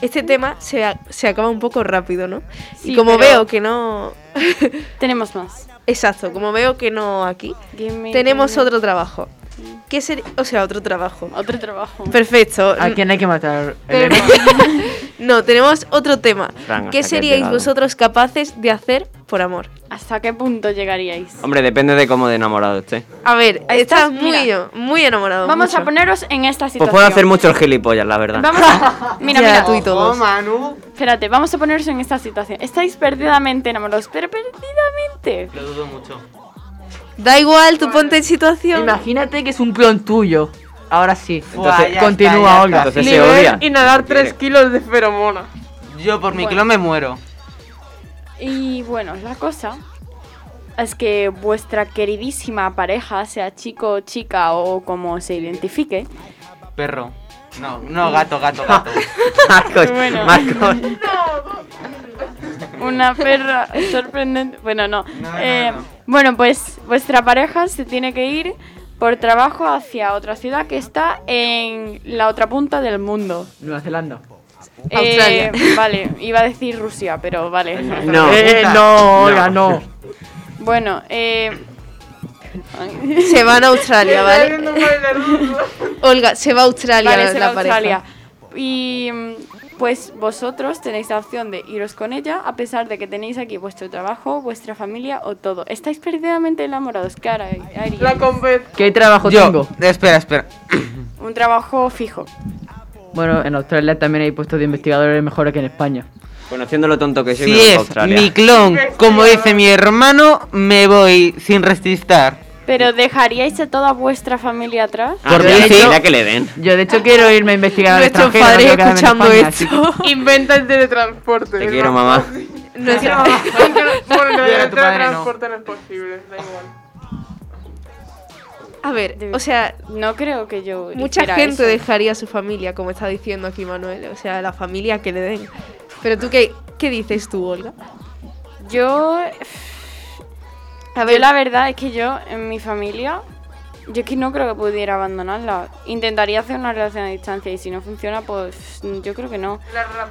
B: este tema se, a- se acaba un poco rápido, ¿no?
D: Sí,
B: y como
D: pero-
B: veo que no...
D: Tenemos más.
B: Exacto, como veo que no aquí,
D: Give me-
B: tenemos
D: give me-
B: otro trabajo. ¿Qué sería? O sea, otro trabajo.
D: Otro trabajo.
B: Perfecto.
C: ¿A quién hay que matar?
B: Pero- no, tenemos otro tema.
E: Fran,
B: ¿Qué
E: hasta que has
B: seríais
E: llegado.
B: vosotros capaces de hacer por amor?
D: ¿Hasta qué punto llegaríais?
E: Hombre, depende de cómo de enamorado esté. Pues
B: A ver, estás muy,
D: mira.
B: muy enamorado.
D: Vamos
B: mucho.
D: a poneros en esta situación.
E: Pues puedo hacer muchos gilipollas, la verdad.
D: Vamos a... Mira,
B: Ya,
D: mira.
B: tú y todos.
D: Ojo, Manu. Espérate, vamos a poneros en esta situación. Estáis perdidamente enamorados, pero perdidamente.
A: Lo dudo mucho.
B: Da igual, tú ponte en situación.
C: Imagínate que es un clon tuyo. Ahora sí.
A: Buah,
C: Entonces,
A: ya está,
C: continúa,
A: ya
C: Olga.
A: está. Entonces se odia.
F: Y nadar 3 kilos de feromona.
A: Yo por mi
D: Bueno.
A: clon me muero.
D: Y bueno, la cosa es que vuestra queridísima pareja, sea chico o chica o como se identifique,
A: Perro. No, no, gato, gato, gato.
E: Marcos,
D: Bueno.
E: Marcos.
D: una perra sorprendente. Bueno, no.
A: no,
D: Eh,
A: no.
D: Bueno, pues vuestra pareja se tiene que ir por trabajo hacia otra ciudad que está en la otra punta del mundo.
C: Nueva Zelanda.
D: Eh, vale, iba a decir Rusia, pero vale.
C: No. Eh, no, Olga, no.
D: Bueno, eh...
B: Se van a Australia, ¿vale? Olga, se va a Australia
D: Vale,
B: la,
D: se
B: la
D: va a
B: pareja.
D: Australia. Y mm, pues vosotros tenéis la opción de iros con ella a pesar de que tenéis aquí vuestro trabajo, vuestra familia o todo. Estáis perdidamente enamorados. ¿Qué hará- haríais?
C: ¿Qué trabajo
A: Yo,
C: tengo?
A: Espera, espera.
D: Un trabajo fijo.
C: Bueno, en Australia también hay puestos de investigadores mejores que en España.
E: Conociendo lo tonto que soy, me
A: Si
E: voy a
A: es
E: Australia.
A: mi clon, como dice mi hermano, me voy sin resistar.
D: ¿Pero dejaríais a toda vuestra familia atrás?
A: Ah,
E: Por
C: Yo,
E: mí
C: de
E: sí,
C: hecho-
E: ya que le den.
C: Yo de hecho quiero irme a investigar al
B: Nuestros
C: extranjero.
B: padres
C: no quiero quedarme en
B: escuchando
C: España, así
B: esto.
F: Inventa el teletransporte.
E: Te quiero, mamá.
B: Nuestra-
F: Bueno,
A: Llega
F: el
A: tu padre, no.
F: teletransporte no. es posible, da igual.
B: A ver, o sea,
D: No creo que yo.
B: mucha
D: hiciera
B: gente
D: eso.
B: dejaría a su familia, como está diciendo aquí Manuel. O sea, la familia que le den. Pero tú, ¿qué, qué dices tú, Olga?
D: Yo.
B: A
D: ver. la verdad es que yo, en mi familia, yo es que no creo que pudiera abandonarla. Intentaría hacer una relación a distancia y si no funciona, pues yo creo que no.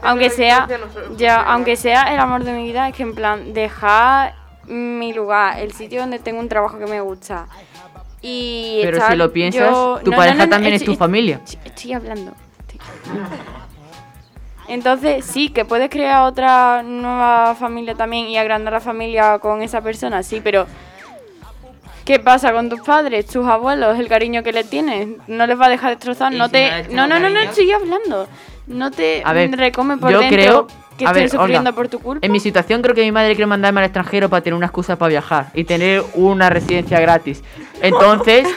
D: Aunque
F: a
D: sea,
F: distancia no suele
D: ya,
F: funcionar.
D: aunque sea el amor de mi vida, es que en plan, dejar mi lugar, el sitio donde tengo un trabajo que me gusta. Y
C: Pero
D: estar
C: si lo piensas,
D: yo-
C: tu
D: no, no,
C: pareja
D: no, eh, no,
C: también es
D: estoy-
C: tu familia.
D: Estoy hablando. Entonces, sí, que puedes crear otra nueva familia también y agrandar la familia con esa persona, sí, pero ¿qué pasa con tus padres, tus abuelos, el cariño que le tienes? No les va a dejar destrozar,
C: ¿Y
D: no
C: si
D: te...
C: no les tengo
D: no, no, no, no,
C: cariño?
D: estoy hablando. No te
C: A ver,
D: recome por
C: yo
D: dentro
C: creo
D: que
C: a
D: estoy
C: ver, Olga,
D: sufriendo por tu culpa.
F: Em-
C: En mi situación creo que mi madre quiere mandarme al extranjero para tener una excusa para viajar y tener una residencia gratis. Entonces,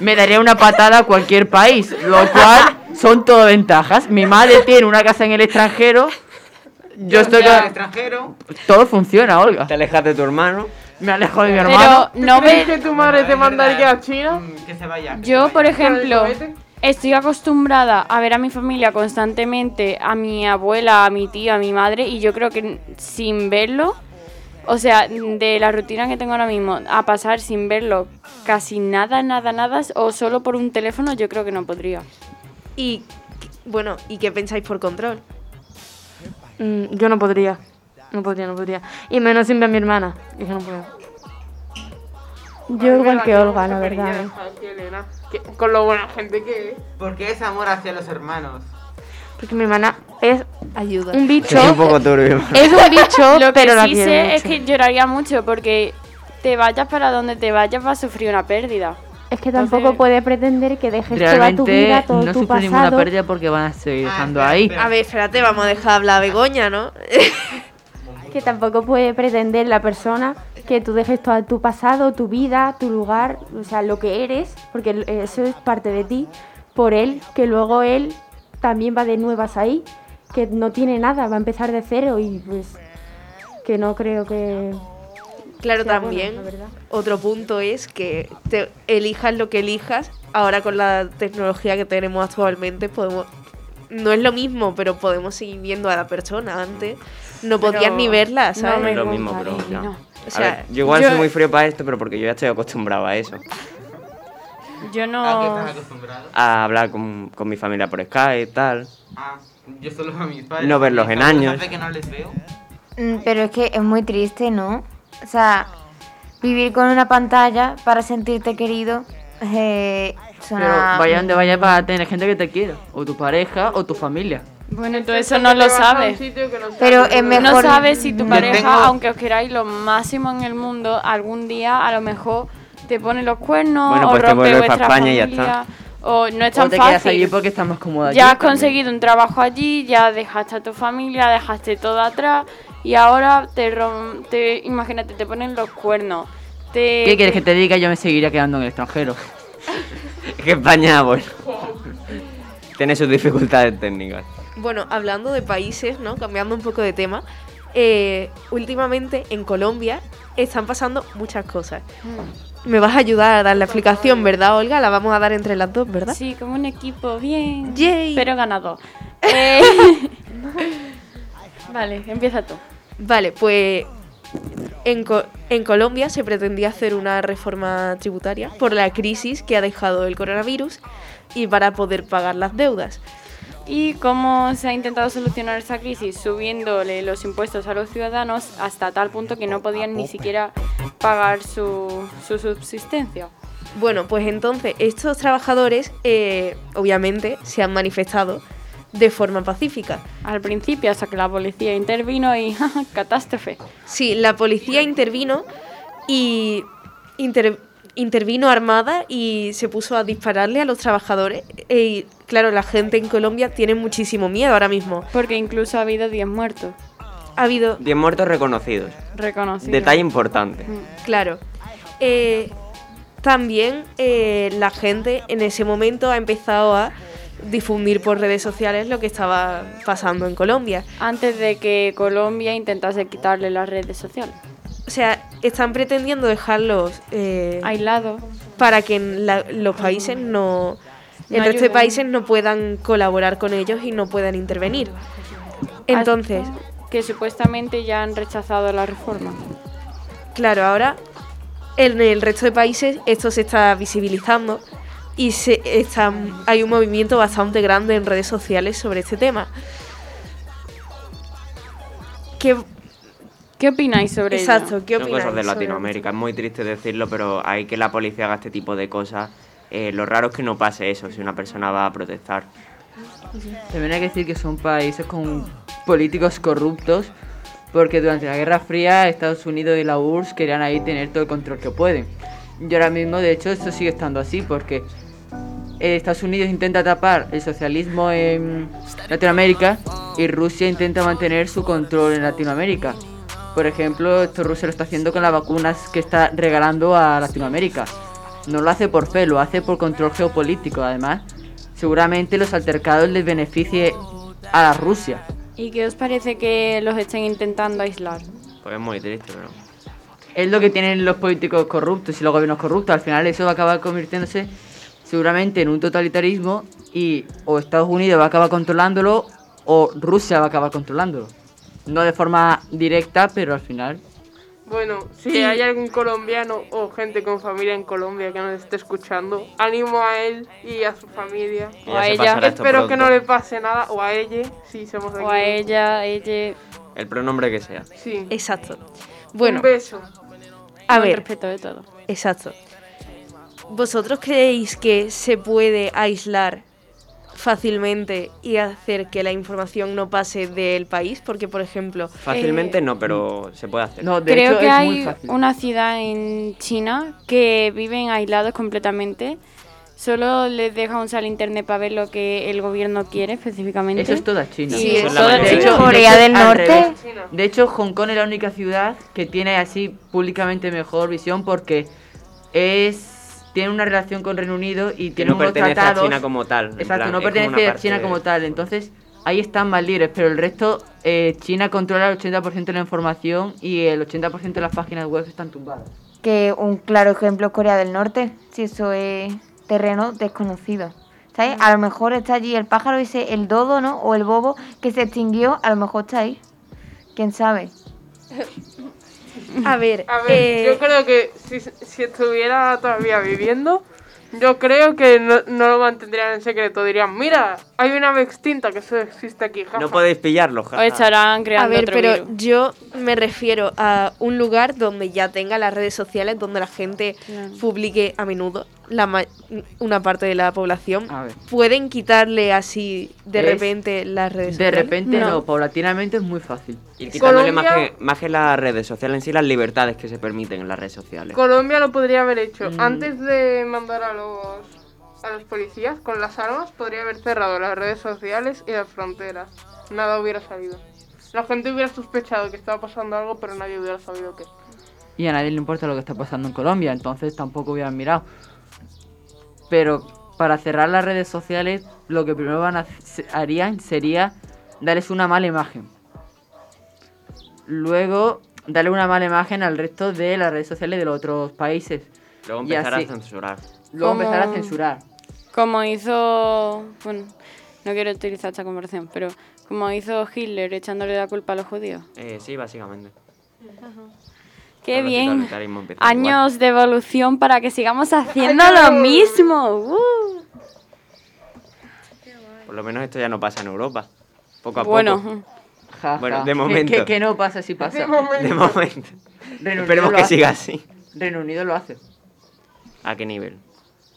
C: me daría una patada a cualquier país, lo cual son todo ventajas. Mi madre tiene una casa en el extranjero. Yo estoy
A: Ya,
C: con...
A: extranjero.
C: Todo funciona, Olga.
E: Te alejas de tu hermano.
C: Me alejo de mi
E: Pero
C: hermano.
F: ¿Tú crees que tu madre te mandaría a China?
A: mm, Que se vaya.
D: Yo, por ejemplo,
F: ¿Pero el
D: estoy acostumbrada a ver a mi familia constantemente, a mi abuela, a mi tío, a mi madre, y yo creo que n- sin verlo, o sea, de la rutina que tengo ahora mismo, a pasar sin verlo casi nada, nada, nada, o solo por un teléfono, yo creo que no podría.
B: Y, qu- bueno, ¿y qué pensáis por control?
O: Mm, yo no podría. No podría, no podría. Y menos sin ver a mi hermana. Es que no puedo.
G: Yo igual que Olga, la verdad. eh.
O: ¿eh?
F: Elena, aquí, Elena, que- Con lo buena gente que es.
A: Porque es amor hacia los hermanos.
O: Porque mi hermana es
B: Ayuda.
O: un bicho.
E: Es un poco turbio.
O: Es un bicho,
D: Lo que
O: pero la
D: sí
O: quiero
D: sé
O: mucho.
D: es que lloraría mucho porque te vayas para donde te vayas vas a sufrir una pérdida.
G: Es que tampoco puedes pretender que dejes toda tu
C: Realmente
G: vida, todo
C: no
G: tu
C: sufre ninguna
G: pasado.
C: pérdida porque van a seguir dejando ahí.
B: A ver, espérate, vamos a dejar hablar a Begoña, ¿no?
G: Que tampoco puede pretender la persona que tú dejes todo tu pasado, tu vida, tu lugar, o sea, lo que eres, porque eso es parte de ti, por él, que luego él también va de nuevas ahí, que no tiene nada, va a empezar de cero y pues que no creo que...
B: Claro,
G: sea bueno,
B: también.
G: la verdad.
B: Otro punto es que te elijas lo que elijas. Ahora con la tecnología que tenemos actualmente podemos no es lo mismo, pero podemos seguir viendo a la persona. Antes no podías
O: Pero
B: ni verla,
O: no
B: ¿sabes?
E: Es lo mismo, pero ya.
B: O
E: A
B: sea,
E: ver, yo igual
B: yo-
E: soy muy frío para esto, pero porque yo ya estoy acostumbrado a eso.
D: Yo
A: no.
E: A hablar con, con mi familia por Skype y tal.
A: Ah, yo solo a mis padres.
E: No verlos en
A: Mis abuelos
E: años.
A: hace que no les veo.
J: Mm, Pero es que es muy triste, ¿no? O sea, vivir con una pantalla para sentirte querido eh, suena...
C: Pero vaya donde vaya vas a tener gente que te quiera. O tu pareja o tu familia.
D: Bueno, tú eso no lo sabes.
J: Pero es
D: No
J: mejor-
D: sabes si tu
C: Yo
D: pareja,
C: tengo-
D: aunque os queráis lo máximo en el mundo, algún día a lo mejor te pone los cuernos
C: Bueno,
D: o
C: pues te
D: rompe
C: vuelves
D: vuestra
C: pa' España y ya
D: familia,
C: está.
D: O no es
C: o
D: tan
C: te quedas allí
D: fácil.
C: porque estás más cómoda
D: Ya has
C: allí.
D: conseguido un trabajo allí, ya dejaste a tu familia, dejaste todo atrás y ahora te, rom- te imagínate, te ponen los cuernos. Te,
C: ¿Qué quieres que te diga? Yo me seguiría quedando en el extranjero.
E: Es que España, bueno, tiene sus dificultades técnicas.
B: Bueno, hablando de países, ¿no? Cambiando un poco de tema. eh, últimamente en Colombia están pasando muchas cosas.
D: Mm.
B: Me vas a ayudar a dar la explicación, ¿verdad, Olga? La vamos a dar entre las dos, ¿verdad?
D: Sí, como un equipo bien,
B: Yay.
D: pero ganador. Eh, vale, empieza tú.
B: Vale, pues en, Co- en Colombia se pretendía hacer una reforma tributaria por la crisis que ha dejado el coronavirus y para poder pagar las deudas.
D: ¿Y cómo se ha intentado solucionar esa crisis? Subiéndole los impuestos a los ciudadanos hasta tal punto que no podían ni siquiera pagar su, su subsistencia.
B: Bueno, pues entonces estos trabajadores eh, obviamente se han manifestado de forma pacífica.
D: Al principio hasta que la policía intervino y catástrofe.
B: Sí, la policía intervino y inter- intervino armada y se puso a dispararle a los trabajadores. Eh, Y claro, la gente en Colombia tiene muchísimo miedo ahora mismo.
D: Porque incluso ha habido 10 muertos.
B: Ha habido,
E: 10 muertos reconocidos.
D: Reconocido.
E: Detalle importante.
B: claro. Eh, también eh, la gente en ese momento ha empezado a difundir por redes sociales lo que estaba pasando en Colombia.
D: Antes de que Colombia intentase quitarle las redes sociales.
B: O sea, están pretendiendo dejarlos eh,
D: aislados
B: para que en la- los países no,
D: No
B: el resto de
D: ayuden.
B: países no puedan colaborar con ellos y no puedan intervenir. Entonces,
D: Que supuestamente ya han rechazado la reforma.
B: claro, ahora en el resto de países esto se está visibilizando y se está, hay un movimiento bastante grande en redes sociales sobre este tema. ¿Qué,
D: ¿Qué opináis sobre
B: Exacto,
D: ello?
B: ¿qué
E: Son cosas de Latinoamérica. Es muy triste decirlo, pero hay que la policía haga este tipo de cosas. Eh, lo raro es que no pase eso si una persona va a protestar.
C: También hay que decir que son países con políticos corruptos, porque durante la Guerra Fría Estados Unidos y la URSS querían ahí tener todo el control que pueden. Y ahora mismo, de hecho, esto sigue estando así, porque eh, Estados Unidos intenta tapar el socialismo en Latinoamérica y Rusia intenta mantener su control en Latinoamérica. Por ejemplo, esto Rusia lo está haciendo con las vacunas que está regalando a Latinoamérica. No lo hace por fe, lo hace por control geopolítico. Además, seguramente los altercados les beneficie a la Rusia.
D: ¿Y qué os parece que los estén intentando aislar?
E: Pues es muy triste, pero.
C: Es lo que tienen los políticos corruptos y los gobiernos corruptos. Al final eso va a acabar convirtiéndose seguramente en un totalitarismo y o Estados Unidos va a acabar controlándolo o Rusia va a acabar controlándolo. No de forma directa, pero al final...
F: Bueno, si hay algún colombiano o gente con familia en Colombia que nos esté escuchando, animo a él y a su familia.
D: Y ya O a se ella. pasará esto
F: Espero que
D: pronto.
F: no le pase nada. O a ella, si somos de
D: O
F: aquí.
D: a ella, ella...
E: El pronombre que sea.
F: Sí.
B: Exacto. Bueno.
F: Un beso.
B: A
D: Con
B: ver.
D: respeto de todo.
B: Exacto. ¿Vosotros creéis que se puede aislar fácilmente y hacer que la información no pase del país? Porque, por ejemplo... Eh,
E: Fácilmente no, pero se puede hacer.
D: Creo que hay una ciudad en China que viven aislados completamente. Solo les deja usar el internet para ver lo que el gobierno quiere específicamente.
C: Eso es toda China.
D: Sí, es
C: Eso
D: toda
C: la-
D: China.
C: de hecho, al revés. De hecho, Hong Kong es la única ciudad que tiene así públicamente mejor visión porque es tiene una relación con Reino Unido y
E: Que
C: tiene
E: no
C: unos
E: pertenece a
C: tratados.
E: China como tal. en
C: Exacto,
E: plan,
C: no
E: es como
C: pertenece
E: una
C: a China
E: parte
C: como tal. Entonces, ahí están más libres, pero el resto, eh, China controla el 80% de la información y el 80% de las páginas web están tumbadas.
J: que un claro ejemplo es Corea del Norte, si eso es terreno desconocido. ¿Sabes?
B: Mm.
J: A lo mejor está allí el pájaro ese, el dodo, ¿no? O el bobo que se extinguió, a lo mejor está ahí. ¿Quién sabe?
B: A ver,
F: A ver,
B: eh,
F: yo creo que si, si estuviera todavía viviendo, yo creo que no, no lo mantendrían en secreto. Dirían, mira, hay una ave extinta que solo existe aquí. jaja".
E: No podéis pillarlo,
C: Ah.
E: jaja.
B: A ver, pero yo me refiero a un lugar donde ya tenga las redes sociales, donde la gente
D: Claro.
B: publique a menudo la ma- una parte de la población.
C: A ver.
B: ¿Pueden quitarle así de
C: Es-
B: repente las redes
C: De
B: sociales?
C: repente no. paulatinamente es muy fácil.
E: Y quitándole más
F: Colombia-
E: que, más que las redes sociales en sí, las libertades que se permiten en las redes sociales.
F: Colombia lo podría haber hecho.
D: Mm.
F: Antes de mandar a los, a los policías con las armas, podría haber cerrado las redes sociales y las fronteras. Nada hubiera salido. La gente hubiera sospechado que estaba pasando algo, pero nadie hubiera sabido qué.
C: Y a nadie le importa lo que está pasando en Colombia, entonces tampoco hubieran mirado. Pero para cerrar las redes sociales, lo que primero van a, se- harían sería darles una mala imagen. Luego, darle una mala imagen al resto de las redes sociales de los otros países.
E: Luego
C: Y
E: empezar
C: así-
E: a censurar.
C: Luego
D: Como-
C: empezar a censurar.
D: Como hizo. Bueno, no quiero utilizar esta conversación, pero como hizo Hitler echándole la culpa a los judíos.
E: Eh, sí, básicamente.
D: ¡Qué
E: Ahora sí,
D: bien!
E: totalitarismo empieza
D: Años de evolución para que sigamos haciendo lo mismo. ¡Uh!
E: Por lo menos esto ya no pasa en Europa. Poco a poco.
C: Bueno.
E: Bueno, de momento.
C: Que, no pasa si pasa.
E: De momento. De momento.
C: Reino
E: Esperemos
C: Unido lo
E: que
C: hace.
E: siga así.
C: Reino Unido lo hace.
E: ¿A qué nivel?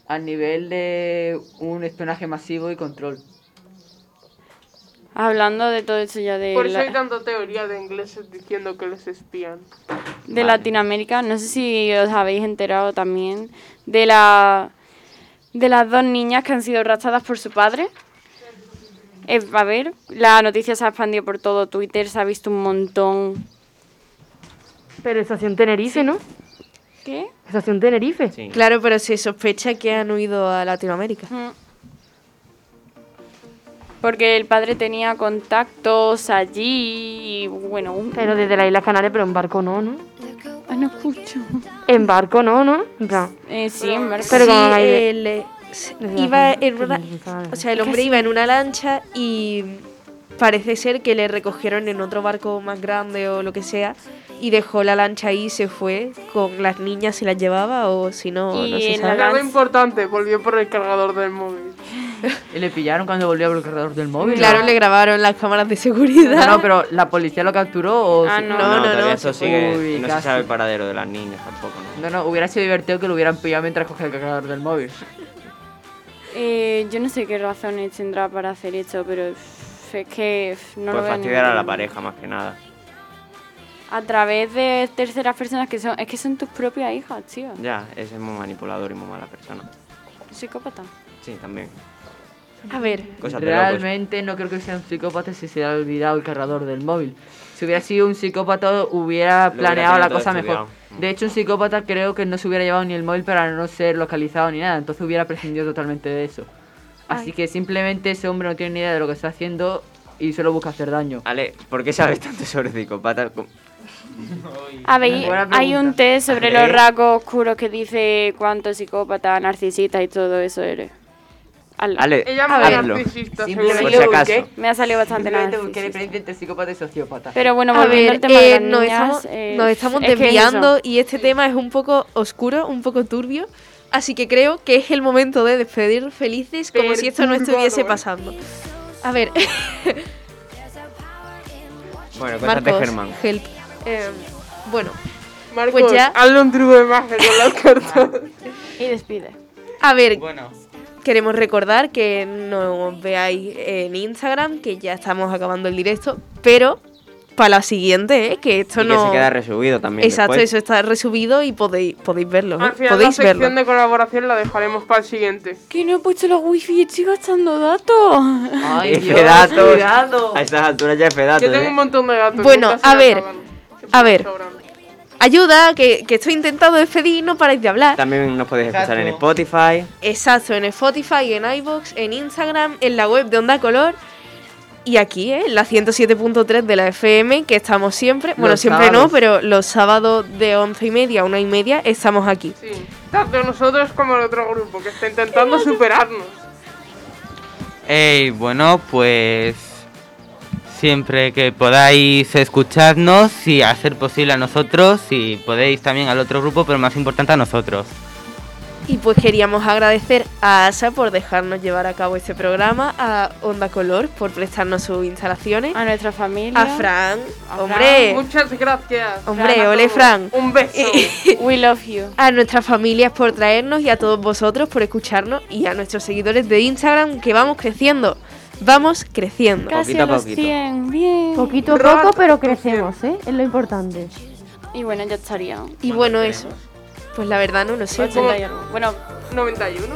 C: Al nivel de un espionaje masivo y control.
D: Hablando de todo eso ya de,
F: Por eso
D: Eh, la-
F: hay tanta teoría de ingleses diciendo que les espían.
D: de Latinoamérica, no sé si os habéis enterado también de la de las dos niñas que han sido raptadas por su padre. Eh, a ver, la noticia se ha expandido por todo Twitter, se ha visto un montón.
O: Pero estación Tenerife, ¿no?
D: ¿Qué?
O: Estación Tenerife.
B: Claro, pero se sospecha que han huido a Latinoamérica.
D: Porque el padre tenía contactos allí y bueno... un-
O: Pero desde las Islas Canarias, pero en barco no, ¿no?
D: Ah, no escucho.
O: En barco no, ¿no? En plan,
D: Eh, sí, en barco.
O: Pero
B: Sí,
O: con la idea-
B: él, eh, se-
O: Desde
B: iba
O: hace-
B: en una- o sea, el hombre
O: Casi.
B: iba en una lancha y parece ser que le recogieron en otro barco más grande o lo que sea y dejó la lancha ahí y se fue con las niñas si las llevaba o si
D: Oh,
B: no, no se sabe.
F: Algo importante, volvió por el cargador del móvil.
C: Y le pillaron cuando volvió al cargador del móvil.
B: Claro,
C: ¿no?
B: le grabaron las cámaras de seguridad.
C: No, no, pero la policía lo capturó o...
B: Ah,
C: se-
B: no. No, no,
E: todavía eso
C: se-
E: sigue.
C: Uy,
E: no se
C: casi.
E: sabe el paradero de las niñas tampoco. ¿no?
C: No, no, hubiera sido divertido que lo hubieran pillado mientras cogía el cargador del móvil.
D: Eh, yo no sé qué razones tendrá para hacer esto, pero pff, es que pff, no lo
E: pues
D: veo
E: fastidiar a la
D: ningún-
E: pareja más que nada.
D: A través de terceras personas que son... Es que son tus propias hijas, tío.
E: Ya, ese es muy manipulador y muy mala persona.
D: Psicópata.
E: Sí, también.
B: A ver.
E: Cosas pues. de locos.
C: Realmente no creo que sea un psicópata si se le ha olvidado el cargador del móvil. Si hubiera sido un psicópata hubiera
E: hubiera
C: planeado
E: tenido
C: la
E: todo
C: cosa mejor.
E: estudiado.
C: De hecho, un psicópata creo que no se hubiera llevado ni el móvil para no ser localizado ni nada. Entonces hubiera prescindido totalmente de eso. Así
E: Ay.
C: que simplemente ese hombre no tiene ni idea de lo que está haciendo y solo busca hacer daño.
E: Ale, ¿por qué sabes tanto sobre psicópatas? Com-
D: A ver,
C: Buena
D: hay un test sobre los
E: Vale.
D: rasgos oscuros que dice cuánto psicópata, narcisista y todo eso eres. Hazlo.
E: Ale, Ella es muy hazlo. narcisista, Simplemente seguro. por si acaso.
D: Me ha salido bastante
C: Simplemente
D: narcisista.
C: busqué la diferencia entre psicópata y sociópata.
D: Pero bueno,
B: A
D: volviendo
B: ver,
D: al tema de
B: eh,
D: las
B: nos,
D: niñas,
B: estamos,
D: eh,
B: nos estamos
D: es que es
B: desviando
D: eso.
B: y este tema es un poco oscuro, un poco turbio. Así que creo que es el momento de despedir felices como si esto no estuviese pasando. A ver,
E: Bueno, cosas
B: Marcos,
E: de Germán.
B: help. Eh, bueno,
F: Marcos,
B: pues ya.
F: hazle un truco de magia con las cartas.
D: y despide.
B: A ver, queremos recordar que nos veáis en Instagram, que ya estamos acabando el directo, pero para la siguiente, ¿eh? que esto
E: y
B: no...
E: que se queda resubido también
B: Exacto,
E: después.
B: eso está resubido y podéis, podéis verlo. ¿eh?
F: Al final la
B: Podéis
F: sección
B: verlo.
F: de colaboración la dejaremos para el siguiente.
D: Que no he puesto la wifi, estoy gastando datos.
E: F datos. A estas alturas ya F datos.
F: Yo tengo
E: ¿eh?
F: un montón de gatos.
B: Bueno,
F: nunca se
B: a
F: me
B: ver,
F: acaban.
B: a ver. Ayuda, que, que estoy intentando despedir, no paráis de hablar.
E: También nos podéis escuchar en Spotify.
B: Exacto, en Spotify, en iBox, en Instagram, en la web de Onda Color. Y aquí, ¿eh? en la 107.3 de la FM, que estamos siempre. bueno,
F: Los
B: siempre no,
F: sábados.
B: pero los sábados de once y media a una y media estamos aquí.
F: Tanto nosotros como el otro grupo que está intentando superarnos.
A: Ey, bueno, pues siempre que podáis escucharnos y hacer posible a nosotros y podéis también al otro grupo, pero más importante a nosotros.
B: Y pues queríamos agradecer a ASA por dejarnos llevar a cabo este programa, a Onda Color por prestarnos sus instalaciones.
D: A nuestra familia.
B: A Fran. hombre.
F: Muchas gracias.
B: Hombre,
F: Fran, a
B: ole
F: todos.
B: Fran.
F: Un beso.
D: We love you.
B: A nuestras familias por traernos y a todos vosotros por escucharnos y a nuestros seguidores de Instagram que vamos creciendo. Vamos creciendo.
D: Casi a los 100, bien.
G: Poquito a poco, pero crecemos, ¿eh? Es lo importante.
D: Y bueno, ya estaría.
B: Y bueno, eso. Pues la verdad no lo sé.
D: 80 y algo. Bueno,
F: 91.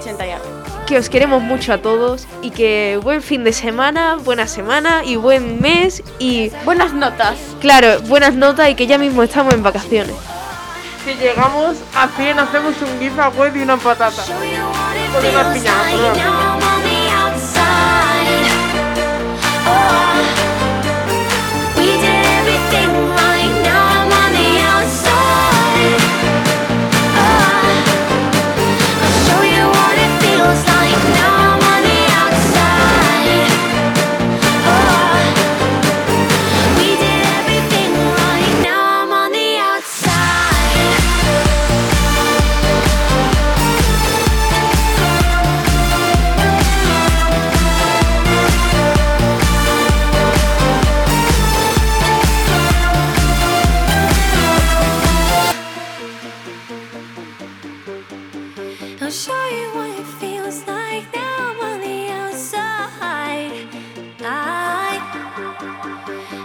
D: 80 y algo.
B: Que os queremos mucho a todos y que buen fin de semana, buena semana y buen mes y...
D: Buenas notas.
B: Claro, buenas notas y que ya mismo estamos en vacaciones.
F: Si llegamos a 100, hacemos un gif a web y una patata. Con una piña, perdón.
M: I'll show you what it feels like now I'm on the outside. I,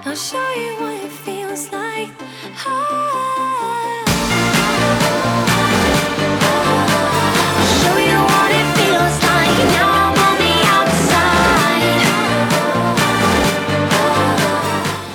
M: I'll show you what it feels like. I